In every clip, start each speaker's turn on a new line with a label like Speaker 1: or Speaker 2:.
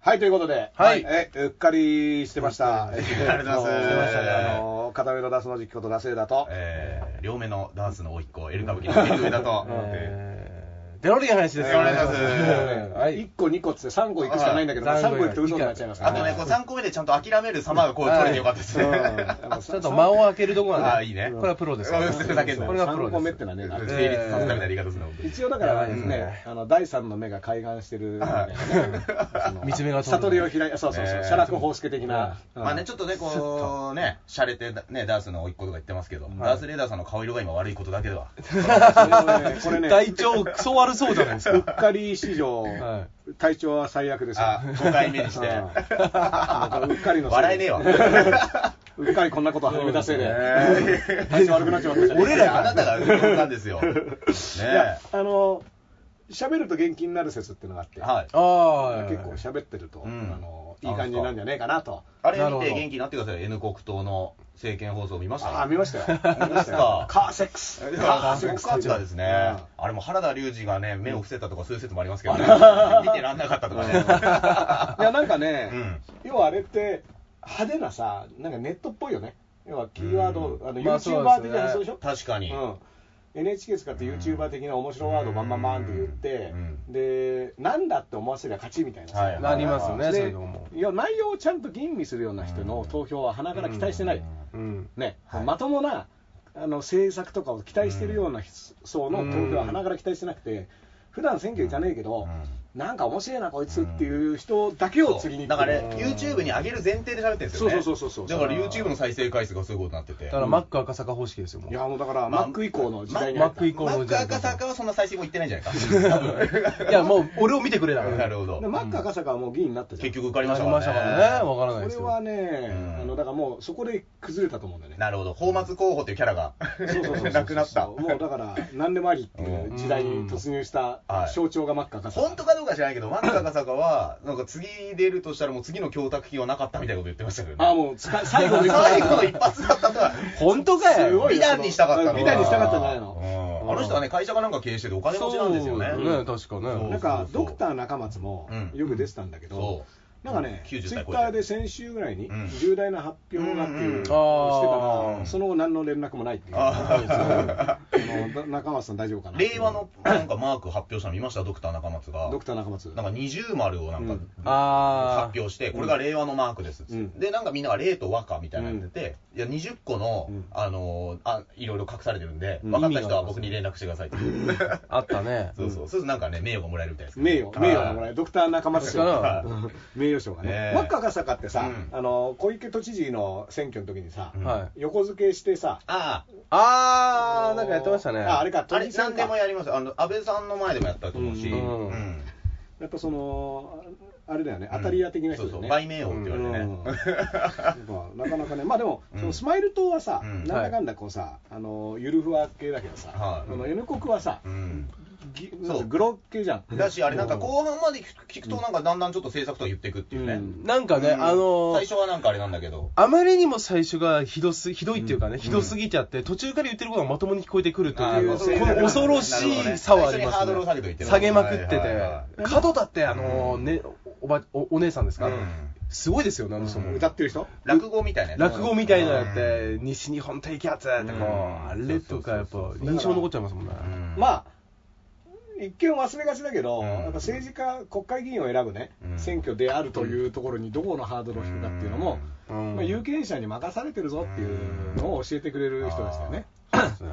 Speaker 1: はい、ということで、
Speaker 2: はい
Speaker 1: え、うっかりしてました。
Speaker 2: うっかりしてまし たありがとうござ
Speaker 1: え
Speaker 2: います
Speaker 1: ーしてましたねあの、片目の出すの時期こと出せだと。
Speaker 2: えー、両目のダンスの甥いっ子、エル歌舞伎のエル上だと。え
Speaker 3: えーデロリアン話ですよ。
Speaker 2: デロリアン話
Speaker 3: は
Speaker 1: 1
Speaker 3: い。
Speaker 1: 個2個っつって3個いくしかないんだけど、
Speaker 3: はい
Speaker 1: 3個いくと嘘になっちゃいます
Speaker 2: ー
Speaker 1: か
Speaker 2: あ
Speaker 1: ら。
Speaker 2: とね、こう3個目でちゃんと諦める様がこう取れてよかった ですね。
Speaker 3: ちょっと間を空けるとこがね
Speaker 2: あーいいね
Speaker 3: これはプロですから。
Speaker 2: うんそれだけの
Speaker 3: これがプロ
Speaker 1: 3個目っ
Speaker 3: で
Speaker 1: て
Speaker 3: す。
Speaker 1: のはね、なんか
Speaker 2: 成立させたみたいな言い方するの。
Speaker 1: 一応だからですね、あの、第三の目が開眼してるみたいなね。その
Speaker 3: 見つめが通る
Speaker 1: 悟りを開いそうそうそう、
Speaker 2: ね
Speaker 1: 写楽方式的な。
Speaker 2: まあね、ちょっとね、こう、ね、洒落て、ね、ダースの甥いっ子とか言ってますけど、ダースレーダーさんの顔色が今悪いことだけでは。
Speaker 1: こ れね、
Speaker 3: 体調クソ悪そうじゃないです
Speaker 1: うっ
Speaker 3: か。
Speaker 1: かり史上、体調は最悪ですよ。
Speaker 2: あ、5回目にして。
Speaker 1: うんなんかうっかりのせいで
Speaker 2: 笑えねえわ。
Speaker 1: うっかりこんなこと始めたせいで、
Speaker 2: え
Speaker 1: 体調悪くなっちまったじゃん。
Speaker 2: 俺らがあなたが呼んだんです よ。ね
Speaker 1: いや、あの、喋ると元気になる説っていうのがあって、
Speaker 2: はい。
Speaker 3: ああ。
Speaker 1: 結構喋ってると、
Speaker 2: うん
Speaker 1: あの、いい感じなんじゃねえかなと。
Speaker 2: あれ
Speaker 3: なる
Speaker 2: 見
Speaker 3: ほ
Speaker 2: て
Speaker 3: ど
Speaker 2: 元気になってください。N 国党の政見放送見ました
Speaker 1: ああ、見ましたよ。見ましたよ
Speaker 2: か。
Speaker 1: カーセックス。
Speaker 2: あすごかったですね。
Speaker 1: うん
Speaker 2: あれも原田龍二がね、目を伏せたとかそういう説もありますけどね、見てらんなかったとかね。
Speaker 1: いや、なんかね、
Speaker 2: うん
Speaker 1: 要はあれって、派手なさ、なんかネットっぽいよね。要はキーワード、
Speaker 2: う
Speaker 1: あの、
Speaker 3: まあそう
Speaker 1: YouTuber
Speaker 3: で
Speaker 1: 的
Speaker 3: すね
Speaker 1: な発想でしょ、
Speaker 2: 確かに。
Speaker 1: うん、NHK 使って YouTuber 的な面白ワードをバンバンバンって言って、
Speaker 2: うん
Speaker 1: でなんだって思わせりゃ勝ちみたいなさ、
Speaker 2: はい
Speaker 3: なりますよね
Speaker 1: で
Speaker 3: そういうのも
Speaker 1: いや内容をちゃんと吟味するような人の投票は鼻から期待してない、
Speaker 3: うん。
Speaker 1: ね
Speaker 2: はい
Speaker 1: まともなあの政策とかを期待してるような層の投票は鼻から期待してなくて、普段選挙行かねえけど、なんか面白いなこいつっていう人だけを次に
Speaker 2: だから
Speaker 1: ね
Speaker 2: ね、YouTube に上げる前提で喋ってるんですよね。
Speaker 1: そうそうそうそうそう
Speaker 2: だから YouTube の再生回数がそういうことになってて。
Speaker 3: だからマック赤坂方式ですよ。もう
Speaker 1: いやもうだから、
Speaker 2: まあ
Speaker 1: マック以降の時代に
Speaker 3: マ
Speaker 1: な
Speaker 3: ッ
Speaker 1: った
Speaker 3: ク以降
Speaker 2: マ
Speaker 3: の
Speaker 2: ッ
Speaker 3: 時
Speaker 2: ク
Speaker 3: 代
Speaker 2: 赤坂はそんな再生もいってないんじゃないか。 多分
Speaker 3: いや、もう俺を見てくれだから。
Speaker 2: なるほど
Speaker 1: で。マック赤坂はもう議員になったじゃん
Speaker 2: 結局受かりま
Speaker 3: な
Speaker 2: し
Speaker 3: り
Speaker 2: た
Speaker 3: ましたからね。わからない
Speaker 1: こ
Speaker 3: で
Speaker 1: れ
Speaker 3: すけど
Speaker 1: は。ね、
Speaker 2: うん
Speaker 1: あのだからもうそこで崩れたと思うんだよね。
Speaker 2: なるほど。泡沫候補っていうキャラが
Speaker 1: そうそうそうそう
Speaker 2: なくなった。
Speaker 1: もうだから何でもありっていう時代に突入した
Speaker 2: うん
Speaker 1: 象徴がマッカーかさ
Speaker 2: 本当かどうか知らないけど、マック赤坂は、なんか次出るとしたら、もう次の供託費はなかったみたいなこと言ってましたけどね。
Speaker 1: ああもうつか最後の一
Speaker 2: 最
Speaker 1: 回
Speaker 2: 後の一発だったとは、
Speaker 3: 本当かよ。
Speaker 1: すごい
Speaker 2: 美談にしたかったの
Speaker 1: 美談にしたかったんじゃないの
Speaker 2: うんあの人はね、会社がなんか経営しててお金持ちなんですよね。
Speaker 3: そうね確かね
Speaker 2: そう
Speaker 1: なんかドクター中松も
Speaker 2: うん
Speaker 1: よく出てたんだけど
Speaker 2: そ、
Speaker 1: なんかね、ツイ
Speaker 2: 90歳
Speaker 1: ッターで先週ぐらいに
Speaker 2: うん
Speaker 1: 重大な発表がって
Speaker 2: うんうん
Speaker 1: いううんのをしてた
Speaker 2: あー
Speaker 1: ら、その後何の連絡もないっていう、
Speaker 2: あ
Speaker 1: あの中松さん大丈夫かな
Speaker 2: 令和のなんかマーク発表したの見ました、ドクター中松が。
Speaker 1: ドクター中松、
Speaker 2: なんか二重丸をなんか、
Speaker 1: うん
Speaker 3: あ
Speaker 2: 発表して、これが令和のマークですっつって、
Speaker 1: うん
Speaker 2: で、なんかみんなが令と和歌みたいなのやってて、いや、20個の、
Speaker 1: うん
Speaker 2: あのーあ、いろいろ隠されてるんで、
Speaker 1: うん
Speaker 2: 分かった人は僕に連絡してくださいって。
Speaker 3: あ。 あったね。
Speaker 2: そうそう、そうするとなんかね、名誉がもらえるみたいですけど
Speaker 1: 名誉、名誉がもらえる、ドクター中松賞
Speaker 3: は、
Speaker 1: 名誉賞が
Speaker 2: ね
Speaker 1: ね
Speaker 2: え、
Speaker 1: マッカー赤坂ってさ
Speaker 2: うん、
Speaker 1: あの小池都知事の選挙の時にさ
Speaker 2: う、ん
Speaker 3: はい。
Speaker 1: 横付けしてさ、
Speaker 2: あ
Speaker 3: あー、なんかやってましたね。
Speaker 1: ああれか、
Speaker 2: あ、あ
Speaker 1: 都
Speaker 2: れ
Speaker 1: 知事選
Speaker 2: 何
Speaker 1: か
Speaker 2: でもやります。あの、安倍さんの前でもやったと思うし、
Speaker 1: うん
Speaker 2: うん
Speaker 1: やっぱその、あれだよね、当たり屋的な人だ
Speaker 2: そう
Speaker 1: よね。
Speaker 2: そう、売名王って言われて
Speaker 1: う
Speaker 2: ね
Speaker 1: ん。なんかなかなかね、まあでも、
Speaker 2: うん
Speaker 1: そのスマイル党はさ、
Speaker 2: うん
Speaker 1: なんだかんだこうさ、あのゆるふわ系だけどさ、
Speaker 2: はい
Speaker 1: あの N 国はさ、
Speaker 2: うん
Speaker 1: ぎ
Speaker 2: そう
Speaker 1: グロ系じゃん。
Speaker 2: だし、あれなんか後半まで聞く聞くと、なんかだんだんちょっと政策とか言っていくっていうね。
Speaker 1: うん
Speaker 3: なんかね、
Speaker 2: うん
Speaker 3: あのー
Speaker 2: 最初はなんかあれなんだけど。
Speaker 3: あまりにも最初がひどす、ひどいっていうかね、ひどすぎちゃって、途中から言ってることがまともに聞こえてくると
Speaker 2: あ
Speaker 3: い
Speaker 2: ー
Speaker 3: う、
Speaker 2: そう
Speaker 3: この恐ろしい差はありま
Speaker 2: 最初にハー
Speaker 3: す
Speaker 2: ドルを下げとい
Speaker 3: ね
Speaker 2: て。ね
Speaker 3: 下げまくってて
Speaker 2: はいはいは、
Speaker 3: 角だって、あのー、ね、おば、おお姉さんですか
Speaker 2: うん
Speaker 3: すごいですよね、あの人も。
Speaker 1: 歌ってる人
Speaker 2: 落語みたいなやつ
Speaker 3: 落語みたいなのやって、西日本低気圧ってこう、
Speaker 2: うん
Speaker 3: あれとかやっぱ
Speaker 2: そうそうそうそう
Speaker 3: 印象残っちゃいますもんね。
Speaker 2: うん
Speaker 1: まあ、一見忘れがちだけど、
Speaker 2: うん
Speaker 1: やっぱ政治家、国会議員を選ぶね、
Speaker 2: うん
Speaker 1: 選挙であるというところにどこのハードルを引くかっていうのも、
Speaker 3: うん
Speaker 1: まあ、有権者に任されてるぞっていうのを教えてくれる人でしたよね。だ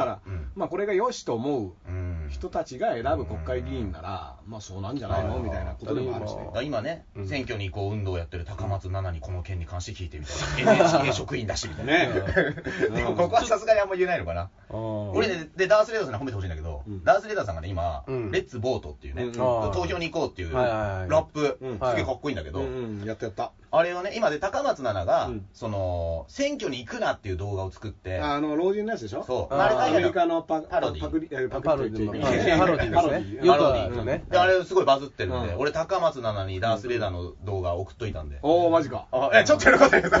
Speaker 1: から、
Speaker 2: うん
Speaker 1: まあ、これが良しと思う
Speaker 2: うん
Speaker 1: 人たちが選ぶ国会議員なら、まあそうなんじゃないのみたいなことでもあるしね
Speaker 2: だ。から今ね、
Speaker 3: うん
Speaker 2: 選挙に移行運動をやってる高松菜奈にこの件に関して聞いてみたいな NHK 職員だしみたいな
Speaker 1: ね
Speaker 2: でもここはさすがにあんま言えないのかな俺ねでダース・レーダーさんに褒めてほしいんだけど、
Speaker 1: うん
Speaker 2: ダース・レーダーさんがね今、
Speaker 3: うん
Speaker 2: レッツ・ボートっていうね、
Speaker 1: うん
Speaker 2: 投票に行こうっていう
Speaker 3: はい
Speaker 2: ラ
Speaker 3: はいはい
Speaker 2: ップ、
Speaker 1: うん
Speaker 2: すげえかっこいいんだけど、
Speaker 1: うんうん、やったやった。
Speaker 2: あれをね今で高松菜奈が、
Speaker 1: うん
Speaker 2: その選挙に行くなっていう動画を作って
Speaker 1: あの、老人のやつでしょ
Speaker 2: そう
Speaker 1: あれ
Speaker 3: あー
Speaker 1: アメリカのパ
Speaker 2: パロディ
Speaker 1: パクリ、えパ
Speaker 3: パ
Speaker 1: ク
Speaker 3: ロ
Speaker 1: リ
Speaker 3: デ
Speaker 1: とい
Speaker 3: ィ
Speaker 1: う
Speaker 3: の
Speaker 1: か
Speaker 3: ね。
Speaker 2: パ
Speaker 3: パロディ
Speaker 1: パロデ
Speaker 3: です
Speaker 1: ィ
Speaker 3: ね。よ
Speaker 1: パ
Speaker 3: く
Speaker 1: ロデ
Speaker 3: あ
Speaker 1: ィ
Speaker 3: るね。
Speaker 2: であれすごいバズってるんで、
Speaker 1: うん
Speaker 2: 俺高松菜奈にダース・レーダーの動画を送っといたんで、
Speaker 1: おおマジか。
Speaker 2: あえちょっと喜んでくだ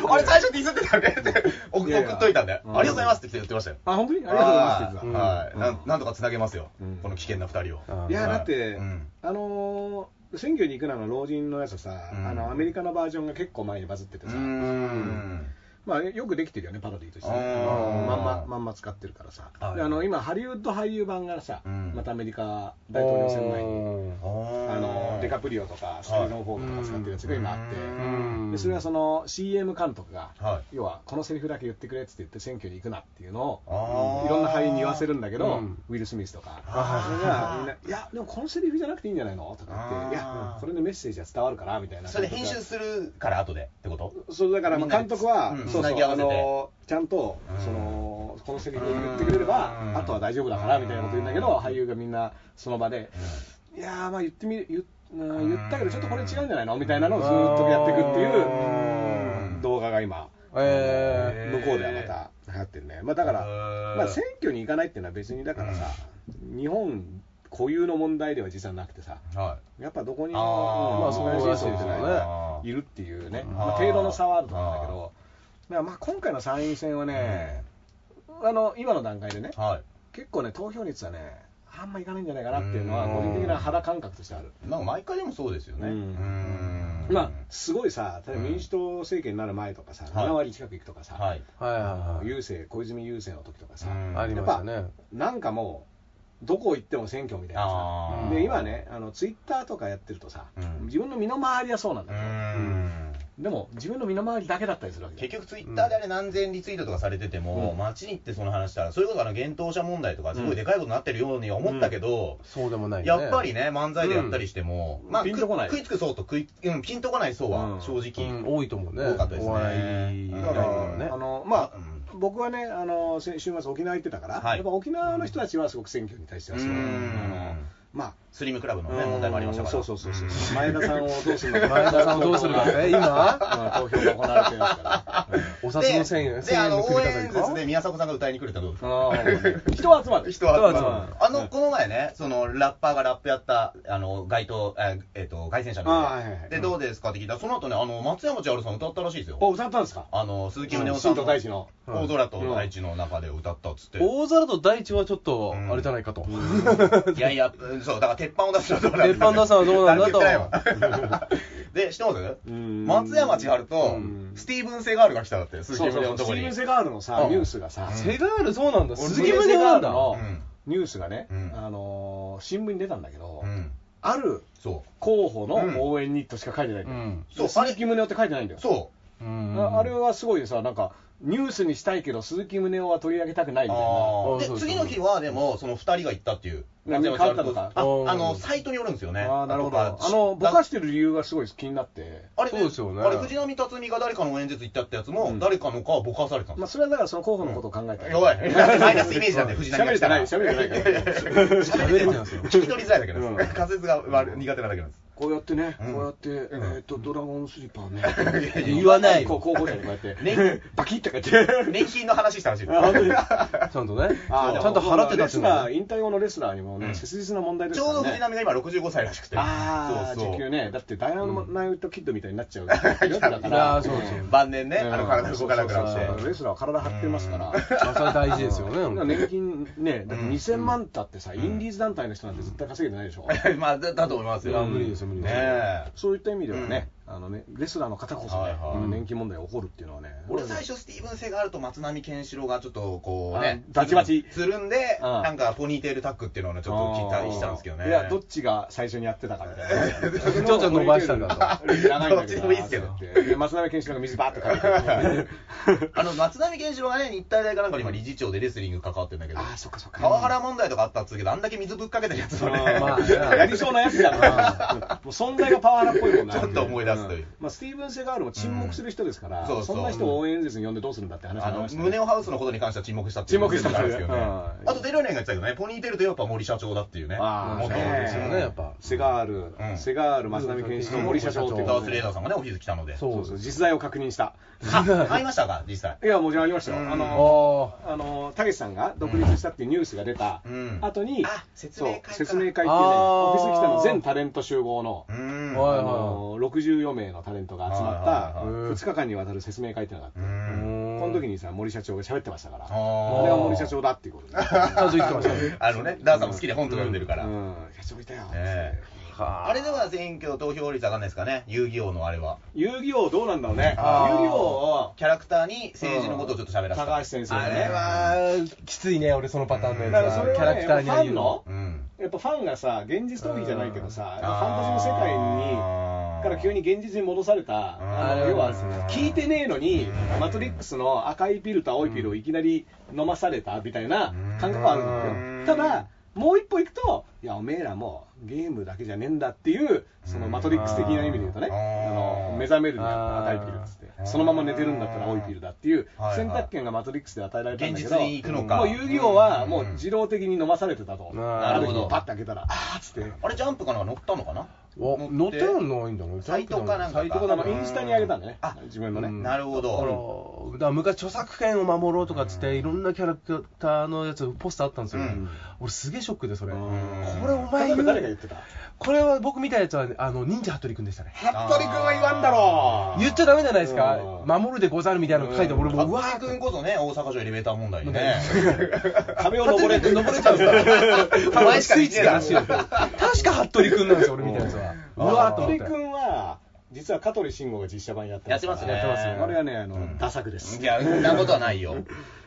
Speaker 2: い俺最初ディスってたねって送
Speaker 1: いやいや
Speaker 2: 送っといたんで、
Speaker 1: うん
Speaker 2: ありがとうございますって言ってましたよ
Speaker 1: あ、本当にあ
Speaker 2: あ
Speaker 1: りがとうございますって言って
Speaker 2: はい、なんなんとかつなげますよ、
Speaker 1: うん
Speaker 2: この危険な二人を、
Speaker 3: う
Speaker 1: た。
Speaker 3: ん
Speaker 1: いや、だって
Speaker 2: うん、
Speaker 1: あのー選挙に行くなの老人のやつさ、
Speaker 2: うん
Speaker 1: あのアメリカのバージョンが結構前にバズっててさ、
Speaker 2: ん
Speaker 1: まあ、よくできてるよねパロディとしてね
Speaker 2: うん
Speaker 1: まんままんま使ってるからさ、
Speaker 2: はい
Speaker 1: であの今ハリウッド俳優版がさ、
Speaker 2: うん
Speaker 1: またアメリカ大統領選前に
Speaker 2: あ
Speaker 1: あのデカプリオとかスティーロン・フォークとか使ってるやつが今あって、でそれはその CM 監督が、
Speaker 2: はい
Speaker 1: 要はこのセリフだけ言ってくれっつって言って選挙に行くなっていうの
Speaker 2: あ
Speaker 1: を
Speaker 2: ー
Speaker 1: いろんな俳優に言わせるんだけど、
Speaker 3: うん
Speaker 1: ウィル・スミスとか
Speaker 2: あー
Speaker 1: それがみんな「いやでもこのセリフじゃなくていいんじゃないの?」とか言
Speaker 2: あ
Speaker 1: っ
Speaker 2: ー
Speaker 1: て「いやこれでメッセージは伝わるから」みたいな
Speaker 2: それ編集するから後でってこと
Speaker 1: そうだからまあ
Speaker 2: みんな
Speaker 1: 監
Speaker 2: で
Speaker 1: 督は、
Speaker 2: うん
Speaker 1: そう
Speaker 2: つな
Speaker 1: そう
Speaker 2: ぎ合
Speaker 1: あ
Speaker 2: わせて
Speaker 1: のちゃんと
Speaker 2: うん
Speaker 1: そのこのセリフを言ってくれれば、
Speaker 2: うん
Speaker 1: あとは大丈夫だからみたいなこと言うんだけど、
Speaker 2: うん
Speaker 1: 俳優がみんなその場で、いやーまあ言ってみる言,、うん、言ったけどちょっとこれ違うんじゃないのみたいなのをずーっとやっていくっていううん動画が今
Speaker 3: え
Speaker 1: 向こうではまた流行ってるね、まあ、だから、
Speaker 2: うん
Speaker 1: まあ、選挙に行かないっていうのは別にだからさ、日本固有の問題では実はなくてさ
Speaker 2: は
Speaker 1: やっぱどこに
Speaker 2: あー
Speaker 1: も、うん、そういう人っていうのは
Speaker 2: そうです
Speaker 1: ね
Speaker 2: ね
Speaker 1: いるっていうね、
Speaker 2: ん
Speaker 1: まあ、程度の差はあると思うんだけどだからまあ今回の参院選はね、あの今の段階でね
Speaker 2: いはい
Speaker 1: 結構ね投票率はねあんまいかないんじゃないかなっていうのは
Speaker 2: うん
Speaker 1: 個人的な肌感覚としてある。
Speaker 2: なんか毎回でもそうですよね。
Speaker 1: う
Speaker 2: うんん
Speaker 1: まあ、すごいさ、例えば民主党政権になる前とかさ、
Speaker 2: ん
Speaker 1: 7割近くいくとかさ、
Speaker 2: はい。
Speaker 3: はい
Speaker 1: あ
Speaker 3: は
Speaker 1: の郵政小泉郵政の時とかさ、
Speaker 2: うん
Speaker 3: いありましたね
Speaker 1: なんかもう、どこ行っても選挙みたいな
Speaker 2: あ
Speaker 1: さ、
Speaker 2: ー
Speaker 1: で今ね、あのツイッターとかやってるとさ、
Speaker 2: うん
Speaker 1: 自分の身の回りはそうなんだ
Speaker 2: う
Speaker 1: けど、
Speaker 2: ん。
Speaker 1: でも自分の身の回りだけだったりするわけだよ
Speaker 2: 結局ツイッターであれ何千リツイートとかされてても、
Speaker 1: うん
Speaker 2: 街に行ってその話したら、それこそあの幻冬者問題とかすごいでかいことになってるように思ったけど、
Speaker 3: そうでもないね
Speaker 2: やっぱりね、漫才でやったりしても、
Speaker 1: うん
Speaker 2: まあ、
Speaker 1: ピンとこない
Speaker 2: 食いつく層と食い、うん、ピンとこない層
Speaker 1: うん
Speaker 2: は正直、
Speaker 3: うん多いと思うね
Speaker 2: 多かったですね
Speaker 3: お笑い以
Speaker 1: だ
Speaker 3: 外
Speaker 1: か
Speaker 3: に
Speaker 1: ら
Speaker 3: も
Speaker 1: あ
Speaker 3: ね
Speaker 1: のまあ
Speaker 2: う
Speaker 1: 僕はね、あの先週末、沖縄行ってたから、
Speaker 2: はい
Speaker 1: やっぱ沖縄の人たちはすごく選挙に対してはすごい、
Speaker 2: うん
Speaker 1: あのまあ、
Speaker 2: スリムクラブのね、問題もありましたから。
Speaker 1: そうそうそうそう、前田さんをどうするのか、
Speaker 3: 前田さんをどうするか ね今
Speaker 1: うん投票が行われてますから。
Speaker 3: お
Speaker 2: で
Speaker 3: 札の1000円
Speaker 2: で、
Speaker 3: 1000
Speaker 2: あ
Speaker 3: 円
Speaker 2: の、
Speaker 3: の
Speaker 2: 応
Speaker 3: 組み
Speaker 2: 援演
Speaker 3: 立
Speaker 2: 説
Speaker 3: て
Speaker 2: で
Speaker 3: で
Speaker 2: 宮迫さんが歌いに来るってどうですか
Speaker 1: 人は集まる
Speaker 2: 人は集
Speaker 3: 人
Speaker 2: ま
Speaker 3: は
Speaker 2: る。あの、この前ね、その、ラッパーがラップやった、あの、街頭、えーえっと、凱旋者
Speaker 1: あーはいはいは
Speaker 2: の
Speaker 1: い
Speaker 2: で、どうですかって聞いたら、その後ね、あの、松山千春さん歌ったらしいですよ。
Speaker 1: お歌ったんですか
Speaker 2: あの、鈴木宗男さ
Speaker 1: 新
Speaker 2: んの
Speaker 1: 都大使の
Speaker 2: 大空と大地の中で歌ったっつって。
Speaker 3: 大皿と大地はちょっとあれじゃないかと
Speaker 2: いやいや、うんそう、だから鉄板を出すのはどうなんだ
Speaker 3: 鉄板出すのはどうなんだと
Speaker 2: 誰も言ってないわで、知ってます
Speaker 1: うん
Speaker 2: 松山千春と
Speaker 1: うん、
Speaker 2: スティーブン・セガールが来たんだって、
Speaker 1: そ
Speaker 2: 鈴
Speaker 1: う
Speaker 2: 木
Speaker 1: そう
Speaker 2: 宗
Speaker 1: そ
Speaker 2: 男の
Speaker 1: う
Speaker 2: と
Speaker 1: ス
Speaker 2: こ
Speaker 1: ティ
Speaker 2: に
Speaker 1: ーブン・。セガールのさ
Speaker 2: うん
Speaker 1: ニュースがさ
Speaker 3: セガールそうなんだ
Speaker 1: 俺
Speaker 3: 鈴木宗男なん
Speaker 1: セガ
Speaker 3: だ
Speaker 1: ールの
Speaker 2: うん
Speaker 1: ニュースがね
Speaker 2: うん
Speaker 1: あのー新聞に出たんだけど
Speaker 2: うん。
Speaker 1: ある
Speaker 2: そう。
Speaker 1: 候補の応援にとしか書いてないんだよ
Speaker 3: うん
Speaker 2: そう
Speaker 1: で鈴木宗男って書いてないんだよ
Speaker 2: そ。
Speaker 1: ああれはすごいさなんかニュースにしたいけど鈴木宗男は取り上げたくないうみたいな
Speaker 2: あ
Speaker 3: そ
Speaker 2: ーで、
Speaker 3: うそう
Speaker 2: 次の日は、でも、その二人が行ったっていう。
Speaker 1: 何変わったのか
Speaker 2: あ、
Speaker 3: うん
Speaker 2: あの、サイトによるんですよね。
Speaker 1: ああなるほど
Speaker 2: とか
Speaker 1: あのぼかしてる理由がすごい気になって
Speaker 2: あれ、
Speaker 3: そうですよね
Speaker 2: あれ、藤波辰巳が誰かの演説行ったってやつも、
Speaker 1: うん
Speaker 2: 誰かのかはぼかされてたん
Speaker 1: ま
Speaker 2: で
Speaker 1: あ
Speaker 2: す
Speaker 1: それはだからその候補のことを考えた
Speaker 2: よ。弱い。だってマイナスイメージなんで、藤
Speaker 1: 喋
Speaker 2: 波が
Speaker 1: れて
Speaker 2: 来た
Speaker 1: ない
Speaker 2: ら。
Speaker 1: 喋れてないから
Speaker 2: 喋れてますよ。聞き取りづらいだけ
Speaker 1: うん
Speaker 2: なんです。仮説が悪い苦手なだけなんです。
Speaker 1: こうやってね、
Speaker 2: うん
Speaker 1: こうやって、
Speaker 2: ん
Speaker 1: えっ、と、ドラゴンスリッパー
Speaker 2: いや
Speaker 1: ね。
Speaker 2: いや
Speaker 3: 言わない
Speaker 1: こう、候補者にこうやって、
Speaker 2: ね
Speaker 1: バキッてこうやって。
Speaker 2: 年金の話したらしいです。
Speaker 1: あ本当に
Speaker 3: ちゃんとねち
Speaker 1: あーでも
Speaker 3: ゃんと払っ
Speaker 1: レ
Speaker 3: てたってい
Speaker 1: ス
Speaker 3: うのは
Speaker 1: ラー、引退後のレスラーにもね、
Speaker 2: うん
Speaker 1: 切実な問題で
Speaker 2: ち
Speaker 1: す
Speaker 2: ょ
Speaker 1: か
Speaker 2: う
Speaker 1: ら
Speaker 2: ど
Speaker 1: ね。
Speaker 2: 藤波が今65歳らしくて。
Speaker 1: ああ、
Speaker 2: そう
Speaker 1: 時
Speaker 2: そ
Speaker 1: 給
Speaker 2: う。
Speaker 1: ね。だって、ダイナマイトキッドみたいになっちゃうよ。だから、
Speaker 3: やそうそう
Speaker 1: うん
Speaker 2: 晩年ね、あの体動かなくなっ
Speaker 1: そうそうそうレ
Speaker 2: て。
Speaker 1: スラーは体張ってますから。
Speaker 3: まあそれは大事ですよね
Speaker 1: うん
Speaker 3: 本当に
Speaker 1: 年金ね、だって
Speaker 2: うん
Speaker 1: 2000万だってさ、インディーズ団体の人なんて絶対稼げてないでしょ。
Speaker 2: まあ、だだと思います
Speaker 3: いや
Speaker 2: よ。
Speaker 3: 無理ですよ無理で
Speaker 2: ね
Speaker 3: す
Speaker 2: え。
Speaker 1: そういった意味ではね、あのね、レスラーの方こそね、
Speaker 2: はいはい
Speaker 1: 今年金問題が起こるっていうのはね。
Speaker 2: 俺最初スティーブン・セガールと松波健四郎がちょっとこうね
Speaker 1: あバチバチ
Speaker 2: つるんで
Speaker 1: うん
Speaker 2: なんかポニーテールタックっていうのをねちょっと期待したんですけどね
Speaker 1: いや、どっちが最初にやってたかみたいな。
Speaker 3: ちょっと伸ばしたんだと
Speaker 1: 長いんだけどな。
Speaker 2: どっちでもいいっすけど
Speaker 1: ってで松永健志郎が水バーッとか けて。
Speaker 2: あの松波健四郎がね日体大かなんかに今理事長でレスリング関わってるんだけど
Speaker 1: ああ、そっかそっか。
Speaker 2: パワハラ問題とかあったっつうけどあんだけ水ぶっかけてるやつをね
Speaker 1: ま
Speaker 3: ま
Speaker 1: あ
Speaker 3: あ
Speaker 1: ね、 やりそうなやつだから、もう存在がパワハラっぽいもんな。
Speaker 2: ちょっと思い出すというん
Speaker 1: まあ、スティーブン・セガールも沈黙する人ですから、
Speaker 2: うんそうそ
Speaker 1: そ
Speaker 2: う
Speaker 1: んな人を応援演説に呼んでどうするんだって話に
Speaker 2: あ
Speaker 1: なり
Speaker 2: の
Speaker 1: ましたね
Speaker 2: 胸をハウスのことに関しては沈黙したっていう
Speaker 1: 沈黙した
Speaker 2: のがあるんですけどね
Speaker 1: うん
Speaker 2: あとデロリアンが言ってたけどねポニーテールといえば森社長だっていうね
Speaker 1: あー
Speaker 2: 元
Speaker 1: そう
Speaker 3: ですよねやっぱ
Speaker 1: セガール、
Speaker 2: うん
Speaker 1: セガール、松並健志と森社長っていう
Speaker 2: ダ
Speaker 1: の
Speaker 2: ー
Speaker 1: ね
Speaker 2: ス・レーダーさんがねオフィス来たので
Speaker 3: そう
Speaker 1: そうそう、実在を確認した。
Speaker 2: あ会いましたか実際
Speaker 1: いや、もちろんありましたよ。
Speaker 2: うん
Speaker 1: あの、
Speaker 3: あ
Speaker 1: あのたけしさんが独立したっていうニュースが出た
Speaker 2: うん
Speaker 1: 後に、
Speaker 2: あ説明会
Speaker 1: そう
Speaker 2: か
Speaker 1: 説明会っていうね、
Speaker 3: あー
Speaker 1: オフィス来たの全タレント集合の、
Speaker 2: うん
Speaker 3: はい
Speaker 1: あの64名のタレントが集まった
Speaker 2: はいはい
Speaker 3: はいはい
Speaker 1: 2日間にわたる説明会っていうのがあって、
Speaker 2: うん
Speaker 1: この時にさ、森社長が喋ってましたから、
Speaker 2: ー
Speaker 1: あれが森社長だっていうことで、
Speaker 3: ちゃんと言ってましたね
Speaker 2: あのね、ダーさんも好きで本とか読んでるから。
Speaker 1: う
Speaker 2: ね
Speaker 1: ん、社長いたよ、
Speaker 2: え
Speaker 3: はあ
Speaker 2: あれでは選挙投票率上がんないですかね、遊戯王のあれは。
Speaker 1: 遊戯王どうなんだろうね。遊
Speaker 3: あー
Speaker 1: 戯王を、
Speaker 2: キャラクターに政治のことをちょっと喋らせた。
Speaker 1: 高橋先生
Speaker 3: あ
Speaker 1: の
Speaker 3: れ
Speaker 1: ね。
Speaker 3: はきついね俺そのパターンのやつ
Speaker 1: だから
Speaker 3: は
Speaker 1: それ
Speaker 3: キ
Speaker 1: は
Speaker 3: ャ
Speaker 1: ね
Speaker 3: ラクターに言うの
Speaker 2: うん。
Speaker 1: やっぱファンがさ、現実逃避じゃないけどさ、フ
Speaker 2: あー
Speaker 1: ァンタジーの世界に、から急に、現実に戻された、あ
Speaker 2: あ
Speaker 1: の
Speaker 2: ー
Speaker 1: 要は
Speaker 3: うん
Speaker 1: 聞いてねえのに
Speaker 2: う、ん
Speaker 1: マトリックスの赤いピルと青いピルをいきなり飲まされたみたいな感覚はあるんだよ。た
Speaker 2: うん
Speaker 1: だ、もう一歩行くと、いや、おめえらもうゲームだけじゃねえんだっていう、そのマトリックス的な意味で言うとね、
Speaker 2: うん
Speaker 1: あの目覚めるには赤いピルっつって
Speaker 2: う、ん
Speaker 1: そのまま寝てるんだったら青いピルだっていう
Speaker 2: はい
Speaker 1: 選択権がマトリックスで与えられたんだけど、
Speaker 2: 現実に行くのか
Speaker 1: もう遊戯王はもう自動的に飲まされてたと。
Speaker 3: うん
Speaker 1: ある日
Speaker 2: なるほど
Speaker 1: パッて開けたら、あーっつって。
Speaker 2: あれジャンプかなんか乗ったのかな
Speaker 3: お乗ってるのないんだろ
Speaker 2: サイトかなんかか
Speaker 3: サイトか
Speaker 1: あ
Speaker 3: なんか
Speaker 1: のインスタに上げたんだね
Speaker 2: あ、
Speaker 1: 自分のね。
Speaker 3: うん
Speaker 2: なるほ
Speaker 3: だから
Speaker 2: ど。
Speaker 3: だから昔著作権を守ろうとかっつって、
Speaker 2: うん
Speaker 3: いろんなキャラクターのやつポスターあったんですよ、
Speaker 2: うん
Speaker 3: 俺すげえショックでそれ、
Speaker 1: うん
Speaker 3: これお前
Speaker 1: 例えば
Speaker 3: 言
Speaker 1: 誰が言っ
Speaker 3: う
Speaker 1: てた
Speaker 3: これは僕見たやつはあの忍者服部君でしたね
Speaker 1: 服部君は言わんだろ
Speaker 3: 言っちゃダメじゃないですか
Speaker 1: う
Speaker 3: 「
Speaker 1: ん
Speaker 3: 守るでござる」みたいなの書いて俺もうう
Speaker 2: う
Speaker 3: わ
Speaker 2: わ君こそね、大阪城エレベーター問題 にね。
Speaker 1: 壁を登れて登れちゃう
Speaker 3: たまにスイッチで
Speaker 2: 走
Speaker 3: 走
Speaker 2: る
Speaker 3: る確 か服部君なんですよ俺見たやつはうわー
Speaker 1: 服
Speaker 3: と思っ
Speaker 1: 部
Speaker 3: て
Speaker 1: 君は実は香取慎吾が実写版やってから
Speaker 2: やってますね
Speaker 3: やってますね
Speaker 1: あれはねあの、
Speaker 2: うん
Speaker 1: ダサ作です
Speaker 2: いや、そんなことはないよ。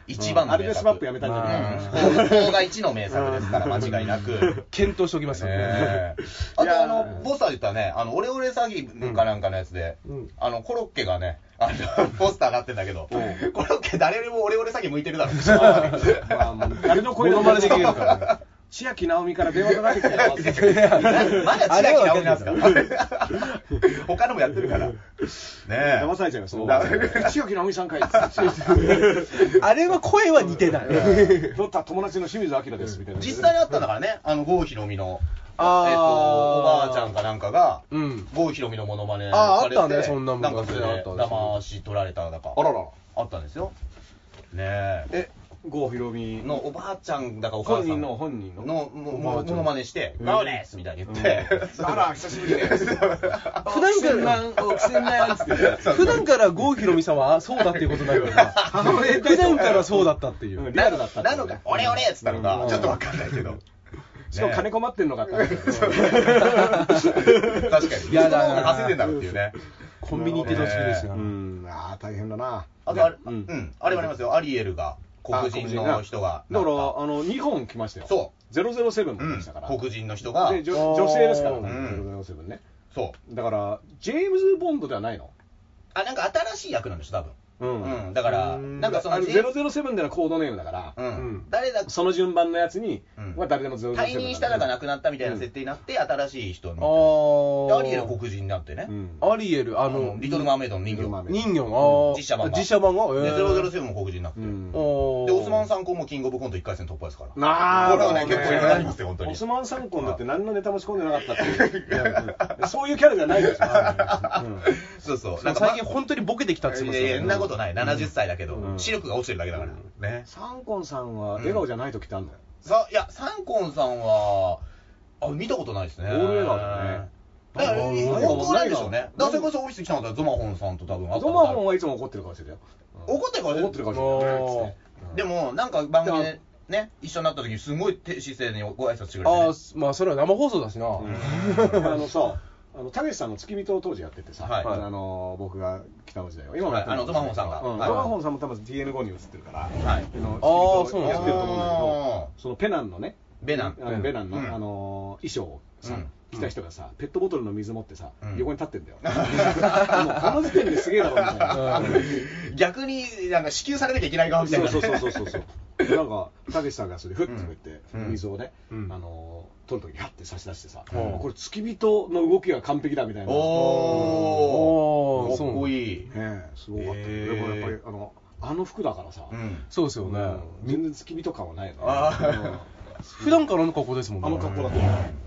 Speaker 2: 一番の
Speaker 1: あれ
Speaker 2: 名
Speaker 1: で
Speaker 2: 作。
Speaker 1: スマップやめたんじゃない
Speaker 3: まあ
Speaker 2: うん。ここが一の名作ですから、間違いなく。
Speaker 3: 検討しておきますよ、
Speaker 2: ねえ あ
Speaker 1: い
Speaker 2: と
Speaker 1: や
Speaker 2: あの、ポスターで言ったらね、あの、オレオレ詐欺かなんかのやつで、
Speaker 3: うん
Speaker 2: あの、コロッケがね、あの、 ポスター上がってんだけど、コロッケ誰よりもオレオレ詐欺向いて るだろう。
Speaker 1: まあもう誰の
Speaker 3: モ
Speaker 1: 声
Speaker 3: ノマネできる
Speaker 1: ら
Speaker 3: か
Speaker 1: 千秋直美から電話かかってきたよ
Speaker 3: ら
Speaker 2: まだ
Speaker 3: あ
Speaker 2: 千
Speaker 3: れ
Speaker 2: 秋
Speaker 3: は分
Speaker 2: 直美なん
Speaker 3: かん
Speaker 2: ですか 他のもやってるから。ねえ。
Speaker 1: 騙されちゃいます
Speaker 2: だ
Speaker 1: 千秋直美さんかい
Speaker 3: あれは声は似てない
Speaker 1: ロッタ友達の清水明ですみたいな
Speaker 2: 実際にあったんだからね、あの、郷ひろみの、
Speaker 3: あー
Speaker 2: えっと、おばあちゃんかなんかが、
Speaker 3: うん
Speaker 2: 郷ひろみのモノマネ
Speaker 3: あー
Speaker 2: されて
Speaker 3: あったねそんなもん
Speaker 2: なんかそれ
Speaker 3: あっ
Speaker 2: で
Speaker 3: た
Speaker 2: 騙し取られただか
Speaker 1: あらら
Speaker 2: あったんですよ。ねえ。
Speaker 1: え郷ひろみ
Speaker 2: のおばあちゃんだかお母さ
Speaker 1: 本
Speaker 2: ん
Speaker 1: 人の本人の
Speaker 2: のも
Speaker 3: おばあ
Speaker 2: も
Speaker 3: ちゃん
Speaker 2: のまねして「ガーです!」みたいに言 って、
Speaker 1: あら久しぶりです
Speaker 3: 普段から
Speaker 1: 億千万っつって
Speaker 3: 普段から郷ひろみさんはそうだっていうことになるよね普段からそうだったっていう、
Speaker 1: うんリ
Speaker 2: な
Speaker 1: アルだったって
Speaker 2: なのか「俺俺!」っつったの
Speaker 1: う
Speaker 2: か
Speaker 1: ん
Speaker 2: ちょっとわかんないけど
Speaker 1: しかも金困ってんのかって話
Speaker 2: 確かに
Speaker 3: や
Speaker 2: や
Speaker 3: だ
Speaker 2: だ
Speaker 3: な
Speaker 2: な稼いでんだろうっていうね
Speaker 3: コンビニ行ってほしいですよ、
Speaker 1: うんああ大変だな
Speaker 2: あとあれ,、
Speaker 1: う
Speaker 2: うんんあれもありますよアリエルが黒人の人が
Speaker 1: だからあの2本来ましたよ
Speaker 2: そう
Speaker 1: 007も
Speaker 2: う
Speaker 1: 来
Speaker 2: ん
Speaker 1: ましたから、
Speaker 2: 黒人の人が
Speaker 1: で女
Speaker 3: あー
Speaker 1: 女性ですから、
Speaker 3: うん
Speaker 1: 007ね
Speaker 2: そう
Speaker 1: だからジェームズ・ボンドではないの
Speaker 2: あなんか新しい役なんでしょ多分
Speaker 1: う
Speaker 2: うん、だから
Speaker 3: うん
Speaker 2: なんかそ
Speaker 1: あ
Speaker 2: の
Speaker 1: の007でのコードネームだから、
Speaker 2: うん
Speaker 3: うん
Speaker 2: 誰だ
Speaker 1: その順番のやつに、
Speaker 2: うん
Speaker 1: は誰でも007
Speaker 2: 退任したらが
Speaker 1: な
Speaker 2: 亡くなったみたいな設定になって、新しい
Speaker 3: あ
Speaker 2: 人ので
Speaker 3: ー
Speaker 2: アリエル黒人になってね、
Speaker 1: うん
Speaker 3: アリエルあ
Speaker 2: あの
Speaker 3: の、
Speaker 2: リトル・マーメイドの人
Speaker 1: リトルマー
Speaker 2: 形。
Speaker 1: メ
Speaker 3: 人形あー
Speaker 2: 実写版が
Speaker 3: 実写版がえ
Speaker 2: で、
Speaker 3: ー
Speaker 2: 007も黒人になって。
Speaker 1: う
Speaker 2: で、
Speaker 1: ん
Speaker 3: お
Speaker 2: オスマン参考もキングオブコント1回戦突破ですから。
Speaker 1: なあ
Speaker 2: これはね
Speaker 1: もう
Speaker 2: 結構いろいろありますよ本当に
Speaker 1: オスマン三コンだって何のネタも仕込んでなかったって いううんそういうキャラじゃないでしょ、うん
Speaker 2: そうそう。
Speaker 3: なか
Speaker 2: なんんか、
Speaker 3: 最近本当にボケてきたって
Speaker 2: い
Speaker 3: 言って
Speaker 2: や
Speaker 3: ますよ
Speaker 2: いや、そんなことない。70歳だけ
Speaker 1: う
Speaker 2: ど、
Speaker 1: ん
Speaker 2: 視力が落ちてるだけだから。ね。
Speaker 1: サンコンさんは笑顔じゃない時ってあるの、
Speaker 2: さ、いや、サンコンさんは、あ、見たことないですね。
Speaker 1: 大笑顔だよね
Speaker 2: だから。
Speaker 3: あ
Speaker 2: え
Speaker 3: ー
Speaker 2: 本当なんでしょうね。だ
Speaker 1: 何
Speaker 2: からそれこそオフィス来たのったらゾマホンさんと多分会った
Speaker 1: ゾ
Speaker 2: こと
Speaker 1: マ
Speaker 2: ある
Speaker 1: ホンはいつも怒ってる顔してたよ
Speaker 2: 怒ってるから
Speaker 1: 怒ってる顔してたよ
Speaker 2: でも、なんか番組でね、一緒になった時にすごい低姿勢にご挨拶してくれてね。
Speaker 3: あーまあそれは生放送だしな、
Speaker 1: うんあのさあのたけしさんの付き人を当時やっててさ、
Speaker 2: はい
Speaker 1: あの僕が北の時代を今もやって
Speaker 2: はいあのゾマホンさんが
Speaker 1: う
Speaker 2: はい
Speaker 1: ゾマホンさんも多分 TN5 に移ってるから、
Speaker 2: はい
Speaker 1: あの
Speaker 3: あー
Speaker 1: 付き人をやってると思うんだけどそのペナンのね
Speaker 2: ベナン。
Speaker 1: あのベナンの、
Speaker 2: うん
Speaker 1: あの衣装をさ、
Speaker 2: うん
Speaker 1: 着た人がさペットボトルの水持ってさ、
Speaker 2: うん
Speaker 1: 横に立ってんだよ もうこの時点ですげえだろみたいな、
Speaker 2: 逆になんか支給されなきゃいけない側みたい
Speaker 1: そう
Speaker 2: な
Speaker 1: そう そうそうそうそうでなんかたけしさんがそれふって言って、
Speaker 2: うん
Speaker 1: 水をね、
Speaker 3: うん
Speaker 1: あのー取るときハッて差し出してさ、
Speaker 3: うん
Speaker 1: これ付き人の動きが完璧だみたいな
Speaker 2: お
Speaker 3: おー
Speaker 2: ーかっこいい
Speaker 1: ねえすごかったよ、
Speaker 2: へえ
Speaker 1: でもやっぱりあのあの服だからさ、
Speaker 2: うん
Speaker 3: そうですよね、
Speaker 1: うん全然付き人感はないよね
Speaker 2: あー
Speaker 3: 普段からあの格好ですもん
Speaker 1: うんあの格好だと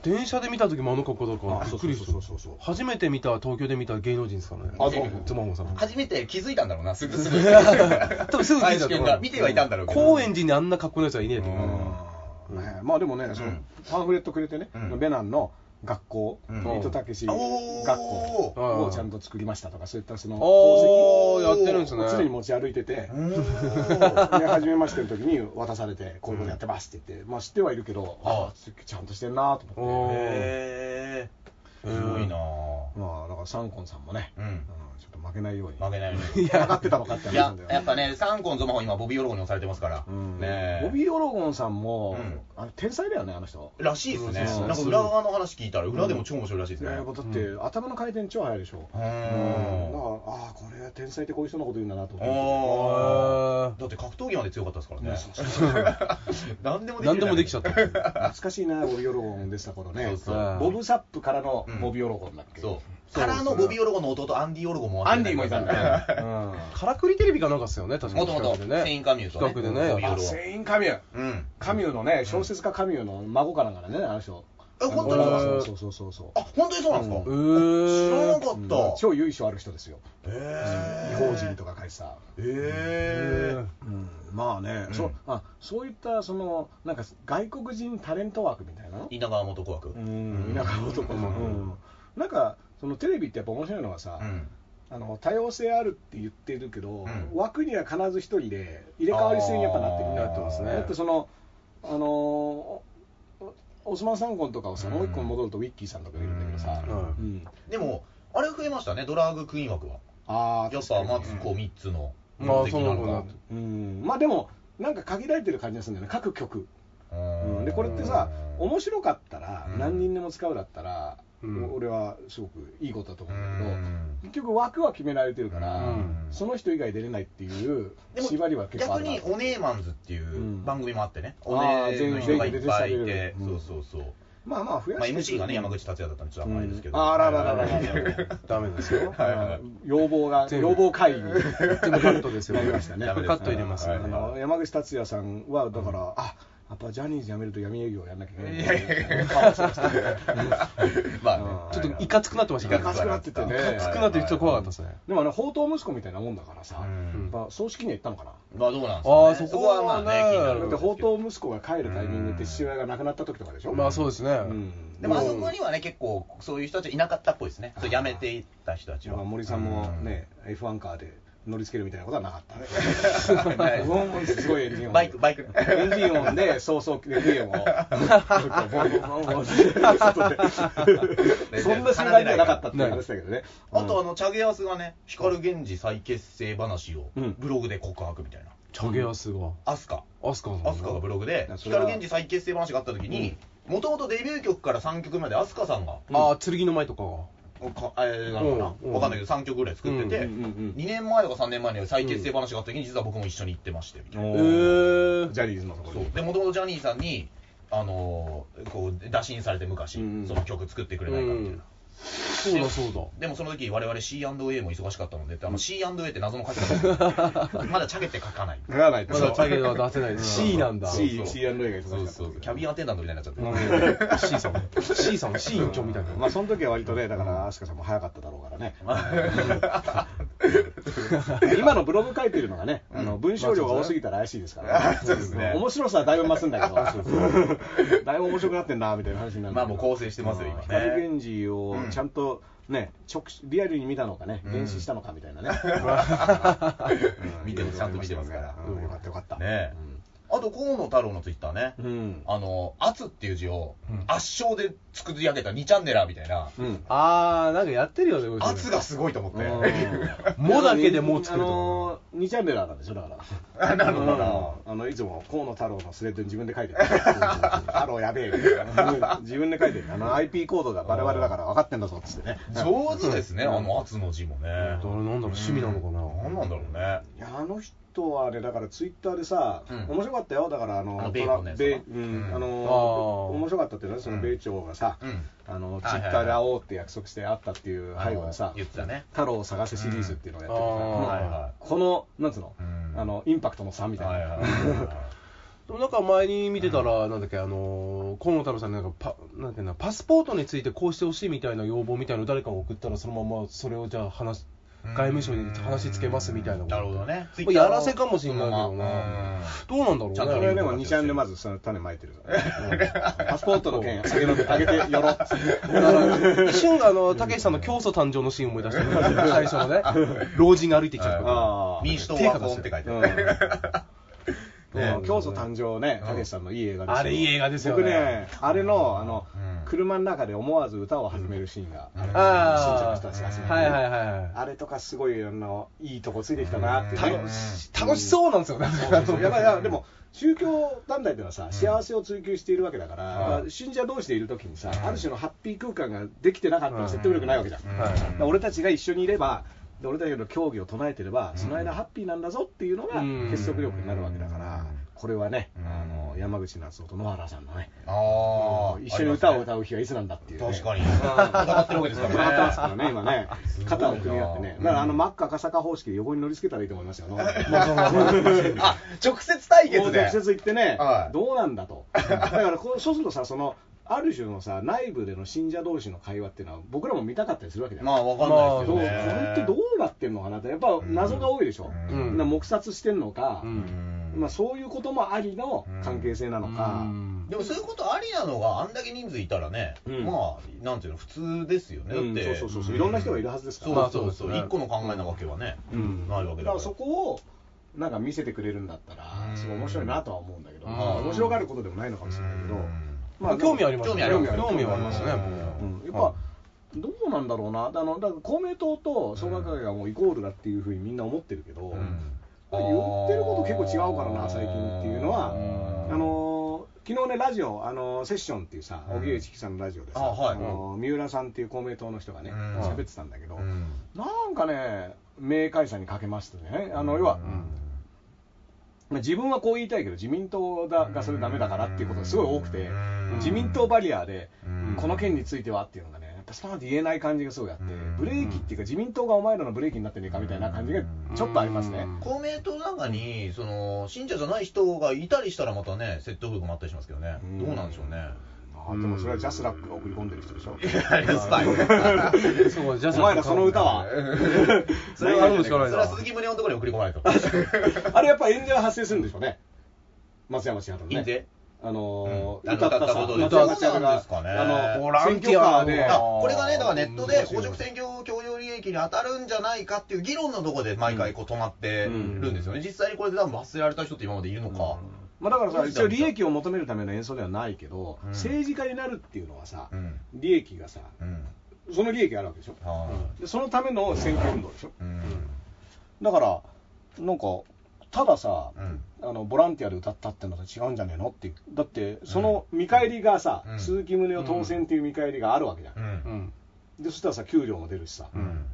Speaker 3: 電車で見た時もあの格好だから
Speaker 1: あ
Speaker 3: び
Speaker 1: そう
Speaker 3: っく
Speaker 1: そう
Speaker 3: りした
Speaker 1: そうそうそう
Speaker 3: 初めて見た東京で見た芸能人ですからね
Speaker 1: あそう
Speaker 3: ズマホンさん
Speaker 2: 初めて気づいたんだろうなすぐ すぐ
Speaker 3: 多分すぐ気づいたと思う
Speaker 2: 愛知県が見てはいたんだろうけど
Speaker 3: 高円寺にあんな格好のやつはいねえと
Speaker 2: う
Speaker 3: 思うん
Speaker 1: ねえまあでもね、そのパンフレットくれてね、
Speaker 2: うん
Speaker 1: ベナンの学校、
Speaker 2: うん
Speaker 1: 糸武氏学
Speaker 2: おー
Speaker 1: 校
Speaker 3: うん
Speaker 1: をちゃんと作りましたとか、そういったその
Speaker 3: おー
Speaker 1: 功
Speaker 3: やってるんです
Speaker 1: 績
Speaker 3: ね
Speaker 1: を常に持ち歩いてて、
Speaker 2: う
Speaker 1: で
Speaker 2: ーん
Speaker 1: 初めましての時に渡されて、こういうことやってますって言って、まあ知ってはいるけど、
Speaker 2: あ
Speaker 1: ああ、ちゃんとしてんなと思って。
Speaker 3: おー
Speaker 2: へ
Speaker 1: うん
Speaker 2: すごいな
Speaker 1: まあだからサンコンさんもね、
Speaker 2: う
Speaker 1: うん
Speaker 2: ん
Speaker 1: ちょっと負けないように
Speaker 2: 負け ないよう
Speaker 1: いや上がってたのかって
Speaker 2: にい
Speaker 1: 話な
Speaker 2: や
Speaker 1: んだよ
Speaker 2: やっぱねサンコンゾマホ今ボビー・オロゴンに押されてますから
Speaker 1: うん
Speaker 2: ね
Speaker 1: ボビー・オロゴンさんも、
Speaker 2: うん
Speaker 1: あれ天才だよねあの人
Speaker 2: らしいですね
Speaker 1: そうそう
Speaker 2: なんか裏側の話聞いたら裏でも超面白いらしいです
Speaker 1: ね
Speaker 2: ね
Speaker 1: やっぱだって、頭の回転超速いでしょ、
Speaker 2: う
Speaker 1: うん、だか
Speaker 2: ん
Speaker 1: らああこれは天才ってこういう人のこと言うんだなと思って
Speaker 2: あ
Speaker 3: あ
Speaker 2: ーだって格闘技まで強かったですからね。 何でも
Speaker 3: 何でもできちゃ
Speaker 2: っ
Speaker 3: った。
Speaker 1: 懐かしいなボビー・オロゴンでした頃ね
Speaker 2: そうそう
Speaker 1: ボブ・サップからの
Speaker 2: うん
Speaker 1: ボビー・オロゴンだっけ、
Speaker 2: そう。からのボビー・オロゴンの弟、アンディ・オロゴンも
Speaker 1: アンディもいたんだ
Speaker 2: ね。
Speaker 1: よ、うん
Speaker 3: からくりテレビかなんかっすよね、確か
Speaker 2: も
Speaker 3: に。
Speaker 2: ともと、
Speaker 3: 近くで
Speaker 2: セイン・カミューとね。
Speaker 3: 近くでね
Speaker 2: ボビーオ
Speaker 1: あ
Speaker 2: ロゴン
Speaker 1: セイン・カミュー
Speaker 2: うん。
Speaker 1: カミューのね小説家カミューの孫かなんかだねあの人
Speaker 2: え本当にそうなんですか
Speaker 1: そうそうそうそう
Speaker 2: あ、本当にそうなんですか
Speaker 3: う
Speaker 2: 知らな
Speaker 3: ーん。
Speaker 2: か
Speaker 1: う
Speaker 2: っ
Speaker 1: ん
Speaker 2: た。
Speaker 1: 超由緒ある人ですよ異
Speaker 2: えー
Speaker 1: 邦人とか書いてさ、
Speaker 2: えー
Speaker 1: うん、まあね、
Speaker 2: うん
Speaker 1: そうあそういったそのなんか外国人タレント枠みたいなの
Speaker 2: 稲川元子枠。
Speaker 1: う
Speaker 2: うん。
Speaker 1: ん田舎男も、うんなんかそのテレビってやっぱ面白いのはさ、あの多様性あるって言ってるけど、
Speaker 2: うん
Speaker 1: 枠には必ず一人で入れ替わり制にやっぱなってくる
Speaker 2: あーなってますね
Speaker 1: だってそのあのおオスマンサンコンとかをさ、
Speaker 2: うん
Speaker 1: もう一個に戻るとウィッキーさんとかいるんだけどさ、
Speaker 3: うん
Speaker 1: うん
Speaker 2: でも、あれ増えましたね、ドラァグクイーン枠は。
Speaker 1: ああ
Speaker 2: やっぱ、マツコ3つの。
Speaker 3: まあそうな
Speaker 2: の
Speaker 3: のかなと
Speaker 1: うんまあでもなんか限られてる感じがするんだよね各曲、
Speaker 2: う
Speaker 1: うんん、でこれってさ面白かったら、
Speaker 2: うん
Speaker 1: 何人でも使うだったら、
Speaker 3: うん
Speaker 1: 俺はすごくいいことだと思
Speaker 2: う
Speaker 1: うんだけど、
Speaker 2: ん
Speaker 1: 結局枠は決められてるから、
Speaker 3: うん
Speaker 1: その人以外出れないっていう
Speaker 2: でも
Speaker 1: 縛りは結構あ
Speaker 2: 逆
Speaker 1: るな
Speaker 2: に「おねえマンズ」っていうん番組もあってね、
Speaker 1: あー
Speaker 2: おねえの人がいっぱ
Speaker 1: 全
Speaker 2: いい
Speaker 1: 員出
Speaker 2: て
Speaker 1: て、喋れるうん
Speaker 2: そうそうそう、
Speaker 1: まあまあ増や
Speaker 2: まあ、
Speaker 1: して
Speaker 2: MC がね山口達也だったんでちょっ とあんまりですけど、
Speaker 1: うんあらららららら
Speaker 3: ダメですよ。
Speaker 2: はいはい
Speaker 1: 要望が
Speaker 3: 全部
Speaker 1: 要望会議
Speaker 3: 全部カットですよ。
Speaker 1: なりましたね
Speaker 3: カット入れますね
Speaker 2: は。い
Speaker 1: あの山口達也さんはだから、あやっぱジャニーズ辞めると闇営業やんなきゃいけない
Speaker 2: いやいやいや
Speaker 1: 顔してましたね
Speaker 2: まあね
Speaker 3: ちょっといかつくなってました
Speaker 1: いかつくなっててね
Speaker 3: いかつくなってちょっと怖かったですね。
Speaker 1: でもね宝刀息子みたいなもんだからさ、
Speaker 2: うん
Speaker 1: やっぱ葬式には行ったのかな
Speaker 2: まあどうなんで
Speaker 3: あー
Speaker 2: すか、ね、
Speaker 3: そこはね
Speaker 2: はまあね気になる
Speaker 1: だって宝刀息子が帰るタイミングって父親が亡くなった時とかでしょ、
Speaker 3: まあそうですね。
Speaker 1: うん
Speaker 2: でもあそこにはね結構そういう人たちいなかったっぽいですねそう辞めていった人たち
Speaker 1: やっぱ
Speaker 2: は
Speaker 1: 森さんもね、F1 カーで乗りつけるみたいなことはなかったね。
Speaker 2: ない
Speaker 1: 僕もすごいエンジン音。
Speaker 2: バイクバイク
Speaker 1: エンジン音で、そうそう、レクイエムを。ボンボンボンボンってそんな心配じゃなかったっていう話だけどね。
Speaker 2: あとあのチャゲアスがね光源氏再結成話を
Speaker 1: うん
Speaker 2: ブログで告白みたいな、
Speaker 3: チャゲアスが。
Speaker 2: アスカ
Speaker 3: アスカさん。
Speaker 2: アスカがブログで
Speaker 1: うん
Speaker 2: 光源氏再結成話があった時にもともとデビュー曲から3曲までアスカさんが
Speaker 3: ああ、剣の前とかが。
Speaker 2: おかえーなのか
Speaker 3: うん
Speaker 2: なわかんないけど3曲ぐらい作ってて
Speaker 1: うんうんうんうん
Speaker 2: 2年前とか3年前に再結成話があった時に実は僕も一緒に行ってましてみたいな
Speaker 1: お
Speaker 3: え
Speaker 1: ー
Speaker 3: ー
Speaker 1: ジャニーズのとこ
Speaker 2: そ
Speaker 1: ろ
Speaker 2: う
Speaker 1: に。
Speaker 2: でもともとジャニーさんにあのーこう打診されて昔そ
Speaker 1: うんうん
Speaker 2: の曲作ってくれないかみたいな
Speaker 3: そうだそうだ。
Speaker 2: でもその時我々 C&A も忙しかったのでってあの C&A って謎の書き方まだチャゲって書かない
Speaker 1: 書かないと
Speaker 3: ま。だチャゲは出せない。C なんだ。
Speaker 2: そう
Speaker 1: C、C&A が忙しか
Speaker 2: そう
Speaker 1: った
Speaker 2: そうキャビンアテンダントみたいになっちゃってる
Speaker 3: C さん。C さん、C 委員長みたいな。
Speaker 1: まあその時は割とね、だから、アスカさんも早かっただろうから ね。今のブログ書いてるのがね、あの文章量が多すぎたら怪しいですから、ね、
Speaker 2: そうですね
Speaker 1: 面白さはだいぶ増すんだけど、だいぶ面白くなってんなみたいな話になるんだけど。
Speaker 2: まあもう構成してますよ今ね
Speaker 1: 光源氏をちゃんとね、直リアルに見たのかね、
Speaker 2: うん
Speaker 1: 練習したのかみたいなね。
Speaker 2: 見てますちゃんと見てますから
Speaker 1: うんよかったよかった。
Speaker 2: ねえあと河野太郎のツイッターね
Speaker 1: うん。うん。
Speaker 2: あの「圧」っていう字を圧勝で作り上げた2チャンネラーみたいな
Speaker 1: うん。
Speaker 3: あー、なんかやってるよね、これ
Speaker 2: 圧がすごいと思って
Speaker 3: もだけでもう作る
Speaker 1: あ
Speaker 3: と思
Speaker 1: のー、2チャンネルなんでしょ、だから。
Speaker 2: あなるほどな
Speaker 1: うんあのいつも河野太郎のスレッドに自分で書いて る太郎やべえみたいな自分で書いてるあの IP コードがバレバレだから分かってんだぞっつってね
Speaker 2: 上手ですねあの圧の字もね
Speaker 3: あれなんだろう、趣味なのかな。
Speaker 2: 何なんだろうね
Speaker 1: いやあの人はねだからツイッターでさ、
Speaker 2: うん
Speaker 1: 面白かったよだからあの
Speaker 2: あのベーコンのやつ
Speaker 1: ベ
Speaker 2: う
Speaker 1: うんん
Speaker 2: うん
Speaker 1: あ
Speaker 3: あ
Speaker 1: の
Speaker 3: ー
Speaker 1: 面白かったっていうのはその米朝がさ、
Speaker 2: うん
Speaker 1: あの
Speaker 2: い
Speaker 1: ツイッターで会おうって約束して会ったっていう背後で
Speaker 2: あ
Speaker 1: さ
Speaker 2: の言ってたね
Speaker 1: 太郎を探せシリーズっていうのをやっててさ、
Speaker 3: うん
Speaker 1: まあ
Speaker 2: はいは
Speaker 1: このなんつうの、
Speaker 2: うん
Speaker 1: あのインパクトの差み
Speaker 2: い
Speaker 1: たいな、
Speaker 2: はいはいは
Speaker 3: でもなんか前に見てたら、なんだっけ、あのー、河野太郎さんになんかパ、なんていうの、パスポートについてこうしてほしいみたいな要望みたいなのを誰かが送ったら、そのままそれをじゃあ話、
Speaker 2: い
Speaker 3: 外務省に話つけますみたいなこと
Speaker 2: なるほどね
Speaker 3: これやらせかもしれないけど
Speaker 2: うん
Speaker 3: な。どうなんだろうね。
Speaker 2: ちゃんと
Speaker 1: それはで
Speaker 2: う
Speaker 1: も
Speaker 2: ん
Speaker 1: 2チャンでまずその種まいてる から、パスポートの件上げろ上げてよろっつって
Speaker 3: 一瞬、あの、たけしさんの教祖誕生のシーンを思い出して、最初のね、老人が歩いてきちゃった。
Speaker 1: あ
Speaker 2: 民主党はコンって書いてある
Speaker 1: うん、教祖誕生ね、たけしさんのいい映画ですよ
Speaker 3: あれいい映画ですよね
Speaker 1: 僕ね、あれの、あの、
Speaker 2: うん
Speaker 1: 車の中で思わず歌を始めるシーンがある、
Speaker 3: あ
Speaker 1: 信者
Speaker 3: あ
Speaker 1: の人たちが集まって
Speaker 3: はいはいはいはい
Speaker 1: あれとかすごいあのいいとこついてきたなっていうね、
Speaker 3: 楽し楽しそうなんですよね、
Speaker 1: そうそうやっぱりやでも宗教団体ではさ幸せを追求しているわけだから、
Speaker 3: はい
Speaker 1: まあ信者同士でいるときにさ、
Speaker 2: うん
Speaker 1: ある種のハッピー空間ができてなかったら説得力ないわけじゃん、
Speaker 2: うん
Speaker 1: だから俺たちが一緒にいればで俺たちの教義を唱えてれば、その間ハッピーなんだぞっていうのが
Speaker 3: うん
Speaker 1: 結束力になるわけだから、
Speaker 2: うん
Speaker 1: これはね、
Speaker 2: うん
Speaker 1: あの山口夏夫と野原さんのね、
Speaker 2: ああ
Speaker 1: 一緒に歌を歌
Speaker 2: う
Speaker 1: う日はいつなんだっていうね、
Speaker 2: 確かに戦ってるわけですからね
Speaker 1: 戦ってますからね、今 ね
Speaker 2: ごい、な
Speaker 1: 肩を組み合ってね、だからあのマック赤坂方式で横に乗りつけたらいいと思います よ、
Speaker 2: あ直接対
Speaker 1: も
Speaker 2: 決
Speaker 1: う
Speaker 2: で
Speaker 1: 直接行ってね、
Speaker 2: はい
Speaker 1: どうなんだと、だからこうそうするとさ、そのある種のさ内部での信者同士の会話っていうのは、僕らも見たかったりするわけだよ、
Speaker 2: まあわかんないです
Speaker 1: ど
Speaker 2: よ
Speaker 1: うこ
Speaker 2: ね
Speaker 1: れってどうなってんのかなって、やっぱ謎が多いでしょ、
Speaker 2: うん
Speaker 1: みんな黙殺してんのか、
Speaker 3: うん
Speaker 1: まあ、そういうこともありの関係性なのか、
Speaker 2: でもそういうことありなのがあんだけ人数いたらね、
Speaker 1: うん
Speaker 2: まあなんていうの普通ですよね、
Speaker 1: うん
Speaker 2: だって
Speaker 1: そうそうそうそういろんな人がいるはずですから
Speaker 2: そうそうそう
Speaker 3: まあそうですね
Speaker 2: 一個の考えなわけはね、
Speaker 1: うん
Speaker 2: ない
Speaker 1: だ
Speaker 2: わけだ
Speaker 1: か
Speaker 2: からら
Speaker 1: そこをなんか見せてくれるんだったら
Speaker 2: う、ん
Speaker 1: すごい面白いなとは思うんだけど、
Speaker 3: うん
Speaker 1: まあ面白がることでもないのかもしれないけど、
Speaker 3: まあ、興味あります
Speaker 2: 興味
Speaker 3: ね
Speaker 2: あ
Speaker 1: る
Speaker 2: り
Speaker 3: 興
Speaker 2: ま
Speaker 3: 味
Speaker 2: すね
Speaker 3: はありますね、
Speaker 1: うんやっ
Speaker 3: 僕
Speaker 1: ぱ、どうなんだろうな、あのだから公明党と創価学会がもうイコールだっていうふうにみんな思ってるけど、言ってること結構違うからな最近っていうのはあのー昨日ね、ラジオ、あのーセッションっていうさ、
Speaker 2: うん
Speaker 1: 荻上チキさんのラジオでさ、
Speaker 2: あはい
Speaker 1: のー三浦さんっていう公明党の人がね、
Speaker 2: うん
Speaker 1: 喋ってたんだけど、なんかね、明快さに欠けましたね、あの要は、まあ自分はこう言いたいけど、自民党だがそれダメだからっていうことがすごい多くて、
Speaker 2: うん
Speaker 1: 自民党バリアで、
Speaker 2: うん
Speaker 1: この件についてはっていうのがね、やっぱスパーンって言えない感じがすごいあって
Speaker 2: うん、
Speaker 1: ブレーキっていうか、自民党がお前らのブレーキになってねえかみたいな感じがちょっとありますね。
Speaker 3: うん
Speaker 2: 公明党なんかにその信者じゃない人がいたりしたらまたね説得力もあったりしますけどね、
Speaker 1: うん
Speaker 2: どうなんでしょうね
Speaker 1: あでもそれはジャスラックが送り込んでる人でしょ。
Speaker 2: あれが スパイ
Speaker 3: うんそうジャズ
Speaker 1: お前らその歌は、
Speaker 3: それはあるのし
Speaker 2: そ
Speaker 3: か
Speaker 2: れ
Speaker 3: ないな
Speaker 2: は鈴木宗男のところに送り込まないと
Speaker 1: あれやっぱ演者が発生するんでしょうね。松山千春の
Speaker 2: いい
Speaker 1: ね。
Speaker 2: ぜ
Speaker 1: あのー
Speaker 2: うん
Speaker 1: 歌った
Speaker 2: 歌っ
Speaker 1: さ、
Speaker 2: たこと
Speaker 1: 松
Speaker 3: 歌
Speaker 1: 山千春が、
Speaker 2: そうなんですかね
Speaker 1: あ
Speaker 3: ボ
Speaker 1: の、
Speaker 3: ラ
Speaker 1: 選
Speaker 3: ンテ
Speaker 1: 挙
Speaker 3: ィ
Speaker 1: カー
Speaker 3: アの
Speaker 1: で、
Speaker 2: あ
Speaker 3: あー
Speaker 2: これがね、だからネットで
Speaker 3: 難しい
Speaker 2: 公職選挙共用利益に当たるんじゃないかっていう議論のところで毎回こう止まってるんですよね、実際にこれで多分罰せられた人って今までいるのか、
Speaker 1: まあ、だからさ、一応利益を求めるための演奏ではないけど、
Speaker 2: うん
Speaker 1: 政治家になるっていうのはさ、
Speaker 2: うん、
Speaker 1: 利益がさ、
Speaker 2: うん、
Speaker 1: その利益があるわけでしょ。
Speaker 2: は
Speaker 1: でそのための選挙運動でしょ。
Speaker 2: い、うん、
Speaker 1: だから、なんか、たださ、
Speaker 2: うん、
Speaker 1: あのボランティアで歌ったってのと違うんじゃねえのっていうだってその見返りがさ、
Speaker 2: うん
Speaker 1: 鈴木宗男当選っていう見返りがあるわけじゃん
Speaker 2: う、ん、
Speaker 3: うん
Speaker 1: でそしたらさ給料も出るしさ、
Speaker 2: うん、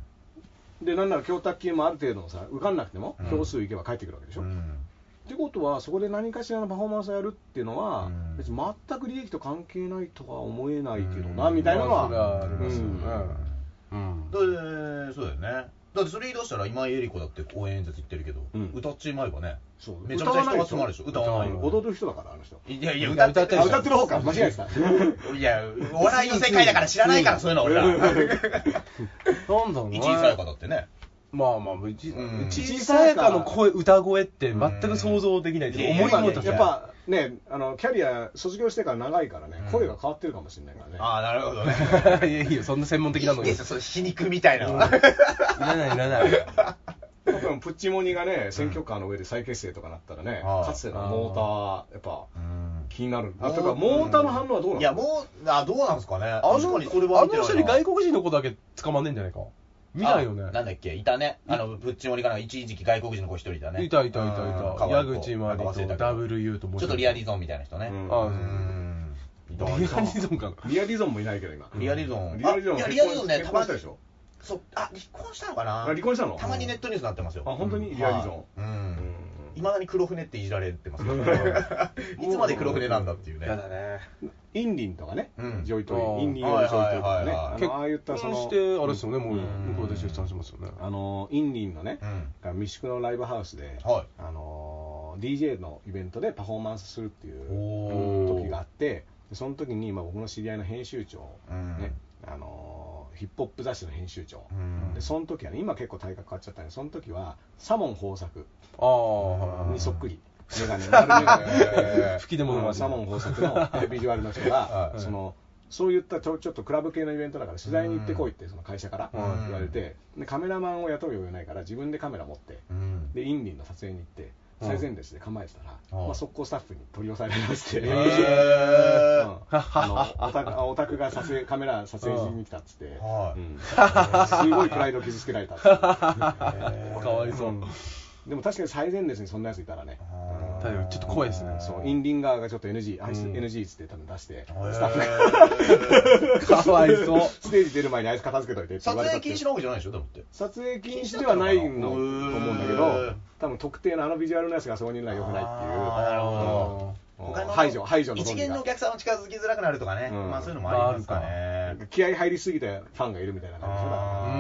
Speaker 2: うん、
Speaker 1: でなんなら供託金もある程度のさ受かんなくても
Speaker 2: うん
Speaker 1: 票数いけば返ってくるわけでしょ、ってことはそこで何かしらのパフォーマンスをやるっていうのは、
Speaker 2: うん
Speaker 1: 別に全く利益と関係ないとは思えないけどな、
Speaker 2: うん
Speaker 1: みたいなのは、
Speaker 3: まあそれはありますよ
Speaker 1: うん
Speaker 3: ねうん
Speaker 2: だってそうだよね、だってそれ言い出したら、今井絵理子だって応援演説行ってるけど、
Speaker 1: うん
Speaker 2: 歌っちまえばね、
Speaker 1: そう
Speaker 2: めちゃめちゃ人が集まるでしょ、歌わない
Speaker 3: よ
Speaker 2: よ。
Speaker 1: 踊る人だからあの人
Speaker 2: いやいや、
Speaker 3: 歌
Speaker 2: 歌
Speaker 3: っ
Speaker 2: ってて
Speaker 3: るでし
Speaker 1: あ歌
Speaker 3: ょ
Speaker 1: ってる方か間違えてた
Speaker 2: いや、お笑いの世界だから知らないから、そういうの俺ら。
Speaker 3: なんだろう
Speaker 2: 一
Speaker 3: ね
Speaker 2: 位さやかだってね。
Speaker 3: まあまあ一
Speaker 2: うん
Speaker 3: 一さやかの声歌声って全く想像できない
Speaker 2: うん
Speaker 3: 思い
Speaker 1: 今
Speaker 3: 込
Speaker 1: ね
Speaker 3: めた
Speaker 1: やっぱねあのキャリア卒業してから長いからね、
Speaker 2: うん
Speaker 1: 声が変わってるかもしれないからね
Speaker 2: ああ、なるほどね。
Speaker 3: いやいいよそんな専門的なの
Speaker 2: いい
Speaker 3: い
Speaker 2: ですよ、その皮肉みたいなのは。
Speaker 3: らないいらない
Speaker 1: 多分プッチモニがね選挙カーの上で再結成とかなったらね、
Speaker 2: ああ
Speaker 1: かつてのモーターやっぱ気になるあ
Speaker 2: モー
Speaker 1: とかモーターの反応はどうなの
Speaker 2: いや、もう、あどうなんですかね。
Speaker 3: あの
Speaker 2: 確かにそれは
Speaker 3: あ
Speaker 2: 見てな
Speaker 3: の
Speaker 2: いな
Speaker 3: 人に外国人の子だけ捕まんねえんじゃないか見ないよね
Speaker 2: あなんだっけ、いたね。あの、ぶっちもりかなんか一時期外国人の子一人だね。
Speaker 3: いたいたいたい
Speaker 2: うん
Speaker 3: た矢口真
Speaker 2: なんか忘れ
Speaker 3: 理と
Speaker 2: たけど
Speaker 3: WU ともう一人
Speaker 2: ちょっとリアリゾンみたいな人ね。
Speaker 1: うん
Speaker 3: あ
Speaker 2: う
Speaker 3: うんリアリゾンかな
Speaker 1: リアリゾンもいないけど今
Speaker 2: リアリゾン。
Speaker 1: リアリゾン
Speaker 2: あいや、
Speaker 1: 結
Speaker 2: リア
Speaker 1: 婚
Speaker 2: リゾンね、
Speaker 1: 結
Speaker 2: た
Speaker 1: 婚
Speaker 2: ま
Speaker 1: した
Speaker 2: に
Speaker 1: でし。ょ
Speaker 2: そう、あ、離婚したのか
Speaker 1: あ
Speaker 2: な
Speaker 1: 離婚したの
Speaker 2: たまにネットニュースになってますよ。
Speaker 1: あ本当にリアリゾ
Speaker 2: ン。う
Speaker 1: ン、
Speaker 2: ん。いまだに黒船って いじられてますよいつまで黒船なんだっていうね。
Speaker 3: やだね
Speaker 1: インリンとかね、
Speaker 2: うん
Speaker 1: ジョイトイ
Speaker 3: ああ
Speaker 1: ンインリンよりジョイトイとか
Speaker 2: はいはいは
Speaker 1: ね
Speaker 2: いはい
Speaker 1: あのああいったその
Speaker 3: してあれですよねもう
Speaker 1: うん
Speaker 3: 向こうで出産しますよね
Speaker 1: あのインリンのね
Speaker 2: う、ん。
Speaker 1: 未宿のライブハウスで、
Speaker 2: はい
Speaker 1: あの DJ のイベントでパフォーマンスするっていう
Speaker 2: おー
Speaker 1: 時があってでその時に、まあ、僕の知り合いの編集長、
Speaker 2: うん
Speaker 1: ねあのヒップホップ雑誌の編集長、
Speaker 2: うん
Speaker 1: でその時はね今結構体格変わっちゃったねその時はサモン豊作
Speaker 3: ああ
Speaker 1: にそっくり眼鏡丸眼鏡
Speaker 2: えー
Speaker 3: 吹き出物
Speaker 1: うんサモン豊作 のビジュアルの人が
Speaker 2: はい
Speaker 1: そのそういったちょちょっとクラブ系のイベントだから取材に行ってこいってその会社から
Speaker 3: うん
Speaker 1: 言われてでカメラマンを雇う余裕ないから自分でカメラ持って
Speaker 2: うん
Speaker 1: でインディンの撮影に行って最前列で構えてたら、
Speaker 2: うん
Speaker 1: まあ、速攻スタッフに取り押さえられまして、
Speaker 3: へ
Speaker 1: うん
Speaker 2: ー
Speaker 1: あのオタクあオタクが撮影カメラ撮影しに来たっつって、
Speaker 2: はい
Speaker 1: うんすごいプライド傷つけられたっつって
Speaker 2: へー
Speaker 3: かわいそう
Speaker 1: うんでも確かに最前列にそんなやついたらね
Speaker 2: あ
Speaker 3: ただちょっと怖いですね
Speaker 1: そうインリン側がちょっと NG あいつ
Speaker 3: うん
Speaker 1: NG っつって多分出して、
Speaker 2: へー
Speaker 1: スタッフが
Speaker 3: かわいそう
Speaker 1: ステージ出る前にあいつ片付けといてって言
Speaker 2: 撮
Speaker 1: われた
Speaker 2: 影
Speaker 1: ってい
Speaker 2: 禁
Speaker 1: う
Speaker 2: 止なわけじゃないでしょだって
Speaker 1: 撮影禁止ではないのと思うんだけ
Speaker 2: へー
Speaker 1: ど多分特定のあのビジュアルのやつがそこにいるのはよくない
Speaker 2: あーなるほ
Speaker 1: って
Speaker 2: ど
Speaker 1: いううん排除排除の
Speaker 2: 一
Speaker 1: 論理
Speaker 2: 元の
Speaker 1: が
Speaker 2: お客さんの近づきづらくなるとかね、
Speaker 1: うん
Speaker 2: まあそういうのもありますかね
Speaker 1: 気合入りすぎてファンがいるみたいな感じでしょだから
Speaker 3: うー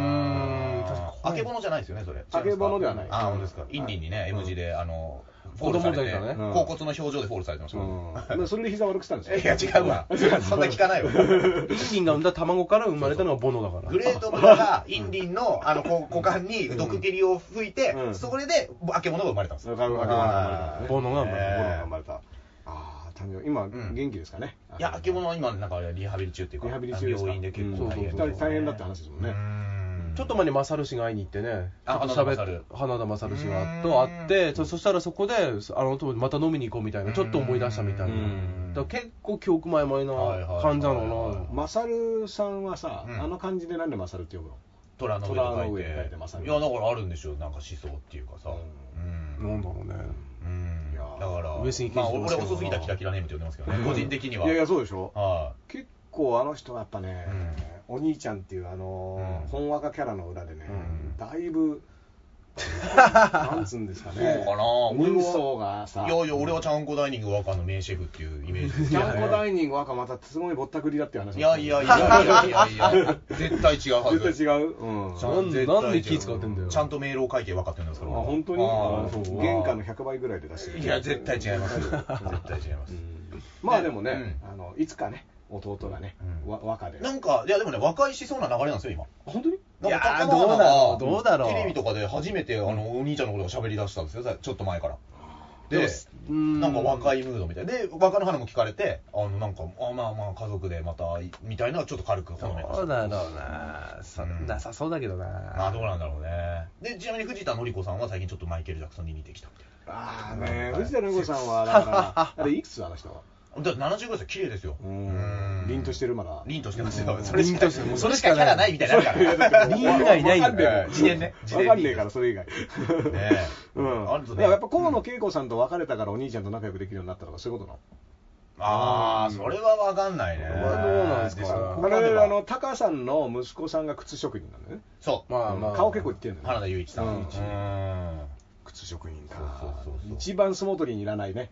Speaker 3: ん確かに
Speaker 2: あ
Speaker 3: 怖い
Speaker 2: けぼのじゃないですよねそれ
Speaker 1: あけぼのではない
Speaker 2: あ本当ですかインリンにね絵文字であのフォ
Speaker 3: 子
Speaker 2: ール
Speaker 3: 供
Speaker 2: さ
Speaker 3: た
Speaker 2: れ
Speaker 3: ち
Speaker 2: て
Speaker 3: が
Speaker 2: 甲
Speaker 3: ね
Speaker 2: 骨の表情でフォールされてますもん
Speaker 1: うんまあそれで膝悪くしたんですよ
Speaker 2: いや違うわそんな聞かないわ
Speaker 3: インリンが産んだ卵から生まれたのがボノだから
Speaker 2: グレートブラがインリンのあのこ股間に毒蹴りを吹いて、
Speaker 1: うん
Speaker 2: そこであけぼのが生まれたんです
Speaker 1: それ
Speaker 2: よ
Speaker 1: からあけぼのが生まれたんだね
Speaker 3: ボノが生まれた
Speaker 1: ボノ
Speaker 2: え
Speaker 1: が生まれたああ誕生今
Speaker 2: ん
Speaker 1: 元気ですかね
Speaker 2: いやあけぼのは今なんかリハビリ中っていうか
Speaker 1: リハビリ中ですか
Speaker 2: 病院で結構大変、
Speaker 1: うん大変だって話ですもんね
Speaker 2: うん
Speaker 3: ちょっと前にマサル氏が会いに行ってね、ちょ
Speaker 2: あ
Speaker 3: っと喋
Speaker 2: 花田勝
Speaker 3: って、花田マサル氏が
Speaker 2: う
Speaker 3: と
Speaker 2: ーん
Speaker 3: 会って、そそしたらそこで、あの当時また飲みに行こうみたいな、ちょっと思い出したみたいな
Speaker 1: うん、
Speaker 3: だから結構記憶前々
Speaker 2: はいはいはいは
Speaker 3: ない感じなの
Speaker 1: マサルさんはさ
Speaker 2: うん
Speaker 1: あの感じでなんでマサルって呼ぶの
Speaker 2: 虎の上と
Speaker 1: 虎の
Speaker 2: 書い
Speaker 1: 上
Speaker 2: て
Speaker 1: と書いてまさに
Speaker 2: いやだからあるんでしょなんか思想っていうかさ
Speaker 1: う
Speaker 2: うん
Speaker 3: かな、なんだろうね、
Speaker 2: うん
Speaker 1: いや
Speaker 2: だから、
Speaker 3: 上杉
Speaker 2: ま
Speaker 3: 謙
Speaker 2: あ、
Speaker 3: 信
Speaker 2: 俺遅すぎたキラキラネームって呼んでますけどね、個人的には。
Speaker 1: いやいやそうでしょ
Speaker 2: は
Speaker 1: 結構あの人はやっぱね、お兄ちゃんっていうあのー
Speaker 2: うん
Speaker 1: 本若キャラの裏でね、
Speaker 2: うん
Speaker 1: だい ぶなんつうんですか
Speaker 2: い。
Speaker 1: ね
Speaker 2: そうかな
Speaker 1: 人相がさ
Speaker 2: いやいや、俺はちゃんこダイニングワカの名シェフっていうイメージです
Speaker 1: ち
Speaker 2: ね
Speaker 1: ゃんこダイニング若またすごいぼったくりだっていう話
Speaker 2: いやいやいやいやいやいや、絶対違うはず。
Speaker 1: 絶対違う、うん、
Speaker 2: ち
Speaker 1: あ
Speaker 2: ゃん絶対違う
Speaker 3: なんで気使ってんだよ
Speaker 2: ちゃんと明朗会計分かってるんですから。
Speaker 1: 本当に
Speaker 2: あー
Speaker 1: うん原価の100倍ぐらいで出してる
Speaker 2: いや、絶対違い ます。絶対違いま
Speaker 1: う
Speaker 2: す。
Speaker 1: んまあでもね、
Speaker 2: う
Speaker 1: あのいつかね弟がね、
Speaker 2: うん
Speaker 1: わ若で
Speaker 2: なんか、いやでもね、和解しそうな流れなんですよ、今。
Speaker 1: 本当に
Speaker 2: なんか
Speaker 3: いやー
Speaker 2: 高野が
Speaker 3: どうだろうどうだろう
Speaker 2: テレビとかで初めてあのお兄ちゃんのことが喋り出したんですよさちょっと前から
Speaker 3: でも
Speaker 2: で
Speaker 3: うん
Speaker 2: なんか若いムードみたいで若の花も聞かれてあのなんかあまあまあ家族でまたいみたいなのがちょっと軽くほのめかし
Speaker 3: ど
Speaker 2: た
Speaker 3: うだろうな、そんなさそうだけど
Speaker 2: まあ
Speaker 3: な、
Speaker 2: どうなんだろうねでちなみに藤田紀子さんは最近ちょっとマイケル・ジャクソンに似てきたみた
Speaker 1: ああね藤田の子さんはだから あれいくつあの人はい
Speaker 2: なだから70ぐらいですよ綺麗ですよ
Speaker 1: うん凛として
Speaker 2: る
Speaker 1: るまだ
Speaker 2: 凛としてますよそれし
Speaker 3: 凛
Speaker 2: か
Speaker 3: としてるもう
Speaker 2: そ
Speaker 3: そ
Speaker 2: れ
Speaker 3: れ
Speaker 2: し
Speaker 3: しか
Speaker 2: かキ
Speaker 3: ない
Speaker 2: ャラないみたいになるから
Speaker 3: リー以外ないんだ
Speaker 1: わかんね
Speaker 3: よ
Speaker 1: え、
Speaker 2: 次元ね次
Speaker 1: わ
Speaker 2: 元
Speaker 1: かんねえから、それ以 外。
Speaker 2: ねえ
Speaker 1: うん。
Speaker 2: あるぞ
Speaker 1: だからやっぱ河野恵子さんと別れたからお兄ちゃんと仲良くできるようになったとか、そういうことなの。
Speaker 2: ああそれは分かんないね
Speaker 3: これはどうなんですか
Speaker 2: そこ
Speaker 1: あ
Speaker 2: までは
Speaker 1: れ、あの、タカさんの息子さんが靴職人なのね。
Speaker 2: そう
Speaker 3: まあまあ、
Speaker 1: 顔結構いってんの
Speaker 2: 原
Speaker 1: よ、
Speaker 2: 田
Speaker 1: ね。
Speaker 2: 雄一さん。
Speaker 1: うん
Speaker 2: うん
Speaker 1: 靴職人か
Speaker 2: そうそうそうそう
Speaker 1: 一番相撲取りにいらないね。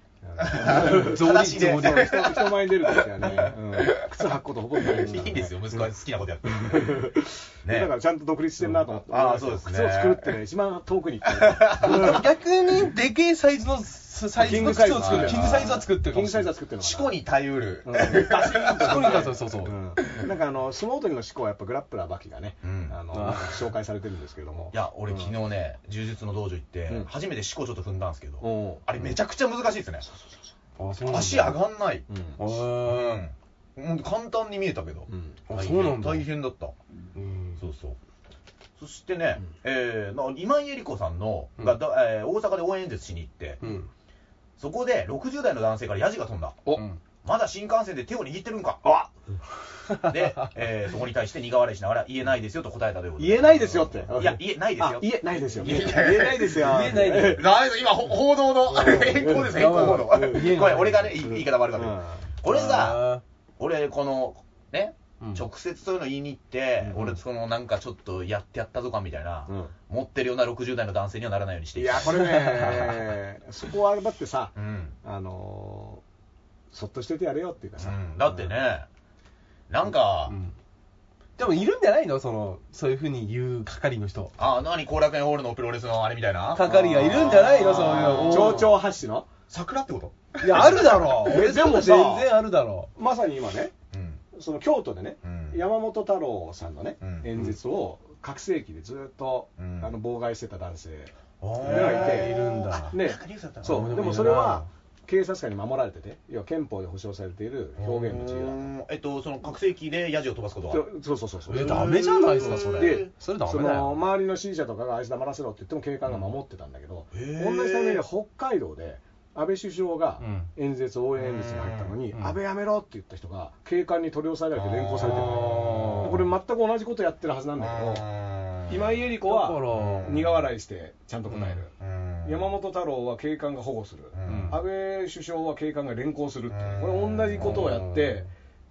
Speaker 3: 草履
Speaker 2: 話
Speaker 3: 草
Speaker 2: で
Speaker 1: そう
Speaker 3: 履
Speaker 1: 人人前に出るときはね、うん靴履くことほぼない
Speaker 2: いいんですよ、息子は好きなことやってる。 ね
Speaker 1: だからちゃんと独立してんなと思って、
Speaker 2: うんあーそうですね
Speaker 1: 靴を作るってね、一番遠くに行ってる。
Speaker 3: 逆にでけえサイズのサイズの靴を作る、
Speaker 1: キン
Speaker 3: キン
Speaker 1: グ
Speaker 3: グ
Speaker 1: サ
Speaker 3: サ
Speaker 1: イ
Speaker 3: イ
Speaker 1: ズ
Speaker 3: ズ
Speaker 1: は
Speaker 3: は作って
Speaker 1: キ
Speaker 3: る
Speaker 1: ン
Speaker 3: かも
Speaker 1: グ
Speaker 3: し
Speaker 1: サイズ
Speaker 3: れな。
Speaker 1: はい作ってるのかな
Speaker 2: 思考に耐えうる。
Speaker 3: キングサイズはそうそう。
Speaker 1: うんなんかあの相撲取りの思考はやっぱグラップラーバキがね、
Speaker 2: うん
Speaker 1: あの
Speaker 3: あ
Speaker 1: 紹介されてるんですけれども
Speaker 2: いや、俺昨日ね、柔術の道場行って
Speaker 1: うん、
Speaker 2: 初めて四股ちょっと踏んだんですけど、
Speaker 1: おう
Speaker 2: あれめちゃくちゃ難しいですね。
Speaker 3: あそうなんだ
Speaker 2: 足上がんない。
Speaker 1: うん
Speaker 3: へー
Speaker 2: うん。もう簡単に見えたけど
Speaker 1: う。ん
Speaker 3: あ
Speaker 2: 大変
Speaker 3: そうなんだ
Speaker 2: 大変だった。
Speaker 3: うん
Speaker 2: そうそう。そしてね、えーな今井絵理子さんの、
Speaker 3: うん
Speaker 2: がだえー大阪で応援演説しに行って、
Speaker 3: うん
Speaker 2: そこで60代の男性からヤジが飛んだ。
Speaker 1: お
Speaker 3: うん
Speaker 2: まだ新幹線で手を握ってるんかで、えーそこに対して苦笑いしながら言えないですよと答えたということ
Speaker 1: 言えないですよって
Speaker 2: いや言えないですよ
Speaker 1: あ言えないですよ
Speaker 2: 言
Speaker 1: 言
Speaker 2: え
Speaker 1: え
Speaker 2: ない
Speaker 1: ないですよ
Speaker 3: 言えないで
Speaker 2: なんです今ほ報道の変更です変更報道
Speaker 3: うん
Speaker 2: これ俺がね言い言い方悪か
Speaker 1: う
Speaker 2: ったけど
Speaker 1: ん
Speaker 2: これさ俺このね
Speaker 3: うん
Speaker 2: 直接そういうの言いに行って、
Speaker 1: うん
Speaker 2: 俺そのなんかちょっとやってやったぞかみたいな、
Speaker 1: うん
Speaker 2: 持ってるような60代の男性にはならないようにして
Speaker 1: い
Speaker 2: きた
Speaker 1: やこれねそこはだってさ
Speaker 2: うん、
Speaker 1: あのーそっとしててやれよっていうかさ、
Speaker 2: うんだってねなんか、
Speaker 3: うんでもいるんじゃないのそのそういうふうに言う係の人
Speaker 2: あ何後楽園ホールのプロレスのあれみたいな
Speaker 3: 係がいるんじゃないのそういう
Speaker 1: うん
Speaker 3: の
Speaker 1: 町長発信の
Speaker 2: 桜ってこと
Speaker 3: いやあるだろ
Speaker 1: え
Speaker 3: 俺
Speaker 1: で
Speaker 3: で
Speaker 1: も
Speaker 3: も
Speaker 1: さ
Speaker 3: 全然あるだろ
Speaker 1: まさに今ね
Speaker 2: うん
Speaker 1: その京都でね、
Speaker 2: うん
Speaker 1: 山本太郎さんのね、
Speaker 2: うん
Speaker 1: 演説を拡声器でずっと、
Speaker 2: うん
Speaker 1: あの妨害してた男性
Speaker 2: あー
Speaker 1: いるんだ
Speaker 2: あ
Speaker 1: で
Speaker 2: なんかニュースだったな
Speaker 1: そう
Speaker 3: あ
Speaker 1: でもそれは警察官に守られてて要は憲法で保障されている表現の自由だ
Speaker 2: うんえっと、その拡声器でヤジを飛ばすことは。
Speaker 1: そうそうそうそう
Speaker 3: え
Speaker 1: そう
Speaker 3: ダメじゃないですかそ
Speaker 1: で
Speaker 3: れそれダ
Speaker 1: そ
Speaker 3: メだ
Speaker 1: の
Speaker 3: よ
Speaker 1: 周りの支持者とかがあいつ黙らせろって言っても警官が守ってたんだけど、
Speaker 2: うんへー
Speaker 1: 同じタイミングで北海道で安倍首相が
Speaker 3: う
Speaker 1: 演説、応援演説に入ったのに、
Speaker 3: うん
Speaker 1: 安倍やめろって言った人が警官に取り押さえられて連行されてる
Speaker 2: あー
Speaker 1: これ全く同じことやってるはずなんだけど今井絵理子は苦笑いしてちゃんと答える、
Speaker 2: うん
Speaker 1: 山本太郎は警官が保護する、
Speaker 2: うん
Speaker 1: 安倍首相は警官が連行するっていう
Speaker 2: う
Speaker 1: こ
Speaker 2: ん
Speaker 1: れ同じことをやって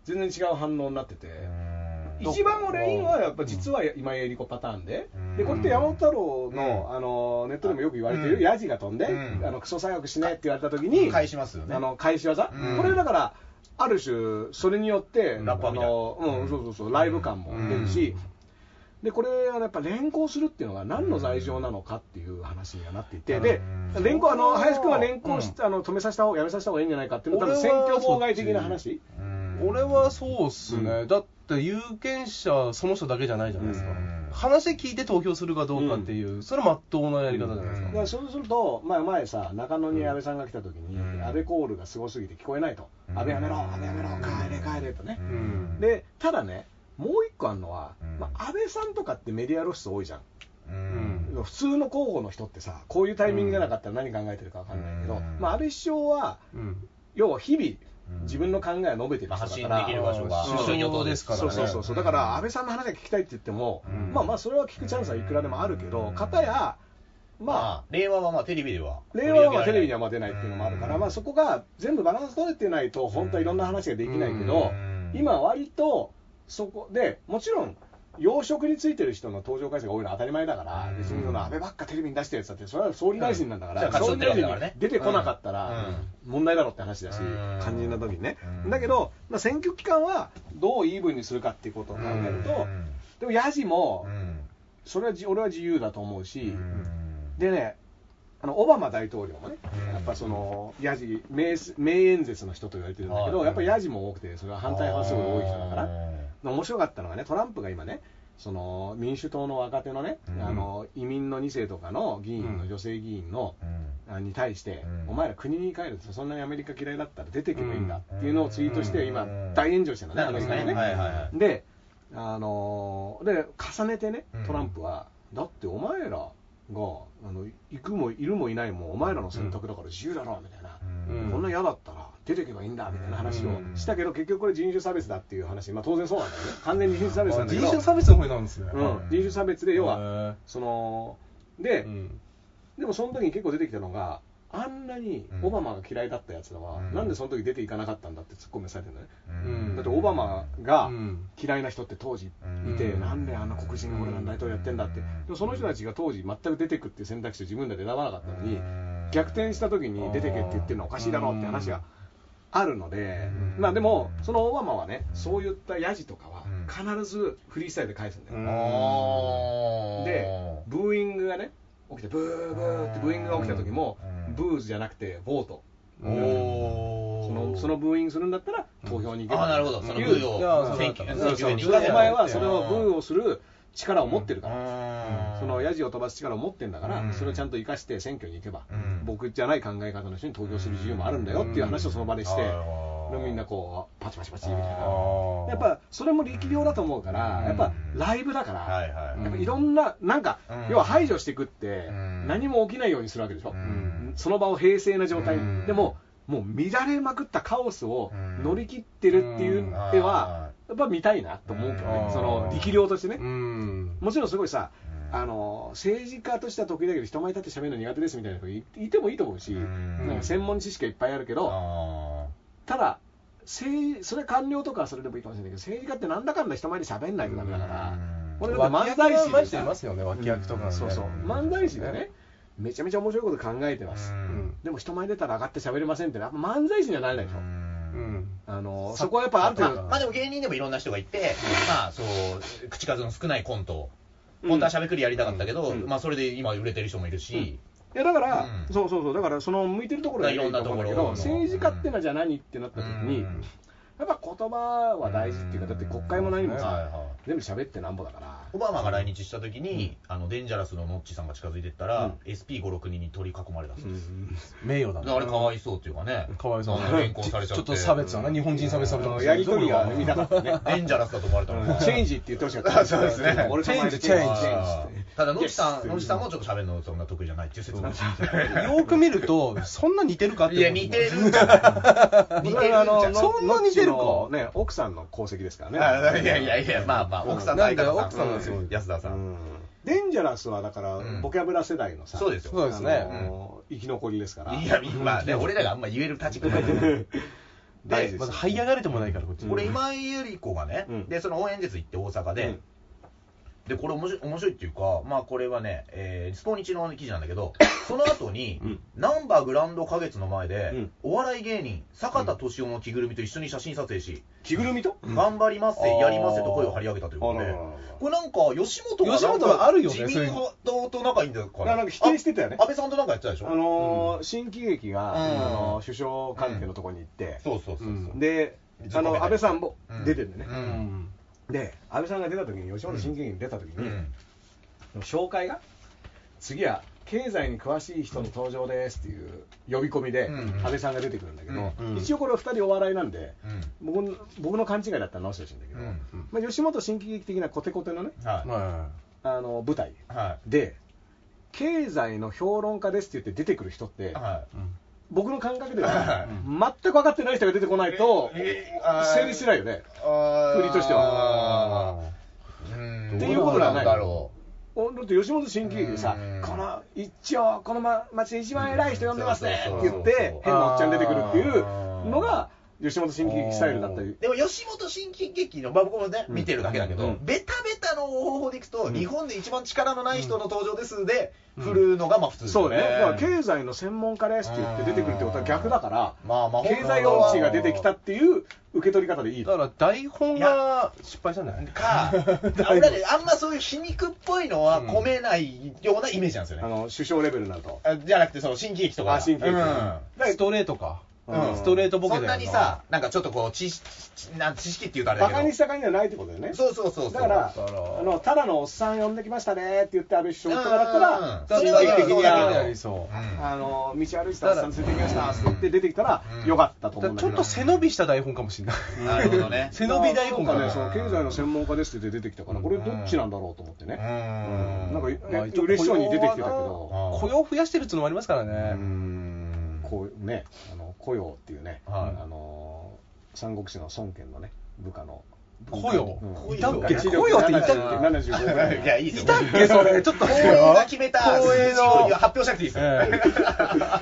Speaker 1: 全然違う反応になってて。一番俺いいのはやっぱ実は今井絵理子パターンで,、
Speaker 2: うん
Speaker 1: でこれって山本太郎の,、
Speaker 2: うん
Speaker 1: あのネットでもよく言われて
Speaker 2: う
Speaker 1: る
Speaker 2: ん
Speaker 1: ヤジが飛んで、
Speaker 2: うん
Speaker 1: あのクソ最悪しねって言われた時に
Speaker 2: 返しますよね
Speaker 1: あの返し技、
Speaker 2: うん
Speaker 1: これだからある種それによって、
Speaker 2: ラッパーみたい
Speaker 1: あのうん、そうそうそうライブ感も出るし、でこれあのやっぱ連行するっていうのが何の罪状なのかっていう話にはなっていて、で
Speaker 2: うん
Speaker 1: 連行あの林くんは連行し、あの止めさせた方がやめさせた方がいいんじゃないかっていうのは多分選挙妨害的な話。
Speaker 3: 俺はそうっすね、だって有権者その人だけじゃないじゃないですか、
Speaker 2: うん
Speaker 3: 話聞いて投票するかどうかっていう、それまっとうなやり方じゃないですか、
Speaker 1: だからそうすると、前前さ、中野に安倍さんが来た時に、
Speaker 2: うん
Speaker 1: 安倍コールがすごすぎて聞こえないと、
Speaker 2: うん
Speaker 1: 安倍やめろ、安倍やめろ、帰れ、帰れとね、
Speaker 3: ん
Speaker 1: でただね、もう一個あるのは、
Speaker 2: うん
Speaker 1: まあ、安倍さんとかってメディア露出多いじゃん、
Speaker 2: うん
Speaker 1: 普通の候補の人ってさ、こういうタイミングじゃなかったら何考えてるかわかんないけど、
Speaker 2: うん
Speaker 1: まあ、安倍首相は、
Speaker 3: うん
Speaker 1: 要は日
Speaker 2: うん
Speaker 1: 々、自分の考えを述べてる
Speaker 2: ま
Speaker 1: 人だ
Speaker 2: あ発
Speaker 1: か
Speaker 2: 信
Speaker 1: ら、
Speaker 2: できる場所が
Speaker 3: うん首相ですからね
Speaker 1: そうそうそうそうだから安倍さんの話が聞きたいって言っても、
Speaker 2: うん
Speaker 1: まあまあそれは聞くチャンスはいくらでもあるけど、
Speaker 2: うん
Speaker 1: 片や
Speaker 2: ま
Speaker 1: まあ
Speaker 2: あ令和はまあテレビでは
Speaker 1: 令和はまあテレビにはまあ出ないっていうのもあるから、まあ、そこが全部バランス取れてないと、本当はいろんな話ができないけど、
Speaker 2: うん
Speaker 1: 今、割とそこでもちろん、養殖についてる人の登場回数が多いのは当たり前だから、
Speaker 2: うん
Speaker 1: 別にその安倍ばっかテレビに出してるやつだって、それは総理大臣なんだから、
Speaker 2: うんじゃあ
Speaker 1: 総理大臣
Speaker 2: 勝ち取ってるわけだから
Speaker 1: に
Speaker 2: ね
Speaker 1: 出てこなかったら問題だろうって話だし、
Speaker 2: うん
Speaker 1: 肝心な時にね
Speaker 2: う。ん
Speaker 1: だけど、まあ、選挙期間はどうイーブンにするかっていうことを考えると、でも、ヤジも、それはじ俺は自由だと思うし。でね、あのオバマ大統領もね
Speaker 2: うん、
Speaker 1: やっぱそのヤジ名名演説の人と言われてるんだけど、
Speaker 2: はい
Speaker 1: やっぱりヤジも多くて、それは反対派すごい多い人だから、
Speaker 2: ら
Speaker 1: で面白かったのがね、トランプが今ね、その民主党の若手のね、
Speaker 2: うん
Speaker 1: あの移民の2世とかの議員の、
Speaker 3: うん
Speaker 1: 女性議員の、あに対して、
Speaker 2: うん
Speaker 1: お前ら国に帰ると、そんなにアメリカ嫌いだったら出てけばいいんだっていうのをツイートして、
Speaker 2: うん
Speaker 1: 今、大炎上してるのね、
Speaker 2: なるほど
Speaker 1: アメリカの
Speaker 2: はいはいはい
Speaker 1: で、あのーで重ねてね
Speaker 2: うん、
Speaker 1: トランプは、だってお前らがあの行くもいるもいないも、お前らの選択だから自由だろみたいな、
Speaker 3: うん
Speaker 1: こんな嫌だったら出てけばいいんだみたいな話を
Speaker 2: うん
Speaker 1: したけど、結局これ、人種差別だっていう話、まあ、当然そうなんだよね、完全に人種差別なんだけ
Speaker 3: 人
Speaker 1: ど、
Speaker 3: 種差別の方になるんですね、
Speaker 1: うん、人種差別で、要は、そので、
Speaker 3: へーうん
Speaker 1: でもその時に結構出てきたのが、あんなにオバマが嫌いだったやつらは、
Speaker 2: うん
Speaker 1: なんでその時出ていかなかったんだって突っ込みされてるのね。
Speaker 3: うん
Speaker 1: だってオバマが、
Speaker 3: うん
Speaker 1: 嫌いな人って当時いて、
Speaker 2: うん
Speaker 1: なんであんな黒人が俺らの大統領やってんだって、
Speaker 2: うん
Speaker 1: でもその人たちが当時、全く出てくっていう選択肢を自分らで選ばなかったのに、逆転した時に出てけって言ってるのはおかしいだろうって話があるので、
Speaker 2: うん
Speaker 1: まあでも、そのオバマはね、そういったヤジとかは
Speaker 2: うん、
Speaker 1: 必ずフリースタイルで返すんだよ、
Speaker 3: うん
Speaker 1: で、ブーイングがね、起きて、ブーブーってブーイングが起きた時も
Speaker 2: うん、
Speaker 1: ブーズじゃなくて、ボート。
Speaker 2: おお
Speaker 1: そのそのブーイングするんだったら投票に行けば
Speaker 2: あなるほどそのブーを
Speaker 1: いや
Speaker 2: 選挙
Speaker 1: そう
Speaker 2: 選挙
Speaker 1: そう
Speaker 2: に行
Speaker 1: そ
Speaker 2: く
Speaker 1: れはお
Speaker 2: わけだ
Speaker 1: 前はそれをブーをする力を持ってるから、
Speaker 2: ら
Speaker 1: そのヤジを飛ばす力を持ってるんだから、
Speaker 2: うん
Speaker 1: それをちゃんと生かして選挙に行けば、
Speaker 2: うん
Speaker 1: 僕じゃない考え方の人に投票する自由もあるんだよっていう話をその場でして、
Speaker 2: うん
Speaker 1: でみんなこうパチパチパチみたい
Speaker 2: あ
Speaker 1: な。
Speaker 2: ー
Speaker 1: やっぱそれも力量だと思うから、
Speaker 2: うん
Speaker 1: やっぱライブだから、
Speaker 2: はいはい
Speaker 1: やっぱいろんな、なんか、
Speaker 2: うん
Speaker 1: 要は排除していくって、
Speaker 2: うん
Speaker 1: 何も起きないようにするわけでしょ、
Speaker 2: ん
Speaker 1: その場を平静な状態、
Speaker 2: うん
Speaker 1: でも、もう乱れまくったカオスを
Speaker 2: うん
Speaker 1: 乗り切ってるっていう絵は、やっぱ見たいなと思うけどね、
Speaker 3: うん
Speaker 1: その力量としてね。
Speaker 3: うん
Speaker 1: もちろんすごいさ、
Speaker 2: うん
Speaker 1: あの政治家としては得意だけど、人前立って喋るの苦手ですみたいな人いいてもいいと思うし、
Speaker 2: うん
Speaker 1: なんか専門知識がいっぱいあるけど、
Speaker 2: あ
Speaker 1: ただ、政治それ官僚とかはそれでもいいかもしれないけど、政治家ってなんだかんだ人前で喋んないとダメだから
Speaker 2: うん、
Speaker 1: 俺だって漫才師
Speaker 3: マ
Speaker 1: で
Speaker 3: ジでい
Speaker 1: さ
Speaker 3: ますよね脇役とか、ね
Speaker 1: そうそう、漫才師でね、めちゃめちゃ面白いこと考えてます
Speaker 2: う、ん
Speaker 1: でも人前出たら上がって喋れませんってのは、やっぱ漫才師にはなれないでしょ、
Speaker 3: う
Speaker 2: あ
Speaker 3: ん
Speaker 1: あのそこはやっぱある程度、
Speaker 2: まあでも芸人でもいろんな人がいてまあそう口数の少ないコント本当はしゃべくりやりたかったけど、まあそれで今売れてる人もいるし、
Speaker 1: いやだから、
Speaker 2: うん
Speaker 1: そうそうそう、だからその向いてるところがいいと思うんだけ
Speaker 2: いろ
Speaker 1: ど、
Speaker 2: んなところ
Speaker 1: 政治家ってのはじゃあ何ってなった
Speaker 2: う
Speaker 1: 時に、
Speaker 2: ん
Speaker 1: やっぱ言葉は大事っていうか、だって国会も何も
Speaker 2: はい
Speaker 1: さ、
Speaker 2: は
Speaker 1: 全部喋ってなんぼだから、
Speaker 2: オバマが来日した時に、あのデンジャラスのノッチさんが近づいてったら、SP56 人に取り囲まれたそうです、
Speaker 3: 名誉だ
Speaker 2: であれかわいそうっていうかね
Speaker 3: かわいそう
Speaker 2: あの連行されちゃって
Speaker 3: ちょっと差別だな日本人差別された
Speaker 1: あのやりとりが見たかったね。
Speaker 2: デンジャラスだと思わ れたのかな
Speaker 1: チェンジって言ってほしかった。
Speaker 2: そうですね
Speaker 1: 俺とお前で
Speaker 3: チェンジ
Speaker 1: チェンジ
Speaker 2: あーただ、野地さん、野地さんもちょっと喋るのそんな得意じゃないっていう説も。
Speaker 3: よく見るとそんな似てるかって
Speaker 2: い
Speaker 3: 思う
Speaker 2: や、似てるんじゃない。似てるんじゃ
Speaker 1: あの
Speaker 2: な
Speaker 1: の
Speaker 2: い。
Speaker 3: そんな似てるか
Speaker 1: ノッチのね、奥さんの功績ですからね。
Speaker 2: あ いやいやいや、まあまあ、奥さんの相方さん。
Speaker 3: 奥さんなんですよ
Speaker 2: 安田さ。
Speaker 1: うんんデンジャラスはだから、
Speaker 2: ん
Speaker 1: ボキャブラ世代のさ、
Speaker 2: そうですよ。
Speaker 3: そうですね
Speaker 1: あの生き残りですから。
Speaker 2: いや、まあね、俺らがあんま言える立ち組み
Speaker 1: 大事で
Speaker 3: で
Speaker 1: す
Speaker 3: まず這い上がれてもないからこっち
Speaker 2: これ、今井ゆり子がね
Speaker 1: う、ん
Speaker 2: で、その応援演説行って大阪
Speaker 1: う
Speaker 2: で
Speaker 1: ん、
Speaker 2: で、これ面白い面白いっていうか、まあこれはね、えースポニチの記事なんだ けど、その後に
Speaker 1: うん、
Speaker 2: ナンバーグランド花月の前
Speaker 1: う
Speaker 2: で
Speaker 1: ん、
Speaker 2: お笑い芸人、坂田敏夫の着ぐるみと一緒に写真撮影し、
Speaker 1: 着ぐるみと、
Speaker 2: 頑張りますせ、
Speaker 3: あー
Speaker 2: やりますせと声を張り上げたということ
Speaker 1: あら
Speaker 2: で
Speaker 1: ららら、
Speaker 2: これなんか、吉本がなんか
Speaker 3: 吉本はあるよね
Speaker 2: 自民派と仲いいんだか
Speaker 1: な
Speaker 2: ら、
Speaker 1: んか否定してたよね
Speaker 2: あ安倍さんとなんかやってたでしょ、
Speaker 1: あのー新喜劇が、
Speaker 2: うん
Speaker 1: あのー首相関係のとこに行って、
Speaker 2: そうそうそうそう、
Speaker 3: うん
Speaker 1: で
Speaker 2: 自己
Speaker 1: あ
Speaker 2: みた
Speaker 1: の
Speaker 2: いな
Speaker 1: 安倍さんも
Speaker 2: うん
Speaker 1: 出てるんでね、
Speaker 3: う
Speaker 2: うん
Speaker 3: ん
Speaker 1: で安倍さんが出た時に吉本新喜劇に出た時に、
Speaker 2: うん
Speaker 1: 紹介が次は経済に詳しい人の登場ですっていう呼び込みで、
Speaker 2: うん
Speaker 1: 安倍さんが出てくるんだけど、
Speaker 3: うん
Speaker 1: 一応これ2人お笑いなんで、
Speaker 2: うん
Speaker 1: 僕の僕の勘違いだったら直してほしいんだけど、
Speaker 2: うん
Speaker 1: まあ、吉本新喜劇的なコテコテのね
Speaker 2: は
Speaker 3: ま
Speaker 1: あの舞台
Speaker 2: い、は
Speaker 1: で経済の評論家ですって言って出てくる人って、
Speaker 2: い、は
Speaker 3: あうん
Speaker 1: 僕の感覚で
Speaker 2: は
Speaker 1: は全く分かってない人が出てこないと
Speaker 2: えあー
Speaker 1: 成立しないよね
Speaker 2: い、
Speaker 1: 振りとしては
Speaker 2: あーうん
Speaker 1: っていうことではない
Speaker 2: どうなんだろう
Speaker 1: おだって吉本新喜劇でさ
Speaker 2: うん
Speaker 1: 「この一応このま町で一番偉い人呼んでますね」
Speaker 2: うん
Speaker 1: って言って
Speaker 2: そうそうそう
Speaker 1: 変なおっちゃん出てくるっていうの
Speaker 2: あ
Speaker 1: が吉本新喜劇スタイルだったり
Speaker 2: でも吉本新喜劇の、まあ、僕もね、
Speaker 1: うん
Speaker 2: 見てるだけだけど、
Speaker 1: うん
Speaker 2: ベタベタの方法でいくと、日本で一番力のない人の登場ですで、
Speaker 3: うん
Speaker 2: 振るのがまあ普通です
Speaker 1: そ
Speaker 2: よ
Speaker 1: うねだから経済の専門家ですって言って出てくるってことは逆だから
Speaker 2: まあまあ
Speaker 1: 経済音痴が出てきたっていう受け取り方でいい
Speaker 3: だから台本が失敗したんじゃない
Speaker 2: か、あ俺らねあんまそういう皮肉っぽいのは込めないようなイメージなんです
Speaker 1: あ
Speaker 2: よね。
Speaker 1: の首相レベルになると
Speaker 2: あじゃなくて、その新喜劇とかが。
Speaker 1: あ新喜劇
Speaker 2: うん
Speaker 3: ストレートか
Speaker 1: うん
Speaker 3: ストレートボケ
Speaker 2: そ
Speaker 3: だ
Speaker 2: ん
Speaker 3: よ
Speaker 2: なにさ、なんかちょっとこう、知識、知なん知識って言うとあれだ
Speaker 1: バ
Speaker 2: けど。
Speaker 1: カにした感じじゃないってことだよね
Speaker 2: そうそうそうそう。
Speaker 1: だから
Speaker 3: そうだから
Speaker 1: あのただのおっさん呼んできましたねって言って安倍首相とかだった
Speaker 2: うん
Speaker 1: ら
Speaker 3: そ
Speaker 1: そ
Speaker 3: れ
Speaker 1: れ
Speaker 3: は
Speaker 1: は
Speaker 2: 新喜
Speaker 1: 劇
Speaker 2: 劇
Speaker 1: 的
Speaker 3: そう
Speaker 1: に
Speaker 3: だ
Speaker 1: あ
Speaker 3: けでやり
Speaker 1: の
Speaker 3: そう
Speaker 2: うん
Speaker 1: あの道歩いてたおっさん連れてきましたって言って出てきたら
Speaker 2: うん
Speaker 1: よかったと思
Speaker 3: だか
Speaker 1: うん
Speaker 3: ら
Speaker 1: だ
Speaker 3: ち
Speaker 1: け
Speaker 3: ょっ
Speaker 1: ど
Speaker 3: と背伸びした台本かもしれない
Speaker 2: なるほどね。
Speaker 3: 背伸び台本
Speaker 1: な
Speaker 3: か
Speaker 1: んかね
Speaker 3: な
Speaker 1: その経済の専門家ですって出てきたからこれどっちなんだろうと思って
Speaker 2: う
Speaker 1: ね
Speaker 2: ん。
Speaker 1: なんか
Speaker 3: まあ
Speaker 1: え嬉しそうに出てきてたけど
Speaker 2: うん
Speaker 3: 雇用増やしてるっつうのもありますから
Speaker 2: う
Speaker 3: ね
Speaker 2: ん。
Speaker 1: こうねあの雇用っていうね
Speaker 2: はい
Speaker 1: あの三国志の孫権のね部下の
Speaker 3: 雇用
Speaker 1: うん
Speaker 3: いたっけ
Speaker 1: 知力
Speaker 3: 雇用っていたっけ
Speaker 1: 75ぐらい
Speaker 2: いや、いいですよ。
Speaker 3: いたっけそれちょっと
Speaker 2: 光栄が 決めた。
Speaker 3: 光栄の
Speaker 2: いや発表しなくていいですよ。
Speaker 3: ええ結
Speaker 1: あ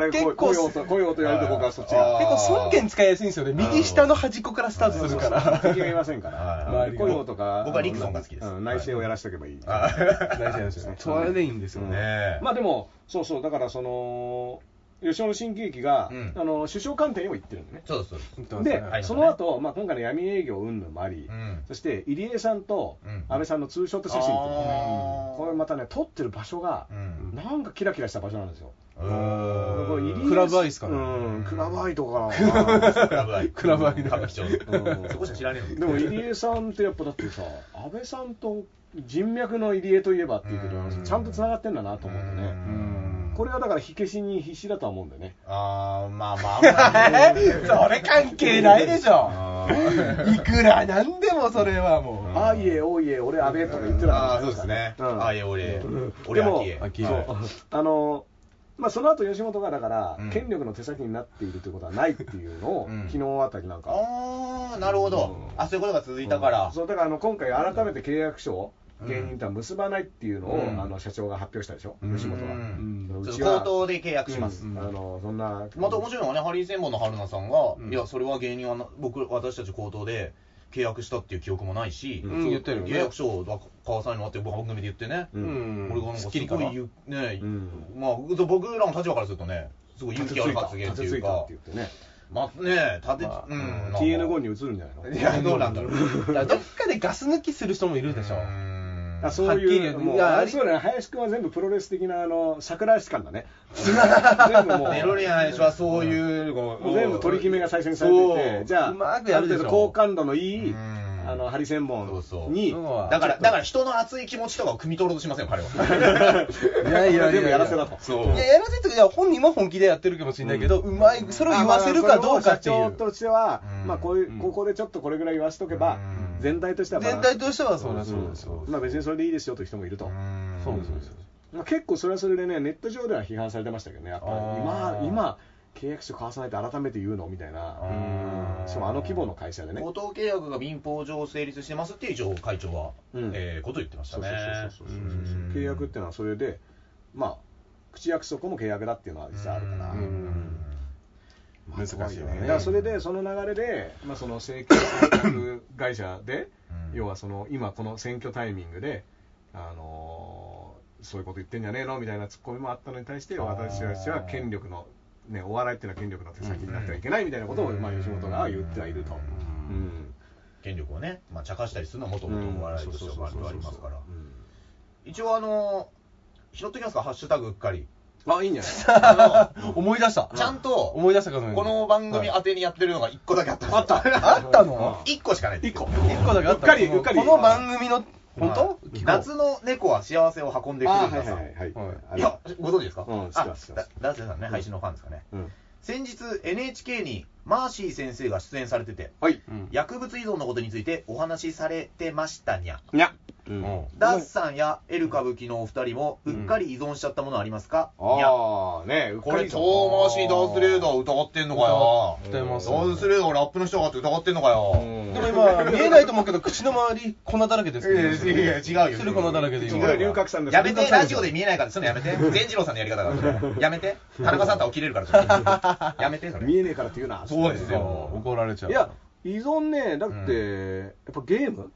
Speaker 1: れ
Speaker 3: 結構
Speaker 1: 雇用と雇用と言われて僕はそっち
Speaker 2: あ
Speaker 1: が
Speaker 2: ー
Speaker 3: 構孫権使いやすいんですよね右下の端っこからスタートするから
Speaker 1: 敵がいませんか
Speaker 2: は
Speaker 1: ら
Speaker 3: い、
Speaker 1: 雇用とか、
Speaker 2: 僕はリクソンが好きです
Speaker 1: うん内政をやらしておけばいい。
Speaker 3: 大事なんですよねそれでいいんですよね
Speaker 2: ねえ
Speaker 1: まあでも、そうそう、だからその、吉野新喜劇が、
Speaker 2: うん
Speaker 1: あの首相官邸にも行ってるんだね。
Speaker 2: そうですそうです。
Speaker 1: で、
Speaker 3: はい
Speaker 1: その後、まあ今回の闇営業云々もあり、
Speaker 2: うん
Speaker 1: そして入江さんと
Speaker 2: うん
Speaker 1: 安倍さんのツーショット写真っていうのが
Speaker 2: あー
Speaker 1: ね、これまたね、撮ってる場所が
Speaker 2: う、ん。
Speaker 1: なんかキラキラした場所なんですよ。
Speaker 2: うん
Speaker 1: これ入江
Speaker 3: クラブアイスかな
Speaker 1: うん、クラブアイと かかな。
Speaker 2: クラブアイ。
Speaker 3: クラブアイだ
Speaker 2: 歌舞伎
Speaker 1: う
Speaker 2: 町。
Speaker 1: ん
Speaker 2: そこしか知らねえの。
Speaker 1: でも入江さんってやっぱだってさ安倍さんと人脈の入江といえばっていうけど
Speaker 2: うん
Speaker 1: ちゃんとつながってんだなと思って
Speaker 2: う
Speaker 1: ね
Speaker 2: ん
Speaker 1: これはだから火消しに必死だとは思うんだよね
Speaker 2: あー、まあまああんま りね。
Speaker 3: それ関係ないでしょ
Speaker 2: あ
Speaker 3: いくらなんでもそれはも
Speaker 1: あいえおいえ俺安倍とか言ってた
Speaker 2: ー
Speaker 1: か
Speaker 2: あー、
Speaker 1: ら
Speaker 2: そうですね。
Speaker 1: うん
Speaker 2: あー、いえ、俺
Speaker 1: ん。
Speaker 2: 俺、
Speaker 1: でも
Speaker 2: 秋
Speaker 1: う
Speaker 3: う秋
Speaker 2: 江。
Speaker 1: そ
Speaker 3: は
Speaker 1: う あのまあその後吉本がだから
Speaker 2: うん
Speaker 1: 権力の手先になっているということはないっていうのを
Speaker 2: うん
Speaker 1: 昨日あたりなんか
Speaker 2: あー、なるほど。あ、そういうことが続いたから。
Speaker 1: そうだからあの今回改めて契約書を
Speaker 2: うん
Speaker 1: 芸人とは結ばないっていうの
Speaker 2: うん
Speaker 1: をあの社長が発表したでしょ吉本
Speaker 2: う
Speaker 1: は
Speaker 3: う、うんん
Speaker 2: ち
Speaker 1: う
Speaker 2: ょっ
Speaker 1: ち
Speaker 2: と
Speaker 1: は
Speaker 2: 口頭で契約します。
Speaker 1: うんあのそんな
Speaker 2: また面白いのはね、ハリー専門の春菜さんが、
Speaker 3: うん
Speaker 2: いや、それは芸人はな僕、私たち口頭で契約したっていう記憶もないし、
Speaker 1: うん
Speaker 3: 言ってるよね
Speaker 2: 契約書をだ交わさないのって番組で言ってね、
Speaker 1: う
Speaker 3: うんん
Speaker 2: 俺がなんか
Speaker 3: ス
Speaker 2: す
Speaker 3: ッ
Speaker 2: ごい
Speaker 3: キリかな
Speaker 2: 言うね、
Speaker 1: うん
Speaker 2: まあ、僕らの立場からするとね、すごい勇気ある発言っていうか、
Speaker 1: 立てついたって
Speaker 2: まあね、立て、
Speaker 3: まあ
Speaker 2: うんなんか
Speaker 1: 言ってね TN5 に移るんじゃないの
Speaker 2: いや、どうなんだろう。
Speaker 3: だからどっかでガス抜きする人もいるでしょ
Speaker 2: う ーん
Speaker 1: あそう
Speaker 3: はっきり
Speaker 1: い
Speaker 3: 言
Speaker 1: う
Speaker 3: う
Speaker 1: もう
Speaker 3: いや
Speaker 1: あ
Speaker 3: あ
Speaker 1: れ
Speaker 3: り
Speaker 1: そうだね林くんは全部プロレス的なあの桜石感だ ね全部もう
Speaker 2: メロリアン林はそういう、こう
Speaker 1: もう全部取り決めが最初にされていて
Speaker 2: そう
Speaker 1: じゃあ
Speaker 3: うまくやるでしょ
Speaker 1: ある程度好感度のいい
Speaker 2: うん
Speaker 1: ああのハリセンボ
Speaker 2: そうそう
Speaker 1: ンに
Speaker 3: うんあ
Speaker 2: だから、だから人の熱い気持ちとかを汲み取ろうとしませんよ、彼は。
Speaker 3: いやいやいやいや
Speaker 1: 全部やらせだと
Speaker 2: そう
Speaker 3: いや、やらせって、いや、本人も本気でやってるかもしれないけど、うまい、それを言わせるかどうかってい
Speaker 1: まあ
Speaker 3: う
Speaker 1: まあそれを社長。としては、
Speaker 2: うん
Speaker 1: まあこういうここでちょっとこれぐらい言わせとけば、
Speaker 2: うん
Speaker 1: 全体としては
Speaker 3: 全体としてはそうだそうだそう
Speaker 1: ま
Speaker 3: だ
Speaker 1: あ別にそれでいいですよという人もいると、
Speaker 3: そうですそううんです
Speaker 1: まあ、結構それはそれでねネット上では批判されてましたけどねやっぱ
Speaker 2: あ
Speaker 1: 今
Speaker 2: ー
Speaker 1: 今契約書交わさないと改めて言うのみたいな
Speaker 2: あー
Speaker 1: しかもあの規模の会社でね
Speaker 2: 口頭契約が民法上成立してますっていう情報会長は、
Speaker 1: うん
Speaker 2: えーことを言ってました
Speaker 1: そうそう
Speaker 2: ね。
Speaker 1: そうそうそうそうそう契約っていうのはそれでまあ口約束も契約だっていうのは実はあるから、
Speaker 3: うん難しいよね
Speaker 1: だからそれでその流れで、まあ、その請求請求会社で、
Speaker 2: うん
Speaker 1: 要はその今この選挙タイミングで、あのーそういうこと言ってんじゃねえのみたいなツッコミもあったのに対して
Speaker 2: あー
Speaker 1: 私たちは権力の、ね、お笑いっていうのは権力の手先になってはいけないみたいなことを、まあ、吉本が言ってはいると。うん
Speaker 2: 権力をね、まあ、茶化したりするのはもともとお笑いとしては割とありますから。
Speaker 1: う
Speaker 2: 一応あのー、拾ってきますか、ハッシュタグうっかり。
Speaker 1: んあいいんじゃない
Speaker 2: あ
Speaker 3: 思い出した
Speaker 2: のちゃんと、
Speaker 3: 思い出したかのように
Speaker 2: この番組
Speaker 3: はい
Speaker 2: 宛てにやってるのが1個だけあったんですよ。
Speaker 3: あったの
Speaker 2: 1個しかないんですよ。
Speaker 1: 一
Speaker 3: 一個だけあっ
Speaker 1: う
Speaker 3: た
Speaker 1: っかりうっかり
Speaker 3: この番組の本
Speaker 2: は
Speaker 3: 当
Speaker 2: い夏の猫は幸せを運んでく
Speaker 1: あ
Speaker 2: る
Speaker 1: ー
Speaker 2: ん
Speaker 1: はい
Speaker 2: だ
Speaker 1: は
Speaker 2: さん。
Speaker 1: いはい
Speaker 3: はい
Speaker 1: はい
Speaker 2: いや、ご存知ですか
Speaker 1: うん知ってます知ってま
Speaker 2: あ
Speaker 1: す、
Speaker 2: だ、だせさんね、配信のファンですかね。
Speaker 1: うん
Speaker 2: 先日、NHK にマーシー先生が出演されてて、
Speaker 1: はい
Speaker 3: うん
Speaker 2: 薬物依存のことについてお話しされてましたにゃ。
Speaker 1: にゃう
Speaker 3: うん
Speaker 1: ん
Speaker 2: ダースさんやエル歌舞伎のお二人も、うっかり依存しちゃったものありますか、にゃ。
Speaker 1: ああねうっ
Speaker 2: こ
Speaker 1: か
Speaker 2: れ、
Speaker 1: り
Speaker 2: 超
Speaker 3: マ
Speaker 2: マ
Speaker 3: ー
Speaker 2: ー
Speaker 3: シ
Speaker 2: シ
Speaker 3: ー
Speaker 2: ー
Speaker 3: ダ
Speaker 2: ダ
Speaker 3: ー
Speaker 2: ー
Speaker 3: ス
Speaker 2: ス
Speaker 3: レ
Speaker 2: レ
Speaker 3: ー
Speaker 2: ー
Speaker 3: ダ
Speaker 2: ダ
Speaker 3: ー
Speaker 2: ー疑ってんの
Speaker 3: か
Speaker 2: か
Speaker 3: よ
Speaker 2: よ。
Speaker 3: 疑ってます
Speaker 2: ダースレーダーラップの人がって疑ってんのかよ。
Speaker 1: うん
Speaker 3: でも今見えないと思うけど口の周り粉だらけですけど
Speaker 2: いやいや違うよ
Speaker 3: する粉だらけで
Speaker 1: 違う
Speaker 3: 今
Speaker 1: よ龍角散です
Speaker 2: やめ
Speaker 1: 龍
Speaker 2: て、
Speaker 1: 角散
Speaker 2: ラジオで見えないから、そのやめて。善次郎さんのやり方だから、それやめて。田中さんとは起きれるから、それやめて、それ。
Speaker 1: 見えねえからって言うな
Speaker 2: そうです
Speaker 3: そ
Speaker 2: よ
Speaker 3: う怒られちゃう
Speaker 1: いや依存ねだって、やっぱゲーム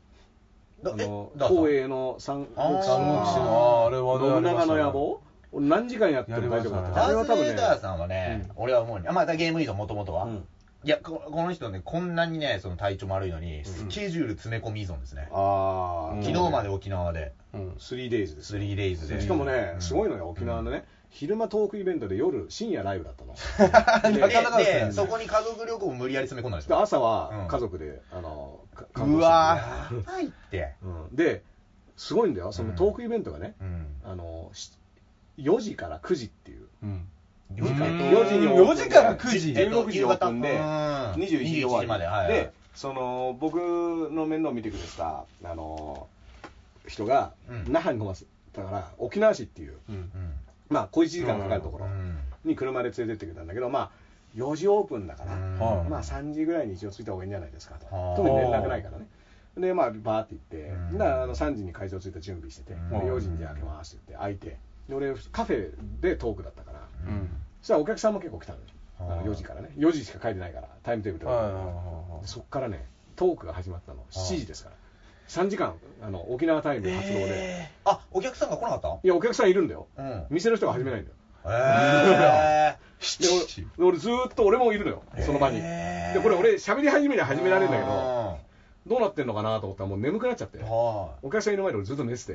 Speaker 1: あ
Speaker 2: だえ
Speaker 1: の
Speaker 2: だからさ
Speaker 1: 光栄の三国
Speaker 2: あー
Speaker 1: 志
Speaker 3: 三国志のあれはね
Speaker 1: 信長の
Speaker 3: ありましたね
Speaker 1: 野望俺何時間やっても大丈夫だった
Speaker 2: ダ
Speaker 1: あれは多
Speaker 2: ース・レ
Speaker 1: 分
Speaker 2: ー
Speaker 1: ね
Speaker 2: ダーさんはね、俺は思うに、あ、まあ、だからゲーム依存、もともとは。
Speaker 1: うん
Speaker 2: いやこ、この人ね、こんなにね、その体調も悪いのに、スケジュール詰め込み依存ですね。
Speaker 1: ああ
Speaker 3: うん
Speaker 2: 昨日まで沖縄で、
Speaker 3: うん
Speaker 1: 3 d a y s です
Speaker 2: 3days で。
Speaker 1: しかもね、
Speaker 2: うん
Speaker 1: すごいのよ沖縄のね、昼間トークイベントで夜深夜ライブだった の
Speaker 2: で
Speaker 3: なかなかですね
Speaker 2: でそこに家族旅行を無理やり詰め込んだんです
Speaker 1: で
Speaker 2: よ。
Speaker 1: 朝
Speaker 2: う
Speaker 1: は
Speaker 2: ん
Speaker 1: 家族で、あのか観光し
Speaker 3: う
Speaker 1: て
Speaker 3: わー
Speaker 2: はいって。
Speaker 1: うんですごいんだよそのトークイベントがね、
Speaker 2: うん。
Speaker 1: あのし4時から9時っていう
Speaker 3: うん
Speaker 2: 4時
Speaker 3: うん
Speaker 2: 間
Speaker 1: 4時にオープン
Speaker 3: 4時から9時
Speaker 1: えっと16時オープンで
Speaker 2: 夕方うん
Speaker 1: 21時終わり
Speaker 2: 21まではいはい
Speaker 1: でその僕の面倒を見てくれてたあの人が
Speaker 2: うん
Speaker 1: 那覇に泊ませたから沖縄市っていう
Speaker 3: うん
Speaker 2: うん
Speaker 1: まあ小1時間かかるところ
Speaker 2: うん
Speaker 1: に車で連れてってくれたんだけどまあ4時オープンだから
Speaker 2: うん
Speaker 3: はい
Speaker 1: まあ3時ぐらいに一応着いた方がいいんじゃないですかと
Speaker 2: はあ
Speaker 1: 特に連絡ないからねでまあバーって行っ
Speaker 2: う
Speaker 1: て
Speaker 2: ん
Speaker 1: だからあの3時に会場着いた準備しててで
Speaker 2: うん
Speaker 1: 4時にじゃあ開けますって言って開いてで俺カフェでトークだったから
Speaker 3: うん
Speaker 1: そしたらお客さんも結構来たのよあ
Speaker 2: は
Speaker 1: の
Speaker 2: あ
Speaker 1: 4時からね4時しか書いてないからタイムテーブルと
Speaker 3: はいはいはい
Speaker 1: か
Speaker 3: はい
Speaker 1: そっからねトークが始まったの
Speaker 2: あ
Speaker 1: 7時ですから3時間あの沖縄タイムの活動で、
Speaker 2: あ、お客さんが来なかった
Speaker 1: いやお客さんいるんだよ
Speaker 2: うん。え
Speaker 1: 店の人が始めないんだよ
Speaker 2: ー。
Speaker 1: で俺
Speaker 3: 時
Speaker 1: で俺ずーっと俺もいるのよその場に、
Speaker 2: へー
Speaker 1: でこれ俺喋り始めには始められるんだけど
Speaker 2: あ
Speaker 1: どうなってんのかなと思ったらもう眠くなっちゃって
Speaker 2: ーは
Speaker 1: お客さんいる前で俺ずっと寝てて
Speaker 2: い。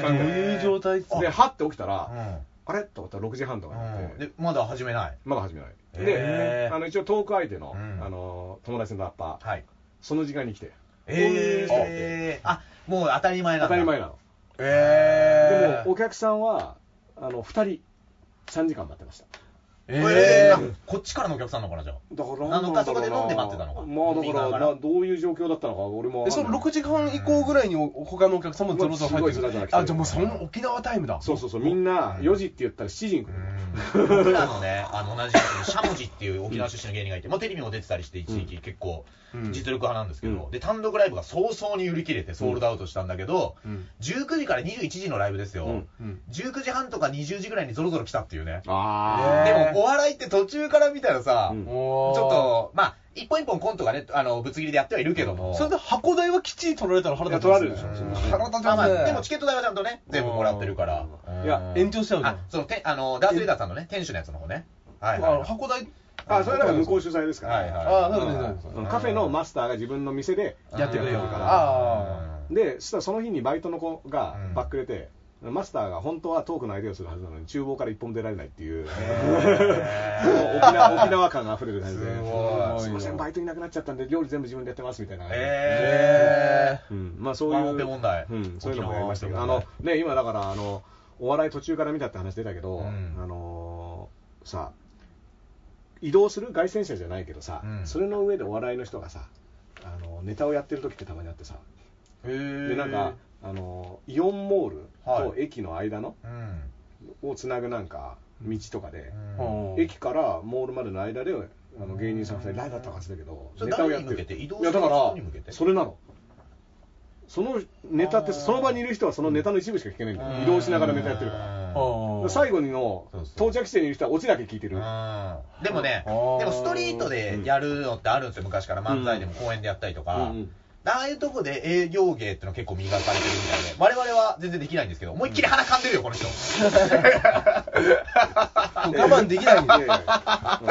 Speaker 1: ー
Speaker 3: えどういう状態っす
Speaker 1: ではって起きたら、
Speaker 2: うん
Speaker 1: あれと思ったら6時半とかになって、
Speaker 2: うんで、まだ始めない。
Speaker 1: まだ始めない
Speaker 2: へ
Speaker 1: で
Speaker 2: ー
Speaker 1: あの一応トーク相手の,、
Speaker 2: うん
Speaker 1: あの友達のラッパー
Speaker 2: はい。
Speaker 1: その時間に来て
Speaker 2: え
Speaker 1: こういう人
Speaker 2: えー。あ、もう当たり前な
Speaker 1: 当
Speaker 2: んだ。
Speaker 1: たり前なの
Speaker 2: え
Speaker 1: でもお客さんはあの2人3時間待ってました
Speaker 2: え
Speaker 3: え
Speaker 2: ー、こっちからのお客さんなのかな、じゃあ。
Speaker 1: だから
Speaker 2: なのか
Speaker 1: んだろう
Speaker 2: そこで飲んで待ってたのか
Speaker 1: まあだ
Speaker 2: 飲み
Speaker 1: か
Speaker 2: な
Speaker 1: ら
Speaker 2: が
Speaker 1: な
Speaker 2: ら
Speaker 1: どういう状況だったのか俺も
Speaker 3: えその6時半以降ぐらいにお他のお客さんもゾロゾロ入って
Speaker 1: う
Speaker 3: く
Speaker 1: わすごいずらずら
Speaker 3: る
Speaker 1: 来てる
Speaker 3: あじゃあもうその沖縄タイムだ
Speaker 1: そうそうそうみんな
Speaker 2: うん
Speaker 1: 4時って言ったら7時に来る
Speaker 2: 僕らのね、あの同じ時にシャムジっていう沖縄出身の芸人がいて、まあ、テレビも出てたりして、一時期結構
Speaker 3: うん
Speaker 2: 実力派なんですけど、
Speaker 1: うん
Speaker 2: で単独ライブが早々に売り切れて、ソールドアウトしたんだけど、
Speaker 3: うん
Speaker 2: 19時から21時のライブですよ、
Speaker 1: うん
Speaker 3: うん
Speaker 2: 19時半とか20時ぐらいにぞろぞろ来たっていうね、
Speaker 1: あ
Speaker 3: えー
Speaker 2: でもお笑いって途中から見たらさ、
Speaker 1: うん
Speaker 2: ち
Speaker 3: お
Speaker 2: ょ
Speaker 3: ー
Speaker 2: っと、まあ、一本一本コントがね、あのぶつ切りでやってはいるけども。
Speaker 3: それで箱代はきっちり取られたら腹立つ
Speaker 1: いや取られるでしょ
Speaker 3: 腹立ち
Speaker 2: まあま
Speaker 3: ます
Speaker 2: あ、
Speaker 3: ね
Speaker 2: でもチケット代はちゃんとね、全部もらってるから
Speaker 1: うん。いや
Speaker 3: 延長しちゃうじゃん
Speaker 2: あ、その、て、あの、ダースレーダーさんのね、店主のやつの方ね。はい、
Speaker 3: あの
Speaker 2: は
Speaker 3: 箱代
Speaker 1: ああそれだから向こう主催ですから、
Speaker 2: はいはい
Speaker 3: あそうですそうです
Speaker 1: うんカフェのマスターが自分の店で
Speaker 2: い。
Speaker 3: やってくれ よ
Speaker 1: やってくれるから
Speaker 3: ああ
Speaker 2: うん
Speaker 1: でそしたらその日にバイトの子が
Speaker 2: うん
Speaker 1: バックれて、マスターが本当はトークの相手をするはずなのに厨房から一本出られないっていう、
Speaker 2: へ
Speaker 1: もう
Speaker 2: ー
Speaker 1: 沖縄沖縄感あふれる感じで、
Speaker 2: すごい
Speaker 1: すいません、バイトいなくなっちゃったんで、料理全部自分でやってますみたいな感じで、
Speaker 2: え
Speaker 1: うん、まあ
Speaker 2: ー
Speaker 1: そう
Speaker 2: ワンオ
Speaker 1: い
Speaker 2: ペ
Speaker 1: う、
Speaker 2: 問題。
Speaker 1: うん、そういうのもやりましたけど、
Speaker 2: 沖
Speaker 1: あの
Speaker 2: 縄ワンオペ問題
Speaker 1: ね、今だからあの、お笑い途中から見たって話出たけど、
Speaker 2: うん
Speaker 1: あのーさ、移動する凱旋者じゃないけどさ、
Speaker 2: うん
Speaker 1: それの上でお笑いの人がさ、あのネタをやってる時ってたまにあってさ、
Speaker 2: へー
Speaker 1: でなんか、あのイオンモールと駅の間の、
Speaker 2: うん。
Speaker 1: をつなぐなんか道とかで、
Speaker 2: うん
Speaker 3: うん
Speaker 1: 駅からモールまでの間であの芸人さん2人ライブだったはずだけど
Speaker 2: それ誰に向けて移動
Speaker 1: いやだ
Speaker 2: す
Speaker 1: か
Speaker 2: る
Speaker 1: ら
Speaker 2: 人に向けて
Speaker 1: それなのそのネタって
Speaker 2: あー
Speaker 1: その場にいる人はそのネタの一部しか聞けないんだよ、移動しながらネタやってるから、
Speaker 3: ああ
Speaker 1: 最後の
Speaker 2: そうそう
Speaker 1: 到着地点にいる人はオチだけ聞いてる、
Speaker 2: うんでもね、
Speaker 3: あー
Speaker 2: でもストリートでやるのってあるんですよ、昔から漫才でも公演でやったりとか、
Speaker 1: うんうん
Speaker 2: ああいうとこで営業芸っての結構磨かれてるみたいで、我々は全然できないんですけど、思いっきり鼻かんでるよ、この人。
Speaker 3: もう我慢できないんで
Speaker 1: いやいやいや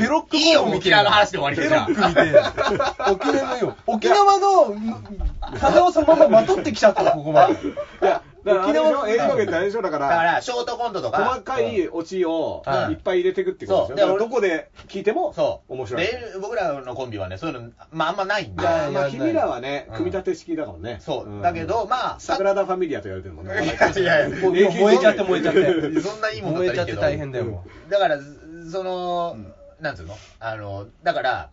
Speaker 3: ケロック
Speaker 2: いいよ、もう沖縄の話
Speaker 3: で
Speaker 2: で終わり
Speaker 3: ケ
Speaker 2: だ
Speaker 3: ロ
Speaker 2: から
Speaker 3: ック見て沖縄のよ沖縄の風をそのまままとってきちゃ ったここまで
Speaker 1: いやだからあれでしょ
Speaker 3: 沖縄
Speaker 1: 映画界ってあれでしょだか
Speaker 2: だからら、ショートコントとか。
Speaker 1: 細かいオチを
Speaker 3: うん
Speaker 1: いっぱい入れていくってことです
Speaker 2: そ
Speaker 1: よ、
Speaker 2: うで
Speaker 1: だから
Speaker 2: 俺
Speaker 1: どこで聞いても
Speaker 2: そう。
Speaker 1: 面白い
Speaker 2: で、僕らのコンビはね、そういうの、まあ、あんまないんで。
Speaker 3: やいや
Speaker 1: まあ、君らはね
Speaker 2: うん、
Speaker 1: 組み立て式だからね。
Speaker 2: そう。
Speaker 1: ん
Speaker 2: だけ、ど、まあ、
Speaker 1: 桜田ファミリアと言われてるもんね。
Speaker 2: いやいやいや
Speaker 3: もうもう燃えちゃって燃えちゃって
Speaker 2: そんないいもんだっ
Speaker 3: 燃
Speaker 2: た
Speaker 3: えちゃっ
Speaker 2: らいいけ
Speaker 3: て
Speaker 2: ど
Speaker 3: 大変だよも
Speaker 2: だから、ずその、なんつうのあの、だから、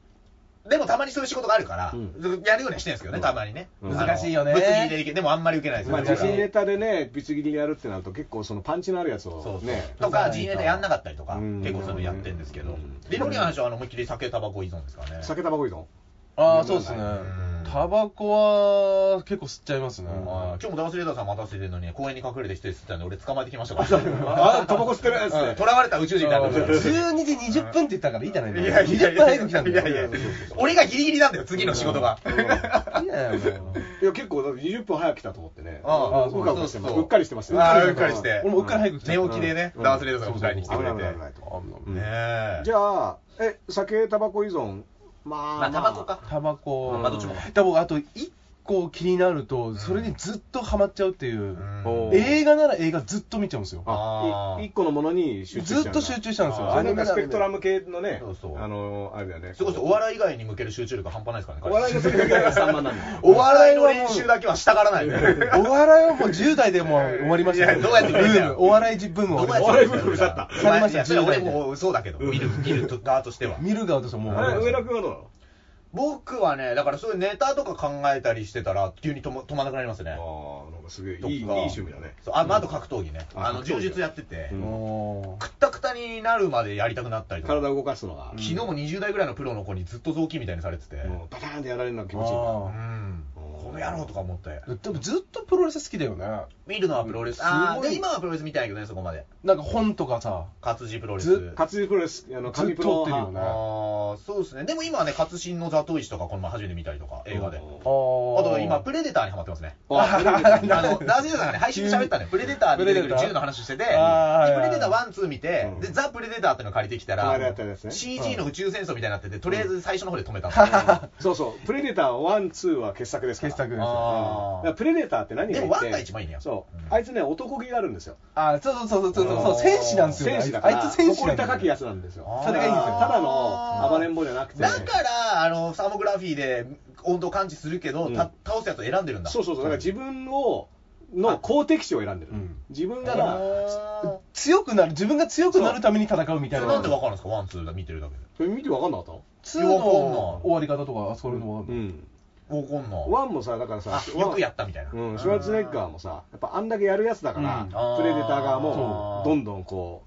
Speaker 2: でもたまにそういう仕事があるから、
Speaker 1: うん
Speaker 2: ずやるようにはしてるんですけどね、たまにね。
Speaker 1: うん
Speaker 2: あの
Speaker 3: 難しいよね
Speaker 2: ぶつ切りでいけ、でもあんまり受けないですよ
Speaker 1: まあ、
Speaker 2: 僕ら
Speaker 1: 自
Speaker 2: は
Speaker 1: 信ネタでね、ぶつ切りやるってなると、結構そのパンチのあるやつ
Speaker 2: そう
Speaker 1: を
Speaker 2: そう
Speaker 1: ね。
Speaker 2: とか、自信ネタやんなかったりとか、
Speaker 1: うん
Speaker 2: 結構そういうのやってるんですけど
Speaker 1: うん、
Speaker 2: で、料理の話はあの思いっきり酒、タバコ依存ですからね。
Speaker 1: 酒タバコ依存。
Speaker 3: ああそうですね
Speaker 2: ん
Speaker 3: タバコは結構吸っちゃいますね
Speaker 2: はい今日もダンスレーダーさん待たせてるのに、公園に隠れて一人吸ってたんで、俺捕まえてきましたから。
Speaker 1: あ、タバコ吸ってるやつ
Speaker 2: うん
Speaker 1: ね
Speaker 2: 囚。われた宇宙人になるから
Speaker 3: 12時20分って言ったからいいじゃないの
Speaker 2: いやいやい
Speaker 3: 20分早く来たん
Speaker 2: や、
Speaker 3: だ
Speaker 2: い
Speaker 3: よ
Speaker 2: やいや、俺がギリギリなんだよ、次の仕事が。
Speaker 3: いいじゃないのもう
Speaker 1: いや、結構、だって20分早く来たと思ってね。
Speaker 2: ああ
Speaker 1: うかうかしてます。
Speaker 2: そうそう
Speaker 1: うっかりしてますよ。
Speaker 2: ああうっかりして
Speaker 3: 俺もうっかり早く来ちゃ
Speaker 2: 寝
Speaker 3: った
Speaker 2: 起きでね、
Speaker 1: うん
Speaker 2: ダンスレーダーさんが迎えに来てくれ
Speaker 1: 危
Speaker 2: て。
Speaker 1: ない危
Speaker 2: ね
Speaker 1: ない危ないと。
Speaker 3: 危ない
Speaker 2: え。
Speaker 1: じゃあ、え、酒タバコ依存。まあ、
Speaker 2: まあ、タバコ。か。
Speaker 3: タバコ
Speaker 2: まあどっちもか
Speaker 3: で僕あと1個気になるとそれにずっとハマっちゃうっていう、
Speaker 1: おうん
Speaker 3: 映画なら映画ずっと見ちゃうんですよ
Speaker 1: あ
Speaker 2: あ、ー
Speaker 1: 1個のものに集中しちゃう
Speaker 3: ずっと集中しちゃうんですよ
Speaker 1: あーそれなんかス
Speaker 3: アニメならね
Speaker 1: ペクトラム系のね
Speaker 2: そうそう、
Speaker 1: あの、あれだよね。
Speaker 2: すごいですお笑い以外に向ける集中力半端ないですからね
Speaker 1: お
Speaker 2: 彼。
Speaker 1: 笑いの世界が散漫なんだよ。
Speaker 2: お笑いの練習だけはしたがらないね。
Speaker 3: お笑いはもう10代でもう終わりました
Speaker 2: いやどうやって見
Speaker 3: ブ
Speaker 2: るんだ
Speaker 3: ー
Speaker 2: よ
Speaker 3: ムお笑いブームは終わり
Speaker 1: お
Speaker 3: ま
Speaker 1: 笑い
Speaker 3: し
Speaker 1: ブームだった
Speaker 3: 去りました
Speaker 2: いやそれは俺
Speaker 3: 10代で
Speaker 2: もそうだけど、見る、見る側としては
Speaker 3: た。見る側としてはもう終わ
Speaker 1: あれ
Speaker 3: り
Speaker 1: 上
Speaker 3: ま
Speaker 1: 田
Speaker 3: し
Speaker 1: 君はどうなの
Speaker 2: 僕はね、だからそういうネタとか考えたりしてたら、急に止ま止まんなくなりますね。
Speaker 1: ああ、なんかすげえい
Speaker 2: とか
Speaker 1: いいい趣味だね。
Speaker 2: そうあまああと格闘技ね。
Speaker 1: あ
Speaker 2: あの、
Speaker 1: 格闘技
Speaker 2: 柔術やって
Speaker 1: う、
Speaker 2: て
Speaker 3: た
Speaker 1: ん
Speaker 3: も
Speaker 2: くったくたになるまでやりたくなったりとか。
Speaker 1: 体を動かすのが、
Speaker 2: 昨日も20代ぐらいのプロの子にずっと雑巾みたいにされてて、
Speaker 1: もうバターンってやられるのが
Speaker 3: う
Speaker 1: 気持ちいいんだ。
Speaker 3: あ
Speaker 2: うんこの野郎とか思って。
Speaker 3: ーでもずっとプロレス好きだよね
Speaker 2: 見るのはプロレス。
Speaker 3: すごい
Speaker 2: ああ、で、今はプロレス見たいけどね、そこまで。
Speaker 3: なんか本とかさ
Speaker 2: 活字プロレ
Speaker 3: ず
Speaker 2: ス。あ
Speaker 1: 活字プロレス、あの、紙プロ
Speaker 3: ずっと撮ってるよね
Speaker 2: あー、そうですね。でも今はね、活心の座頭石とか、この前初めて見たりとか、映画で。
Speaker 1: うん
Speaker 2: あ
Speaker 3: あ
Speaker 2: と
Speaker 3: と
Speaker 2: 今、プレデターにハマってますね。
Speaker 1: あ
Speaker 2: あの、ダージさんがね、配信で喋ったね、プレデターで出てくる銃の話してて、でプ
Speaker 3: あー
Speaker 2: レデター1、2見て
Speaker 1: う、ん
Speaker 2: で、ザ・プレデターっての借りてきた
Speaker 1: この
Speaker 2: ら
Speaker 1: 間やったやつ、ね
Speaker 2: CG の宇宙戦争みたいになってて、とりあえず最初の方で止めたん ですよ
Speaker 1: そうそう、プレデター1、2は傑作ですから。
Speaker 3: 傑作ですよ
Speaker 1: うんだ
Speaker 2: あ
Speaker 1: から
Speaker 2: ー
Speaker 1: プレデターって何がいいって
Speaker 2: でもワンが一番いいんや
Speaker 1: そう、
Speaker 2: うん
Speaker 1: あいつね男気があるんですよ
Speaker 3: あーそうそうそうそうそうそう戦士なんですよ
Speaker 1: 戦士だか
Speaker 3: あ
Speaker 1: ら
Speaker 3: いつ戦士
Speaker 1: 誇
Speaker 3: なん
Speaker 1: り
Speaker 3: だよ
Speaker 1: 高きやつなんですよ
Speaker 2: あー
Speaker 3: それがいいんですよ
Speaker 1: ただの暴れん坊じゃなくて
Speaker 2: だから、あの、サーモグラフィーで温度を感知するけど、
Speaker 1: うん
Speaker 2: た倒すやつを選んでるんだ。
Speaker 1: そうそうそうだから自分をの好敵手を選んでる、
Speaker 3: うん
Speaker 1: 自分
Speaker 2: だ
Speaker 1: が
Speaker 2: から
Speaker 1: な、
Speaker 3: 強くなる自分が強くなるために戦うみたい
Speaker 2: それ
Speaker 3: な
Speaker 2: なんでわかるんですかワン、ツー見てるだけ
Speaker 1: それ見て分かんなかったの
Speaker 3: 2の終わり方とかあそこの
Speaker 1: うん
Speaker 2: で。わかんない。
Speaker 1: ワンもさだからさ
Speaker 2: あ、よくやったみたいな。
Speaker 1: うん、シュワルツェネッガーもさ、やっぱあんだけやるやつだから、
Speaker 3: うん
Speaker 2: あー
Speaker 1: プレデター側も
Speaker 2: そう
Speaker 1: どんどんこ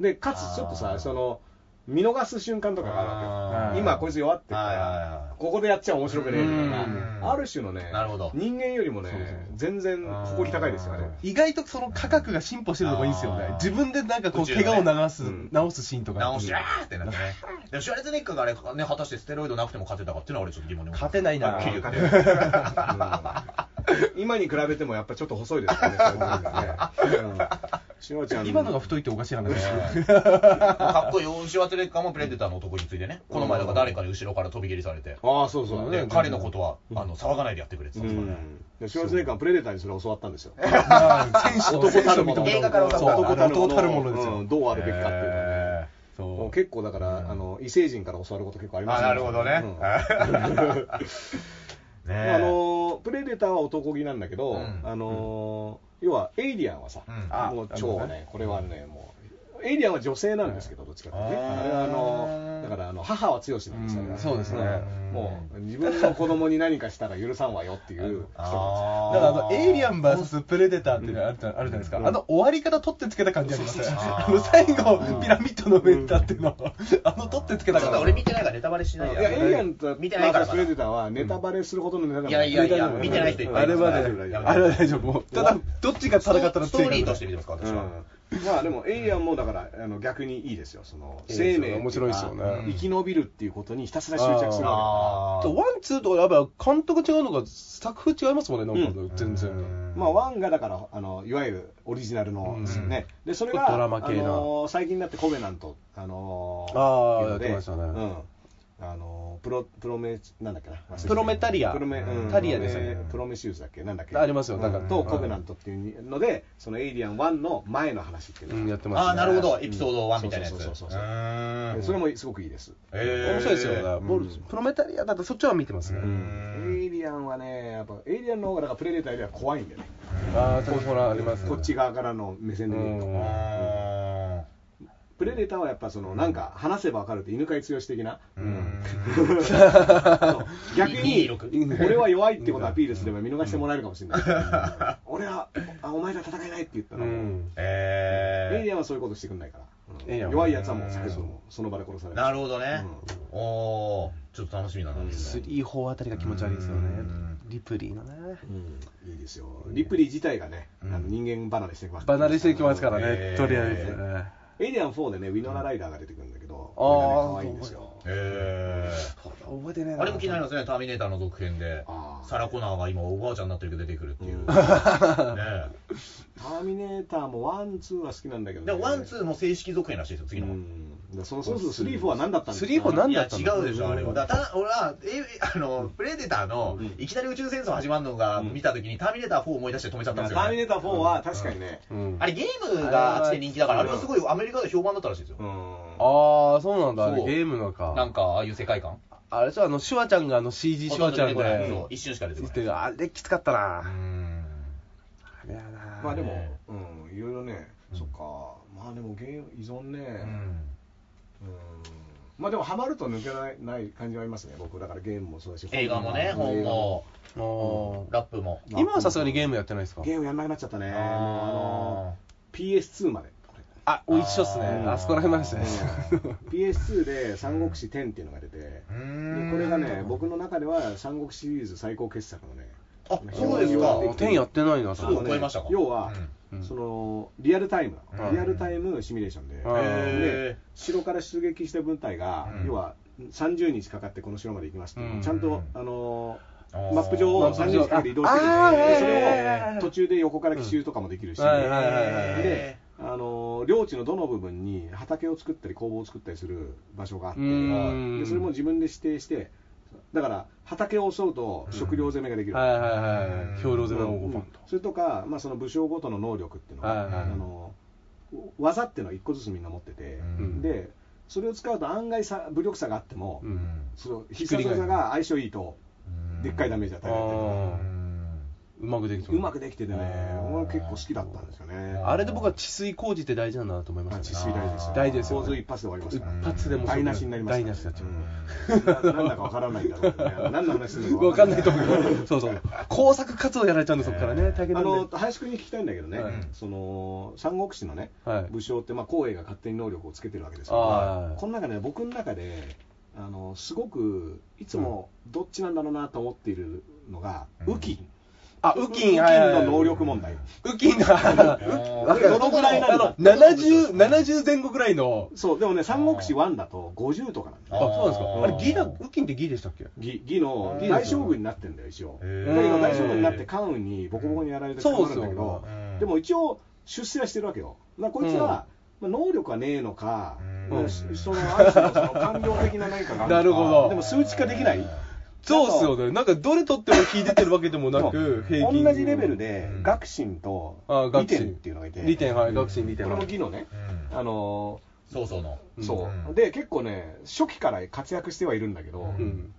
Speaker 1: う、で、かつちょっと
Speaker 2: あー
Speaker 1: さ、その見逃す瞬間とかがあるわ
Speaker 3: あ
Speaker 1: け
Speaker 3: ー
Speaker 1: よ、今、こいつ弱ってるか
Speaker 2: はいはい
Speaker 1: ら、
Speaker 2: は
Speaker 1: ここでやっちゃ面白くねえみたい
Speaker 2: うん
Speaker 1: な、ある種のね
Speaker 2: なるほど、
Speaker 1: 人間よりもね
Speaker 3: そうそうそう、
Speaker 1: 全然誇り高いですよね。
Speaker 3: 意外とその価格が進歩してるのがいいんですよ
Speaker 2: あ
Speaker 3: ね
Speaker 2: ー
Speaker 3: 自分でなんかこ
Speaker 2: 宇
Speaker 3: う
Speaker 2: 宙のね
Speaker 3: 怪我を流す、
Speaker 1: うん
Speaker 3: 直すシーンと
Speaker 2: い。
Speaker 3: か
Speaker 2: 直しやーってなってね。 でも、シュワルツェネッガーがあれ、ね、果たしてステロイドなくても勝てたかっていうのは俺ちょっと疑問に思
Speaker 3: 勝てないな
Speaker 2: はっきり言って。
Speaker 1: うん今に比べてもやっぱちょっと細いですよね、そういう部分がねしのちゃん
Speaker 3: 今のが太いっておかしい話だよ ね。
Speaker 2: かっこいい牛ワテレッカーもプレデターの男についてね、この前だから誰かに後ろから飛び蹴りされて、
Speaker 1: ああそうそう
Speaker 3: うん
Speaker 2: で彼のことはあの騒がないでやってくれって
Speaker 1: う
Speaker 2: 言ってたんですよね。
Speaker 1: んでシュワルツェネッガーはプレデターにそれを教わったんですよ
Speaker 3: 選手
Speaker 1: 男たるもの
Speaker 2: 映画から教
Speaker 3: そう
Speaker 2: わった
Speaker 3: 男たる男たるものです
Speaker 1: う
Speaker 3: よ
Speaker 1: ん。どうあるべきかっていうのはね
Speaker 2: へー
Speaker 1: もう
Speaker 2: そう。
Speaker 1: 結構だから、あの異星人から教わること結構あります
Speaker 2: あ、なるほどね。
Speaker 1: うん
Speaker 2: ねえ
Speaker 1: あのプレデターは男気なんだけど、
Speaker 2: うん
Speaker 1: あの要はエイリアンはさ、
Speaker 2: うん
Speaker 3: あ
Speaker 1: もう超はねこれはねもうエイリアンは女性なんですけど、どっちかっていうとね
Speaker 2: あー
Speaker 1: あれはあのだからあの母は強しなんですよ、
Speaker 3: うん
Speaker 1: あれは
Speaker 3: そうですね
Speaker 1: んもう自分の子供に何かしたら許さんわよっていう人なんですよ
Speaker 2: あー
Speaker 3: だからあのエイリアン VS プレデターっていうのがあるじゃあるじゃないですか、
Speaker 1: うん
Speaker 3: あの終わり方取ってつけた感じありますね、
Speaker 2: そうそうそう
Speaker 3: あの最後、ピラミッドの上に立っての、あの取ってつけた
Speaker 2: ちょ
Speaker 3: 感
Speaker 2: っ
Speaker 3: じ、
Speaker 2: と俺見てないからネタバレしない
Speaker 1: い
Speaker 2: で
Speaker 1: やエイリアンと
Speaker 2: 見てないから
Speaker 1: プレデターはネタバレするほどのネタでも
Speaker 2: いやいやいや
Speaker 1: プレデターでも
Speaker 2: 見てない人いっぱい
Speaker 3: あ
Speaker 2: い
Speaker 3: れ
Speaker 2: ます
Speaker 3: は
Speaker 1: 大丈夫大丈夫
Speaker 3: ね、あ
Speaker 2: から
Speaker 3: れは大丈夫、もうただ、どっちが
Speaker 2: スト
Speaker 3: 戦ったら
Speaker 2: ストーリーとしてて見てますから私は。
Speaker 1: うんまあでもエイリアンもだからあの逆にいいですよその
Speaker 3: いいです
Speaker 1: 生
Speaker 3: よ
Speaker 1: 命
Speaker 3: 面白いですよね
Speaker 1: うん生き延びるっていうことにひたすら執着するわ
Speaker 2: あ
Speaker 3: ワン、ツーとか、やっぱ監督違うのか、作風違いますもんね、なんか、
Speaker 1: う
Speaker 3: 全然。
Speaker 1: けでまあワンがだからあのいわゆるオリジナルのですよね、でそれが
Speaker 3: ドラマ系
Speaker 1: あ
Speaker 3: な
Speaker 1: の最近になってコベナントあの
Speaker 3: あー
Speaker 1: いうので
Speaker 3: やってましたね
Speaker 1: うんあのプロプロメなんだっけな忘れてた
Speaker 3: プロメタリア
Speaker 1: プロメ、うん
Speaker 3: タリアでした
Speaker 1: プ
Speaker 3: ね
Speaker 1: ロメプロメシウスだっけなんだっけ
Speaker 3: ありますよ
Speaker 1: う
Speaker 3: なんか
Speaker 1: とコベナントっていうのでそのエイリアン1の前の話っていうの
Speaker 3: う
Speaker 1: が
Speaker 3: ん、やってますね
Speaker 2: あー、なるほど。エピソード1みたいなや
Speaker 1: そう
Speaker 2: つ。
Speaker 1: そうそうそうそう
Speaker 2: うー
Speaker 1: で
Speaker 2: ん
Speaker 1: それもすごくいいです
Speaker 2: えー
Speaker 3: 面白いですよね、ボールプロメタリアだとそっちは見てますね、
Speaker 2: ん
Speaker 1: エイリアンはね、やっぱエイリアンの方がだからプレデターよりは怖いんだよね、
Speaker 3: ああそこほらありますね
Speaker 1: こっち側からの目線で見る
Speaker 3: う
Speaker 1: と、
Speaker 3: ん
Speaker 2: あ
Speaker 1: プレデターはやっぱそのなんか話せばわかるって犬飼剛的な、
Speaker 2: ーうーん
Speaker 1: 逆に
Speaker 3: 26
Speaker 1: 俺は弱いってことをアピールすれば見逃してもらえるかもしれない、俺はあ、お前ら戦えないって言った
Speaker 3: う
Speaker 1: らもう、
Speaker 3: ん
Speaker 1: エイ
Speaker 2: え
Speaker 1: リアンはそういうことしてくんないから、うん
Speaker 3: エイリアンは
Speaker 1: 弱いやつはもう削除、その場で殺され
Speaker 2: ー
Speaker 1: る。
Speaker 2: なるほどね。おー、ちょっと楽しみだな。
Speaker 3: 3、4あたりが気持ち悪いですよね
Speaker 2: うん。
Speaker 3: リプリーのね。
Speaker 1: うんいいですよリプリー自体がね、あの人間離れしてきます
Speaker 3: 離れしていきますから
Speaker 2: え
Speaker 3: ね、
Speaker 2: ー
Speaker 3: とりあえずね。
Speaker 1: エイリアン4でね、ウィノナライダーが出てくるんだけど、
Speaker 3: あー
Speaker 1: これがね可愛いんですよ。
Speaker 2: え
Speaker 3: 覚えてねえ
Speaker 2: ー。あれも気になりますね、ターミネーターの続編で
Speaker 1: あ。ー
Speaker 2: サラ・コナーが今、おばあちゃんになってるけど出てくるっていう。ね
Speaker 1: ターミネーターもワン、ツーは好きなんだけど、
Speaker 2: で
Speaker 1: ね、
Speaker 2: も、ワン、ツーも正式続編らしいですよ、次
Speaker 1: う
Speaker 2: のも。
Speaker 1: ん。だそのそうするとスリー、フォーは何だったんですか
Speaker 3: スリーフォー何
Speaker 2: い
Speaker 3: だ
Speaker 2: や
Speaker 3: ったの
Speaker 2: 違うでしょあれはだからただ俺はえあのプレデターのいきなり宇宙戦争始まるのが見た時にターミネーター4を思い出して止めちゃったんです
Speaker 1: ター
Speaker 2: よ、ね、
Speaker 1: ミネーター4は確かにね、
Speaker 3: うん
Speaker 2: あれゲームがあっちで人気だからあれもすごいアメリカで評判だったらしいですよ、
Speaker 1: うん。
Speaker 3: ああ、そうなんだ、あれ
Speaker 2: そう
Speaker 3: ゲームの
Speaker 2: な
Speaker 3: か
Speaker 2: ん。かああいう世界観
Speaker 3: あれ、そう、あの、シュワちゃんがあの CG シュワちゃん
Speaker 2: ほとど出てこな
Speaker 3: で
Speaker 2: いそう、一瞬しか出て
Speaker 3: 言っ
Speaker 2: こ
Speaker 3: て
Speaker 2: ない
Speaker 3: るあれきつかったな。
Speaker 2: うーん
Speaker 3: あれやな。
Speaker 1: まあでも
Speaker 2: ね、
Speaker 1: うん、いろいろね、そっか、まあでもゲーム依存ね、うん、まあでもハマると抜けないない感じはありますね、僕、だからゲームもそうだし、
Speaker 2: 映画もね
Speaker 1: 本
Speaker 2: 本も
Speaker 3: も
Speaker 2: ラップも
Speaker 1: う
Speaker 3: う、今はさすがにゲームやってないですか
Speaker 1: ゲームやんなくなっちゃったね、もうあの
Speaker 2: あ
Speaker 1: PS2 まで。
Speaker 3: あ、お一緒っすね。
Speaker 1: うん
Speaker 3: あそこら辺までですね。
Speaker 1: PS2 で「三国志10」っていうのが出てで
Speaker 2: ーうーん
Speaker 1: これがね僕の中では三国シリーズ最高傑作のね
Speaker 2: あそうです
Speaker 1: あ
Speaker 2: か
Speaker 1: ー
Speaker 3: 天やってないな、
Speaker 2: そ
Speaker 1: あ
Speaker 2: う
Speaker 1: の
Speaker 3: 多
Speaker 1: ね
Speaker 2: 超えましたか
Speaker 1: 要は、
Speaker 3: うん
Speaker 1: そのリアルタイムなの
Speaker 3: うん
Speaker 1: リアルタイムシミュレーションで,、
Speaker 3: うん
Speaker 2: へ
Speaker 1: で城から出撃した部隊が、
Speaker 2: うん
Speaker 1: 要は30日かかってこの城まで行きますっていう、
Speaker 3: うん
Speaker 1: ちゃんとあの
Speaker 2: あー
Speaker 1: マップ上を
Speaker 3: マッ
Speaker 1: 30
Speaker 3: プ上
Speaker 1: 日かけて移動してるん
Speaker 3: あ
Speaker 1: で
Speaker 3: ー
Speaker 1: でそ
Speaker 3: はいはいはい
Speaker 1: れ
Speaker 3: はい
Speaker 1: を途中で横から奇襲とかもできるし、
Speaker 3: うんはいはいはいはい
Speaker 1: であの領地のどの部分に畑を作ったり工房を作ったりする場所があって
Speaker 3: うん
Speaker 1: でそれも自分で指定してだから畑を襲うと食料攻めができる、
Speaker 3: はいはいはい。兵糧攻めを
Speaker 1: う
Speaker 3: 5
Speaker 1: ん
Speaker 3: 番と。
Speaker 1: それとか、まあ、その武将ごとの能力っていうのが、
Speaker 3: はいはい
Speaker 1: あの技っていうのは1個ずつみんな持ってて、
Speaker 3: うん
Speaker 1: でそれを使うと案外さ武力差があっても、
Speaker 3: うん。
Speaker 1: その必殺技が相性いいとでっかいダメージ与えられてる
Speaker 3: あ
Speaker 2: う
Speaker 3: ー
Speaker 2: ん
Speaker 3: うまくでき
Speaker 1: う
Speaker 3: てる
Speaker 1: まくできててね僕は結構好きだったんですよね
Speaker 3: あれで僕は治水工事って大事なんだなと思いま
Speaker 1: まあ
Speaker 3: し
Speaker 1: 治
Speaker 3: た
Speaker 1: 水
Speaker 3: ね。
Speaker 1: 大事ですよ
Speaker 3: 大事ですよね
Speaker 1: 洪水一発で終わります
Speaker 3: 一
Speaker 1: から
Speaker 3: 発でも
Speaker 1: 台無しになります
Speaker 3: 台無しになっちゃう。
Speaker 1: ゃうんななんだかわからないんだろうけどねあの何の話するの
Speaker 3: わかんないいと思う。そうそう。工作活動やられちゃうんで、そこからね、大変
Speaker 1: あ
Speaker 3: なんで。
Speaker 1: の林くんに聞きたいんだけどね、
Speaker 3: はい
Speaker 1: その三国志のね、
Speaker 3: はい
Speaker 1: 武将って、まあ、光栄が勝手に能力をつけてるわけです
Speaker 3: あ
Speaker 1: か
Speaker 3: ー
Speaker 1: ら、この中で、僕の中で、あのすごくいつもどっちなんだろうなと思っているのが、
Speaker 2: うん
Speaker 1: 雨季、
Speaker 3: あ、
Speaker 1: 雨
Speaker 3: ウ
Speaker 1: 季
Speaker 3: キン、
Speaker 1: の能力問題、
Speaker 3: ウキンが、
Speaker 2: あ
Speaker 3: わ
Speaker 2: ー
Speaker 3: かる
Speaker 1: どのぐらいな
Speaker 3: あ
Speaker 1: んだ
Speaker 3: の、70、70前後ぐらいの、
Speaker 1: そう、でもね、三国志1だと50とかなんだよ
Speaker 3: あ、そうなんですか。あれ、ギだ、
Speaker 2: あー
Speaker 3: ウキンってギでしたっけ
Speaker 1: 義義の
Speaker 2: 義
Speaker 1: 大将軍になってんだよ、一応。
Speaker 2: へ
Speaker 1: だ
Speaker 2: ー
Speaker 1: けど大将軍になって関羽にボコボコにやられて
Speaker 3: そ
Speaker 1: 捕
Speaker 3: う
Speaker 1: ま
Speaker 3: っ
Speaker 1: る
Speaker 3: す
Speaker 1: ん
Speaker 3: よ
Speaker 1: だけど
Speaker 2: う、ん
Speaker 1: でも一応、出世はしてるわけよ。だからこいつは、まあ、能力はねえのか、
Speaker 2: うん
Speaker 1: まあしそのある種のその官僚的な何かがあるのか
Speaker 3: なるほど
Speaker 1: でも数値化できない
Speaker 3: そうっすよね。なんか、どれ取っても引いてってるわけでもな
Speaker 1: う
Speaker 3: く
Speaker 1: ん、
Speaker 3: 平均。
Speaker 1: 同じレベルで
Speaker 2: うん
Speaker 1: 学信と
Speaker 3: あ
Speaker 1: 利
Speaker 3: 学
Speaker 1: 点っ
Speaker 3: 信
Speaker 1: ていうのがいて
Speaker 3: 利点、はい、学信利
Speaker 1: これ
Speaker 3: 点。
Speaker 1: も技のね、あの
Speaker 2: そうそうの。
Speaker 1: ー
Speaker 3: うん
Speaker 1: そううんで結構ね初期から活躍してはいるんだけど、
Speaker 2: うん
Speaker 3: うん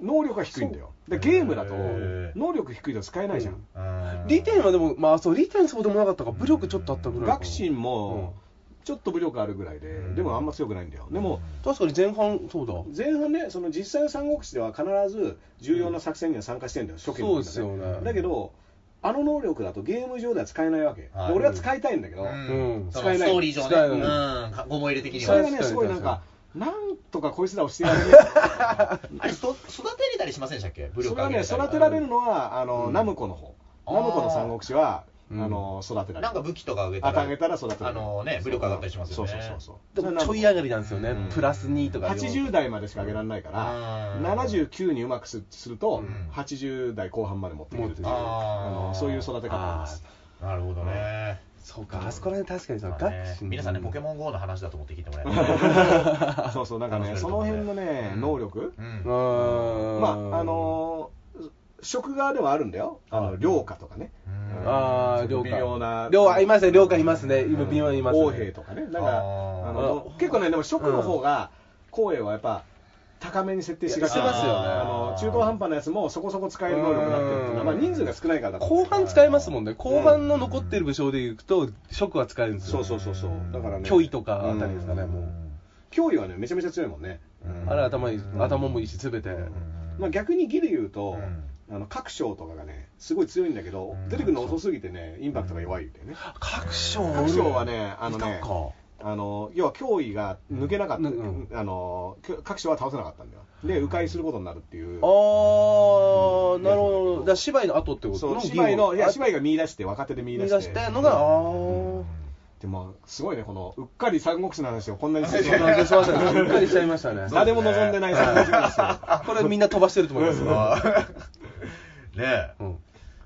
Speaker 1: 能力が低いんだよでゲームだと
Speaker 2: へえ
Speaker 1: 能力低いと使えないじゃん、
Speaker 3: うん
Speaker 2: うん
Speaker 3: 利点はでも、まあそう、利点そうでもなかったか、武力ちょっとあったぐらいかな。
Speaker 1: 学信もちょっと武力あるぐらいで、
Speaker 2: うん
Speaker 1: でもあんま強くないんだよでも
Speaker 3: 確かに前半、そうだ。
Speaker 1: 前半ねその実際の三国志では必ず重要な作戦には参加してんだよ、初期の
Speaker 3: そう
Speaker 1: 時
Speaker 3: ですよね。
Speaker 1: だけどあの能力だとゲーム上では使えないわけ、で
Speaker 2: はい
Speaker 1: 俺は使いたいんだけど、
Speaker 2: うん。
Speaker 1: 使
Speaker 2: そ
Speaker 1: え
Speaker 2: の
Speaker 1: ない
Speaker 2: ストーリー上
Speaker 3: 使え
Speaker 2: ね。
Speaker 3: ない
Speaker 2: うん。か思い入れ的に
Speaker 1: それ
Speaker 2: は
Speaker 1: が。ね
Speaker 3: 確かに
Speaker 1: すごいなんかなんとかこいつらをして やれる
Speaker 2: あれ、そ育てれたりしませんでしたっけ武
Speaker 1: そ
Speaker 2: 力
Speaker 1: れは
Speaker 2: 上げ
Speaker 1: ね
Speaker 2: たり
Speaker 1: 育てられるのはあの、ナムコの方
Speaker 2: あー
Speaker 1: ナムコの三国志はあ
Speaker 3: うん
Speaker 1: の育てられる
Speaker 2: なんか武器とか上げた
Speaker 1: あ
Speaker 2: ら。
Speaker 1: 上げたら育てられ
Speaker 2: あ
Speaker 1: る
Speaker 2: のね、武力上がったりしますよね。
Speaker 1: そうそうそうそう
Speaker 3: でもちょい上がりなんですよね
Speaker 2: うん。
Speaker 3: プラス2とか。
Speaker 1: 80代までしか上げられないから、
Speaker 2: うん
Speaker 1: 79にうまくすすると、
Speaker 2: ん
Speaker 1: 80代後半まで持ってくるっていう、
Speaker 3: 持ってくる
Speaker 1: あのそういう育て方です。
Speaker 2: なるほどね。
Speaker 3: そうか、あそこら辺確かにさ、
Speaker 2: まあ
Speaker 3: 学
Speaker 2: ね
Speaker 3: 信。
Speaker 2: 皆さんね、ポケ
Speaker 3: ン。
Speaker 2: モン GO の話だと思って聞いてもらえ ば
Speaker 1: そうそう、なんかね、
Speaker 2: 楽し
Speaker 1: そ
Speaker 2: めると
Speaker 1: の
Speaker 2: 思うんで
Speaker 1: 辺のね、
Speaker 2: うん
Speaker 1: 能力、
Speaker 2: う
Speaker 3: う
Speaker 2: ん
Speaker 3: ーん。
Speaker 1: まあ、あ、のー職側ではあるんだよ、あの領下とかね、
Speaker 2: うん
Speaker 3: あー、
Speaker 1: その
Speaker 3: 涼
Speaker 1: 微妙な
Speaker 3: 香。涼香、いますね、涼香いますね。今、微妙にいますね。
Speaker 1: 王兵とかね、なんか、
Speaker 2: あー
Speaker 1: あの結構ね、でも職の方が、光栄はやっぱ、高めに設定しがち
Speaker 3: してますよね
Speaker 1: あの中途半端なやつもそこそこ使える能力になってるっていうのは、
Speaker 3: うん
Speaker 1: まあ、人数が少ないからだと思う
Speaker 3: 後半使えますもんね。後半の残ってる武将でいくと、職は使えるんですよ。
Speaker 1: そうそうそうそう、だからね、
Speaker 3: 虚位とかあたりですかね、もう。
Speaker 1: 脅威はねめちゃめちゃ強いもんね、
Speaker 2: うん
Speaker 3: あれ頭いい、頭もいいし、すべて。
Speaker 1: まあ、逆に義で言うと、
Speaker 2: う
Speaker 1: あの各将とかがねすごい強いんだけど、
Speaker 2: うん
Speaker 1: 出てくるの遅すぎてねインパクトが弱いんだよね、
Speaker 3: 各将
Speaker 1: 各将はねあのね
Speaker 3: いたか
Speaker 1: あの要は脅威が抜けなかった、
Speaker 3: うん
Speaker 1: あのきょ各将は倒せなかったんだよで迂回することになるっていう
Speaker 3: あー、なるほど。だから芝居の後ってこと
Speaker 1: そう芝居のいや芝
Speaker 3: 居
Speaker 1: 居が見出して若手で見
Speaker 3: 見
Speaker 1: 出
Speaker 3: 出
Speaker 1: して
Speaker 3: してのが、あー。
Speaker 1: でもすごいねこのうっかり三国志の話をこんなにする
Speaker 3: そんな感じしましたね。うっかりしちゃいましたね。
Speaker 1: 誰も望んでない三国志なんですよ
Speaker 3: これみんな飛ばしてると思いますよ。
Speaker 2: ねえ
Speaker 3: うん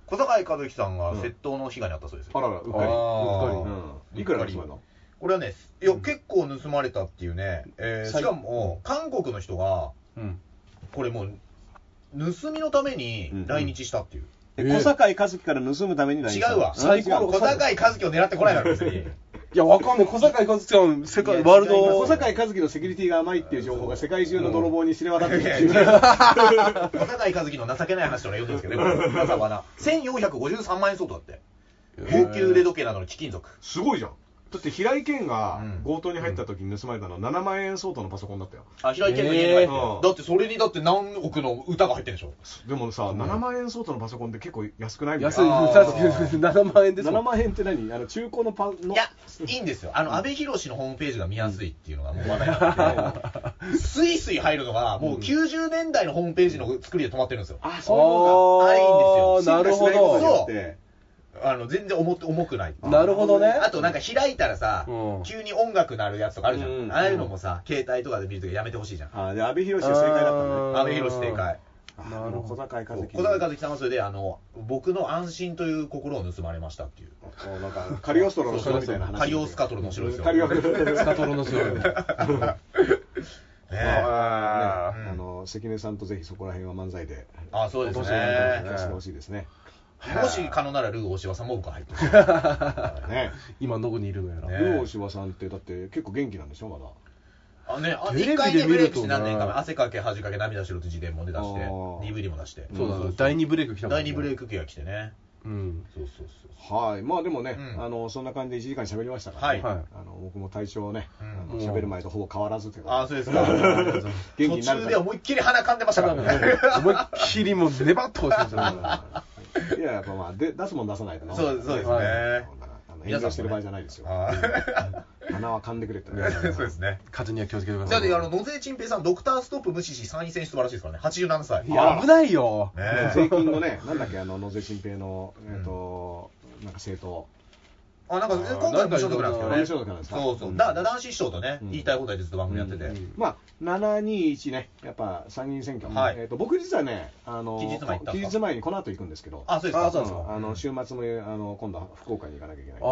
Speaker 2: 小坂井和樹さんが窃盗の被害に遭ったそうですよ
Speaker 1: あららうっか
Speaker 2: あ
Speaker 1: り
Speaker 2: ー
Speaker 1: うんいくら盗まれたの
Speaker 2: これはねいや結構盗まれたっていうねえー
Speaker 3: 最
Speaker 2: しかも韓国の人が
Speaker 3: うん。
Speaker 2: これもう盗みのために来日したっていう
Speaker 1: で
Speaker 3: ええ
Speaker 1: 小堺一樹から盗むために来日
Speaker 2: 違
Speaker 1: した
Speaker 2: うわ
Speaker 3: 最高
Speaker 1: 違う
Speaker 2: 小坂井和樹を狙ってこないだろ別 に
Speaker 3: いや、わかんない。小坂井和樹さん、世
Speaker 2: い
Speaker 3: 界、
Speaker 2: や
Speaker 3: ワール
Speaker 2: 違います
Speaker 1: 小
Speaker 3: ド。
Speaker 1: 堺一樹のセキュリティが甘いっていう情報が世界中の泥棒に知れ渡ってるっていう
Speaker 2: い小坂井和樹の情けない話とのようですけどねわざわざ1453万円相当だって高級腕時計などの貴金属
Speaker 1: すごいじゃんだって平井堅が
Speaker 2: うん
Speaker 1: 強盗に入った時に盗まれたのは7万円相当のパソコンだったよ
Speaker 2: あ、平井堅の家に入ってる、だってそれにだって何億の歌が入ってるでしょ。
Speaker 1: でもさ7万円相当のパソコンって結構安くないみたい
Speaker 3: 安、
Speaker 1: ない
Speaker 2: あー
Speaker 3: さっき7万円ですも
Speaker 1: 7
Speaker 3: ん。
Speaker 1: 万円って何あの中古のパの
Speaker 2: いや、いいんですよ。あの、安倍博士のホームページが見やすいっていうのがもう話 題なんですけど、スイスイ入るのが、もう90年代のホームページの作りで止まってるんですよ。
Speaker 1: あそういうも
Speaker 2: あいいんです
Speaker 3: あーなるほ
Speaker 1: んだ進化しないことに
Speaker 3: ど。
Speaker 1: よって
Speaker 2: あの、全然重く重くない。
Speaker 3: なるほどね。
Speaker 2: あとなんか開いたらさ、
Speaker 3: うん
Speaker 2: 急に音楽なるやつとかあるじゃん。
Speaker 1: うん
Speaker 2: ああいうのもさ、携帯とかで見るときやめてほしいじゃん。
Speaker 1: あーで阿部寛が正解だったのね
Speaker 3: あー
Speaker 2: 安倍博士正解。
Speaker 1: あ
Speaker 3: なるほど
Speaker 1: もう小坂井一樹
Speaker 2: 小坂和樹さんはそれで、あの、僕の安心という心を盗まれましたっていう。
Speaker 1: こうなんかカリオストロの城みたいな話
Speaker 2: カリオスカトロの城ですよ
Speaker 1: カリオストロ
Speaker 3: スカトロの城。
Speaker 2: ね
Speaker 1: あ
Speaker 2: うん
Speaker 1: あの関根さんとぜひそこら辺は漫才で
Speaker 2: あ、そうですね。
Speaker 1: お話ししてほしいですね。
Speaker 2: もし可能ならルー大柴さんも僕は入ってほしい
Speaker 1: ね、
Speaker 3: 今どこにいるのやら。
Speaker 2: ね
Speaker 1: ルオ大柴さんってだって結構元気なんでしょまだ。
Speaker 2: あね、あ
Speaker 3: テレビで
Speaker 2: 一回でブレイク
Speaker 3: 見ると
Speaker 2: して
Speaker 3: な
Speaker 2: 何年か前、汗かけ、恥かけ、涙しろって自伝も出だして、
Speaker 1: あー
Speaker 2: DVD も出して、
Speaker 3: そうだ
Speaker 1: うん
Speaker 3: そうだ、第2ブレイク来たもん
Speaker 2: 第
Speaker 3: ね
Speaker 2: 2ブレイク期が来てね。
Speaker 3: うん。
Speaker 2: そうそうそう
Speaker 1: はい、まあでもね、
Speaker 2: うん
Speaker 1: あのそんな感じで1時間喋りましたからね、
Speaker 2: はい
Speaker 3: はい
Speaker 1: あの僕も体調はね、
Speaker 2: うん
Speaker 1: あの喋る前とほぼ変わらずという
Speaker 2: あ
Speaker 1: か
Speaker 2: あ、、そうですか。
Speaker 1: 元気
Speaker 2: 途
Speaker 1: になる
Speaker 2: 中で思いっきり鼻かんでましたからね。
Speaker 3: 思いっきりもうネバッと落ちてました
Speaker 1: い
Speaker 3: ね。
Speaker 1: ややっぱまあで出すもん出さないとな
Speaker 2: そうですそうですね
Speaker 1: こんなあの
Speaker 2: 皆
Speaker 1: 遠慮
Speaker 2: さんもね
Speaker 1: してる場合じゃないですよ。
Speaker 2: あ
Speaker 1: 鼻は噛んでくれって、ね。
Speaker 2: ー そうですね。
Speaker 3: 風には気をつけてくだ
Speaker 2: だっ
Speaker 3: さい。
Speaker 2: て、あの、野瀬陳平さん、ドクターストップ無視し、参院選出馬らしいですからね。87歳。
Speaker 3: いや危ないよ。
Speaker 2: ねえ
Speaker 1: 税金のね、なんだっけあの野瀬新平のえっ、と、なんか政党。
Speaker 2: あなんかえ今回無所属なんですけどね
Speaker 1: 無所属なんですか
Speaker 2: そうそうだから男子師匠とね、
Speaker 1: うん
Speaker 2: 言いたい放題でずっと番組やってて、
Speaker 1: うんまあ、721ね、やっぱ参議院選挙、
Speaker 2: はい
Speaker 1: えー、と僕、実はね、あの
Speaker 2: 期日前行ったんですか
Speaker 1: 期日前にこの後行くんですけど、
Speaker 2: あそうですか
Speaker 3: あそうなんです
Speaker 1: あの週末もあの今度は福岡に行かなきゃいけない
Speaker 3: あ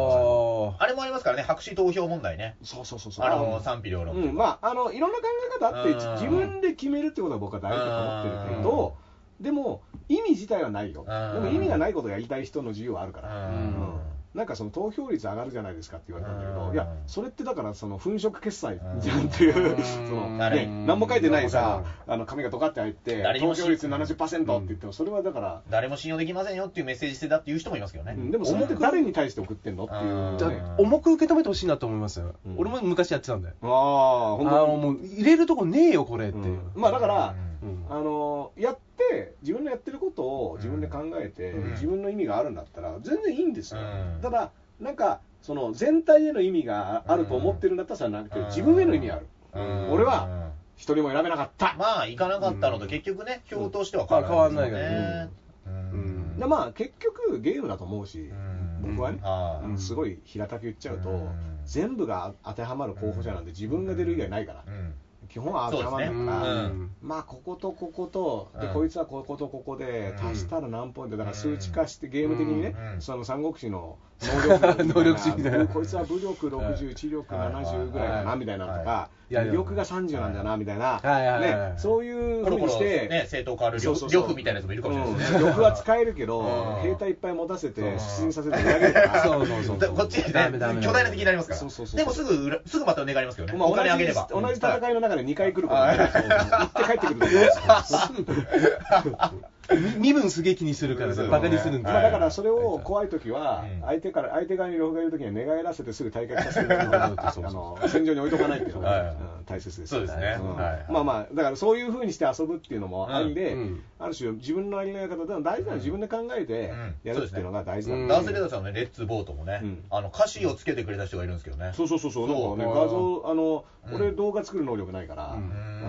Speaker 3: ー
Speaker 2: あれもありますからね白紙投票問題ね
Speaker 1: そうそうそうそう、
Speaker 2: あの賛否両論、
Speaker 1: うん、まああのいろんな考え方あって
Speaker 2: うん
Speaker 1: 自分で決めるってことは僕は大事だと思ってるけどでも意味自体はないよ
Speaker 2: う
Speaker 1: で
Speaker 2: ん
Speaker 1: も意味がないことをやりたい人の自由はあるから
Speaker 2: う
Speaker 1: うん
Speaker 2: ん
Speaker 1: なんかその投票率上がるじゃないですかって言われたんだけ
Speaker 2: う
Speaker 1: ど
Speaker 2: ん
Speaker 1: いやそれってだからその粉飾決済じゃんっていう
Speaker 3: うん
Speaker 1: その
Speaker 2: あれ
Speaker 1: ね何も書いてないさあの紙がドカって入って
Speaker 2: 誰にも
Speaker 1: 投
Speaker 2: し
Speaker 1: 票率70%って言ってもそれはだから
Speaker 2: 誰も信用できませんよっていうメッセージ性だっていう人もいますけどね、
Speaker 1: うんでもそれって誰に対して送ってんのって
Speaker 2: うん
Speaker 3: じゃ
Speaker 1: いうね
Speaker 3: あ重く受け止めてほしいなと思いますよ、
Speaker 1: うん
Speaker 3: 俺も昔やってたんで、
Speaker 1: ああ
Speaker 3: あ
Speaker 1: 本
Speaker 3: の
Speaker 1: 当
Speaker 3: もう入れるとこねえよこれっていう、
Speaker 1: うんまあだから
Speaker 2: うん
Speaker 3: うん
Speaker 1: あのやって自分のやってることを自分で考えて、
Speaker 2: うん
Speaker 1: 自分の意味があるんだったら全然いいんですよ、
Speaker 2: うん
Speaker 1: ただなんかその全体への意味があると思ってるんだったらそれはなくて、
Speaker 2: うん
Speaker 1: 自分への意味がある、
Speaker 2: うん
Speaker 1: 俺は一人も選べなかった、
Speaker 2: まあ行かなかったのと結局ね票としてはですよね
Speaker 3: うん
Speaker 1: でまあ結局ゲームだと思うし、
Speaker 2: うん
Speaker 1: 僕はね、
Speaker 2: あ
Speaker 1: うんすごい平たく言っちゃうと、
Speaker 2: うん
Speaker 1: 全部が当てはまる候補者なんで自分が出る以外ないから、
Speaker 2: うん
Speaker 1: 基本は当てはまるから、
Speaker 2: そうですねうん
Speaker 1: まあこことここと、で
Speaker 2: うん
Speaker 1: こいつはこことここで
Speaker 2: うん
Speaker 1: 足したら何ポイントだから数値化してゲーム的にね、
Speaker 2: うん
Speaker 1: その三国志の能力
Speaker 3: 能力値みたいな
Speaker 1: こいつは武力60、知力70ぐらいか
Speaker 2: は
Speaker 1: ないみたいなのと
Speaker 2: はい
Speaker 1: か、
Speaker 3: いやいや
Speaker 1: 魅力が30なんだなみたいな、
Speaker 3: はいはいはいはい
Speaker 1: ね、そういうふ
Speaker 2: コ
Speaker 1: う
Speaker 2: ロコ
Speaker 1: に
Speaker 2: ロ
Speaker 1: して、
Speaker 2: ね政党変わる
Speaker 1: そ
Speaker 2: 呂
Speaker 1: うそうそう
Speaker 2: 布みたいなやつもいるかもしれないです
Speaker 1: う
Speaker 2: ね
Speaker 1: ん力は使えるけど
Speaker 2: うん、
Speaker 1: 兵隊いっぱい持たせて、
Speaker 2: うん
Speaker 1: 出陣させてやるから
Speaker 3: そうそうそう
Speaker 2: こっちにね
Speaker 3: ダメダメ
Speaker 2: 巨大な敵になりますから
Speaker 1: そうそうそう
Speaker 2: でもすぐ裏すぐまた願いますけどね
Speaker 1: まあ
Speaker 2: お金あげれば
Speaker 1: 同じ同じ戦いの中で2回来ることになるそう行って帰ってくることにな る
Speaker 3: み身分すげえ気にするから
Speaker 2: そう
Speaker 3: さ
Speaker 2: ね
Speaker 3: バカにするんだ
Speaker 1: まあ、だからそれを怖い時は
Speaker 2: うん
Speaker 1: 相手から相手側に両方がいる時には寝返らせてすぐ退却させる
Speaker 3: そう
Speaker 1: あの戦場に置いとかないっていうのが、
Speaker 2: はい
Speaker 1: うん大切です
Speaker 2: そうですね
Speaker 1: ん
Speaker 2: はい
Speaker 1: まあまあだからそういうふうにして遊ぶっていうのもありで、
Speaker 3: うんうん
Speaker 1: ある種自分のありのやり方でも大事なのは自分で考えてやるっていうのが大事なんだ、
Speaker 2: ダンスレーダーさんのねレッツボートもね
Speaker 1: うん
Speaker 2: あの歌詞をつけてくれた人がいるんですけどね
Speaker 1: そうそうそうそう
Speaker 2: そう
Speaker 1: なんかね画像あの、俺動画作る能力ないから、
Speaker 3: う
Speaker 1: だから
Speaker 3: ん
Speaker 2: うん
Speaker 3: あ
Speaker 1: あ
Speaker 3: ー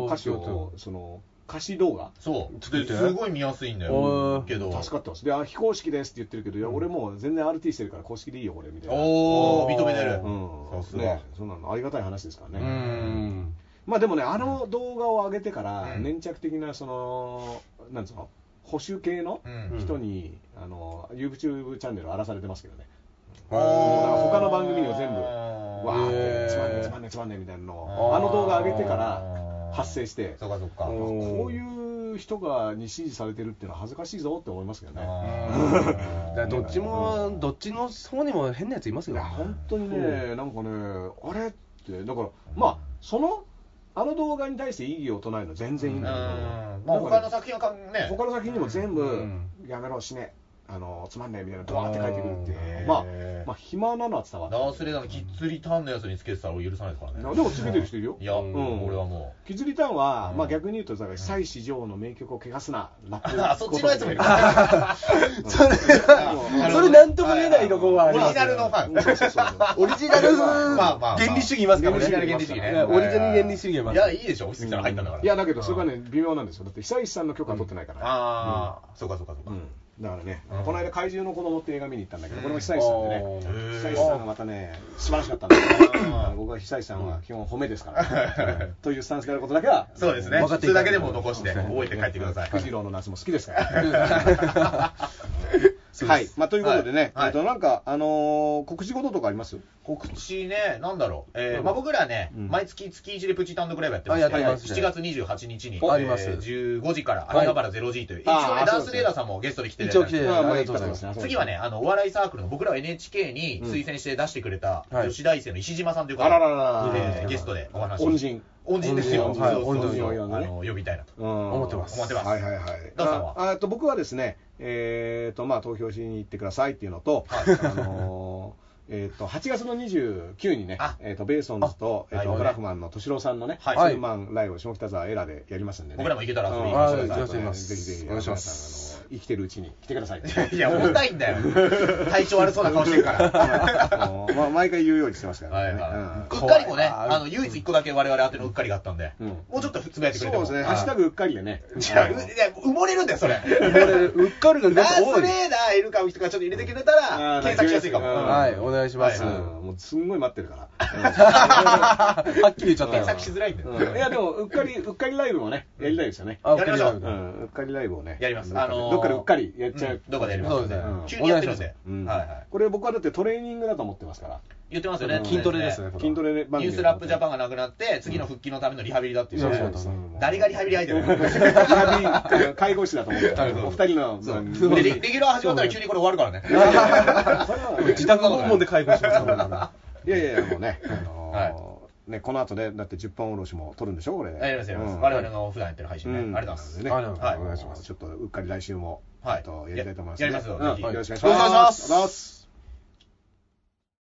Speaker 1: の歌詞をその歌詞動画
Speaker 2: そう
Speaker 3: 作って
Speaker 2: ですごい見やすいんだ
Speaker 3: お
Speaker 2: よ
Speaker 3: ー
Speaker 2: けど
Speaker 1: 助かってますであ非公式ですって言ってるけどいや俺もう全然 RT してるから公式でいいよ俺みたいな
Speaker 2: おお認めてる
Speaker 1: うん
Speaker 2: さすが
Speaker 1: ね、そんなのありがたい話ですから
Speaker 3: う
Speaker 1: ね、
Speaker 3: ん
Speaker 1: まあでもねあの動画を上げてから
Speaker 2: うん
Speaker 1: 粘着的なそのなんつうの保守系の
Speaker 2: うん
Speaker 1: 人に、あの YouTube チャンネル荒らされてますけどね、
Speaker 3: あ
Speaker 1: もうだから他
Speaker 3: ー
Speaker 1: の番組を全部わ
Speaker 2: わ
Speaker 1: ーっ
Speaker 3: へー
Speaker 1: てつまんねえつまんねえつまんねえみたいなの
Speaker 2: あ
Speaker 1: を
Speaker 2: ー
Speaker 1: あの動画上げてから発生して
Speaker 2: そうかそうか
Speaker 3: うん
Speaker 1: こういう人がに支持されてるっていうのは恥ずかしいぞって思いますけどね
Speaker 3: だからどっちもどっちの方にも変なやついます
Speaker 1: い
Speaker 3: よ
Speaker 1: や本当にね、なんかね、あれって、だから、まあ、その、あの動画に対して異議を唱えるのは全然いいん
Speaker 2: うん
Speaker 1: だけど、
Speaker 2: ま
Speaker 1: な
Speaker 2: あ
Speaker 1: んか
Speaker 2: 他の
Speaker 1: ね
Speaker 2: 作品はかんね
Speaker 1: 他の作品にも全部、
Speaker 3: うん
Speaker 1: やめろ、死ね、あのつまんねえみたいな、ドワーって書いてくるっていううんまあ
Speaker 2: へ、ー
Speaker 1: まあ、暇なのは伝わ
Speaker 2: ダー
Speaker 1: る。
Speaker 2: スレーダーのキッズリターンのやつにつけてたら俺許さないですからね
Speaker 1: でも、つけてる人いるよ
Speaker 2: い。や、
Speaker 1: ん
Speaker 2: 俺はもう
Speaker 1: キズリターンは、
Speaker 2: うん
Speaker 1: まあ逆に言うと、だから、久石譲の名曲を汚すな、ラップ。
Speaker 2: あそっちのやつもいる
Speaker 3: それ
Speaker 1: うん
Speaker 3: それなんとも言えないとこはあ
Speaker 2: オ
Speaker 3: り
Speaker 2: リ
Speaker 3: ま
Speaker 2: ジ
Speaker 3: す
Speaker 2: ナルのファン
Speaker 1: そうそう そうそう
Speaker 3: オリジナル
Speaker 2: まあまあ
Speaker 3: 原理主義いますからね
Speaker 2: オリジナル原理主義ね
Speaker 3: ねオリジナル原理主義いま
Speaker 2: い
Speaker 3: すから
Speaker 2: やいいでしょオフィスから入ったんだから
Speaker 1: いや、だけど、それがね、微妙なんですよ。だって、久石さんの許可取ってないから。
Speaker 2: ああそうかそうかそうか
Speaker 1: うん、だからね、
Speaker 2: うん
Speaker 1: この間怪獣の子供って映画見に行ったんだけど、これも久石さんでね
Speaker 3: うん
Speaker 2: へー
Speaker 1: 久石さんがまたね素晴らしかったんだけど
Speaker 2: うん
Speaker 1: 僕は久石さんは基本褒めですから、ね、というスタンスであることだけは
Speaker 2: そうですね
Speaker 3: 分かってい
Speaker 2: それ
Speaker 3: ただ
Speaker 2: だ
Speaker 3: け
Speaker 2: け
Speaker 3: れ
Speaker 2: で
Speaker 3: ば
Speaker 2: も残して覚えて帰ってください
Speaker 1: 九次郎の夏も好きですから、はい、まあ、ということでね、
Speaker 2: はいはい
Speaker 1: えっとなんか、あのー告知事とかあります
Speaker 2: 告知ね、なんだろう、えーまあ、僕らね、
Speaker 1: うん
Speaker 2: 毎月月1でプチ単独ライブやってますけど、
Speaker 3: あやってます
Speaker 2: 7月28日に、
Speaker 3: あります
Speaker 2: えー15時から、
Speaker 3: はい
Speaker 2: 秋葉原 0G という、
Speaker 1: あー
Speaker 2: 一応
Speaker 1: あ
Speaker 2: ね、ダン
Speaker 1: そうです
Speaker 2: ス
Speaker 1: ね
Speaker 2: レーダーさんもゲストで来て
Speaker 3: 一応来て
Speaker 2: い
Speaker 3: え
Speaker 2: ただ
Speaker 1: ま
Speaker 3: ー
Speaker 2: い
Speaker 1: あまあ
Speaker 3: ありがとうございます
Speaker 1: いっぱいあり
Speaker 2: 次はね、あのお笑いサークルの僕らを NHK に推薦して出してくれた、
Speaker 3: うんはい
Speaker 2: 女子大生の石島さんという
Speaker 1: あ
Speaker 2: 方、
Speaker 1: らららら
Speaker 2: えーゲストでお話を
Speaker 1: 恩人
Speaker 2: 恩人ですよ、
Speaker 3: 恩人はい
Speaker 2: そうそうそう
Speaker 1: 恩人を呼んで
Speaker 2: あ
Speaker 1: ね
Speaker 2: の呼びたいなと。
Speaker 1: 思
Speaker 3: 思ってます
Speaker 2: 思ってます
Speaker 1: はいはいはい。
Speaker 2: ダンさんは
Speaker 1: ああと僕はですね、えっ、とまあ投票しに行ってくださいっていうのと、あのー えっと8月の29にね
Speaker 2: あ、
Speaker 1: えっとベーソンズと,、え
Speaker 2: あ
Speaker 1: ーと
Speaker 2: はい
Speaker 1: グラフマンの敏郎さんのね、
Speaker 2: はい
Speaker 1: ツーマンライブを下北沢エラでやりますんでね、
Speaker 2: 僕らも行けたら遊びに
Speaker 1: う
Speaker 2: 行
Speaker 1: ん
Speaker 2: きましょう
Speaker 1: はい
Speaker 2: ぜひ
Speaker 1: ぜひ
Speaker 3: ぜひ
Speaker 1: ぜひ
Speaker 3: お願いします
Speaker 1: 皆さんあの生きてるうちに来てください。
Speaker 2: いや、重たいんだよ。体調悪そうな顔してるから。
Speaker 1: はい まあ毎回言うようにしてますか
Speaker 2: はい
Speaker 1: らね。
Speaker 2: は
Speaker 1: うん
Speaker 2: い。うっかりもね、
Speaker 3: 怖いな
Speaker 2: あの、唯一一個だけ我々宛てのうっかりがあったんで、
Speaker 1: うん
Speaker 2: もうちょっとつぶやいて
Speaker 1: そ
Speaker 2: くれ
Speaker 1: う
Speaker 2: ても。
Speaker 1: ですね、ハッシュタグうっかりでね。
Speaker 2: いや、ういや埋もれるんだよ、それ。
Speaker 3: これ、うっかりが出
Speaker 2: ナ
Speaker 3: て
Speaker 2: ー
Speaker 3: 多
Speaker 2: ス
Speaker 3: い。
Speaker 2: レーダー、エルカムとかちょっと入れてくれたら
Speaker 1: あ、ー
Speaker 2: 検索しやすいかも。
Speaker 1: うん
Speaker 3: はい、お願いします。
Speaker 1: うん
Speaker 2: は
Speaker 1: もうすんごい待ってるから。
Speaker 3: はっきり言っちゃったよ
Speaker 2: 検。索しづらいんだよ。
Speaker 1: うんいや、でも、うっかり、うっかりライブもね、やりたいですよね。
Speaker 3: あ
Speaker 2: やりましょう
Speaker 1: う。んうっかりライブをね。
Speaker 2: やります
Speaker 1: どっかで
Speaker 2: あのー
Speaker 1: どっかでうっかりやっちゃ
Speaker 2: うん
Speaker 1: う。
Speaker 2: どっかでやります
Speaker 3: そうですね
Speaker 1: うん
Speaker 2: 急にやってるんで。
Speaker 1: うん
Speaker 2: はいはい。
Speaker 1: これ僕はだってトレーニングだと思ってますから。
Speaker 2: 言ってますよね
Speaker 1: う。ん
Speaker 3: 筋トレですね。これ
Speaker 1: 筋
Speaker 3: は
Speaker 1: トレ番組
Speaker 2: ニュースラップジャパンがなくなって、次の復帰のためのリハビリだっていう
Speaker 3: そう
Speaker 2: ね。
Speaker 3: そうそう。
Speaker 2: 誰がリハビリ相手だよ。
Speaker 1: リビ介護士だと思ってた。
Speaker 2: そうそう
Speaker 1: お二人の。うん
Speaker 3: そう
Speaker 2: でレレギュラー始まったら急にこれ終わるからね。
Speaker 3: 自宅訪問で介護してますから俺ら
Speaker 1: いやいや、もうね、あのー、ね、この後ね、だって10本おろしも撮るんでしょ、これ。
Speaker 2: ありますよ、
Speaker 1: う
Speaker 2: 我
Speaker 1: ん
Speaker 2: 々の普段やってる配信ね。ありがとうございます。
Speaker 1: ね
Speaker 3: ありがとうございます
Speaker 1: は
Speaker 3: お願いします
Speaker 1: ちょっとうっかり来週も、
Speaker 2: はい
Speaker 1: えっとやりたいと思います。
Speaker 2: ややりますよ
Speaker 1: うん
Speaker 2: ぜひ
Speaker 1: よろしくお願いします。
Speaker 2: よろしくお願いします
Speaker 1: お願いします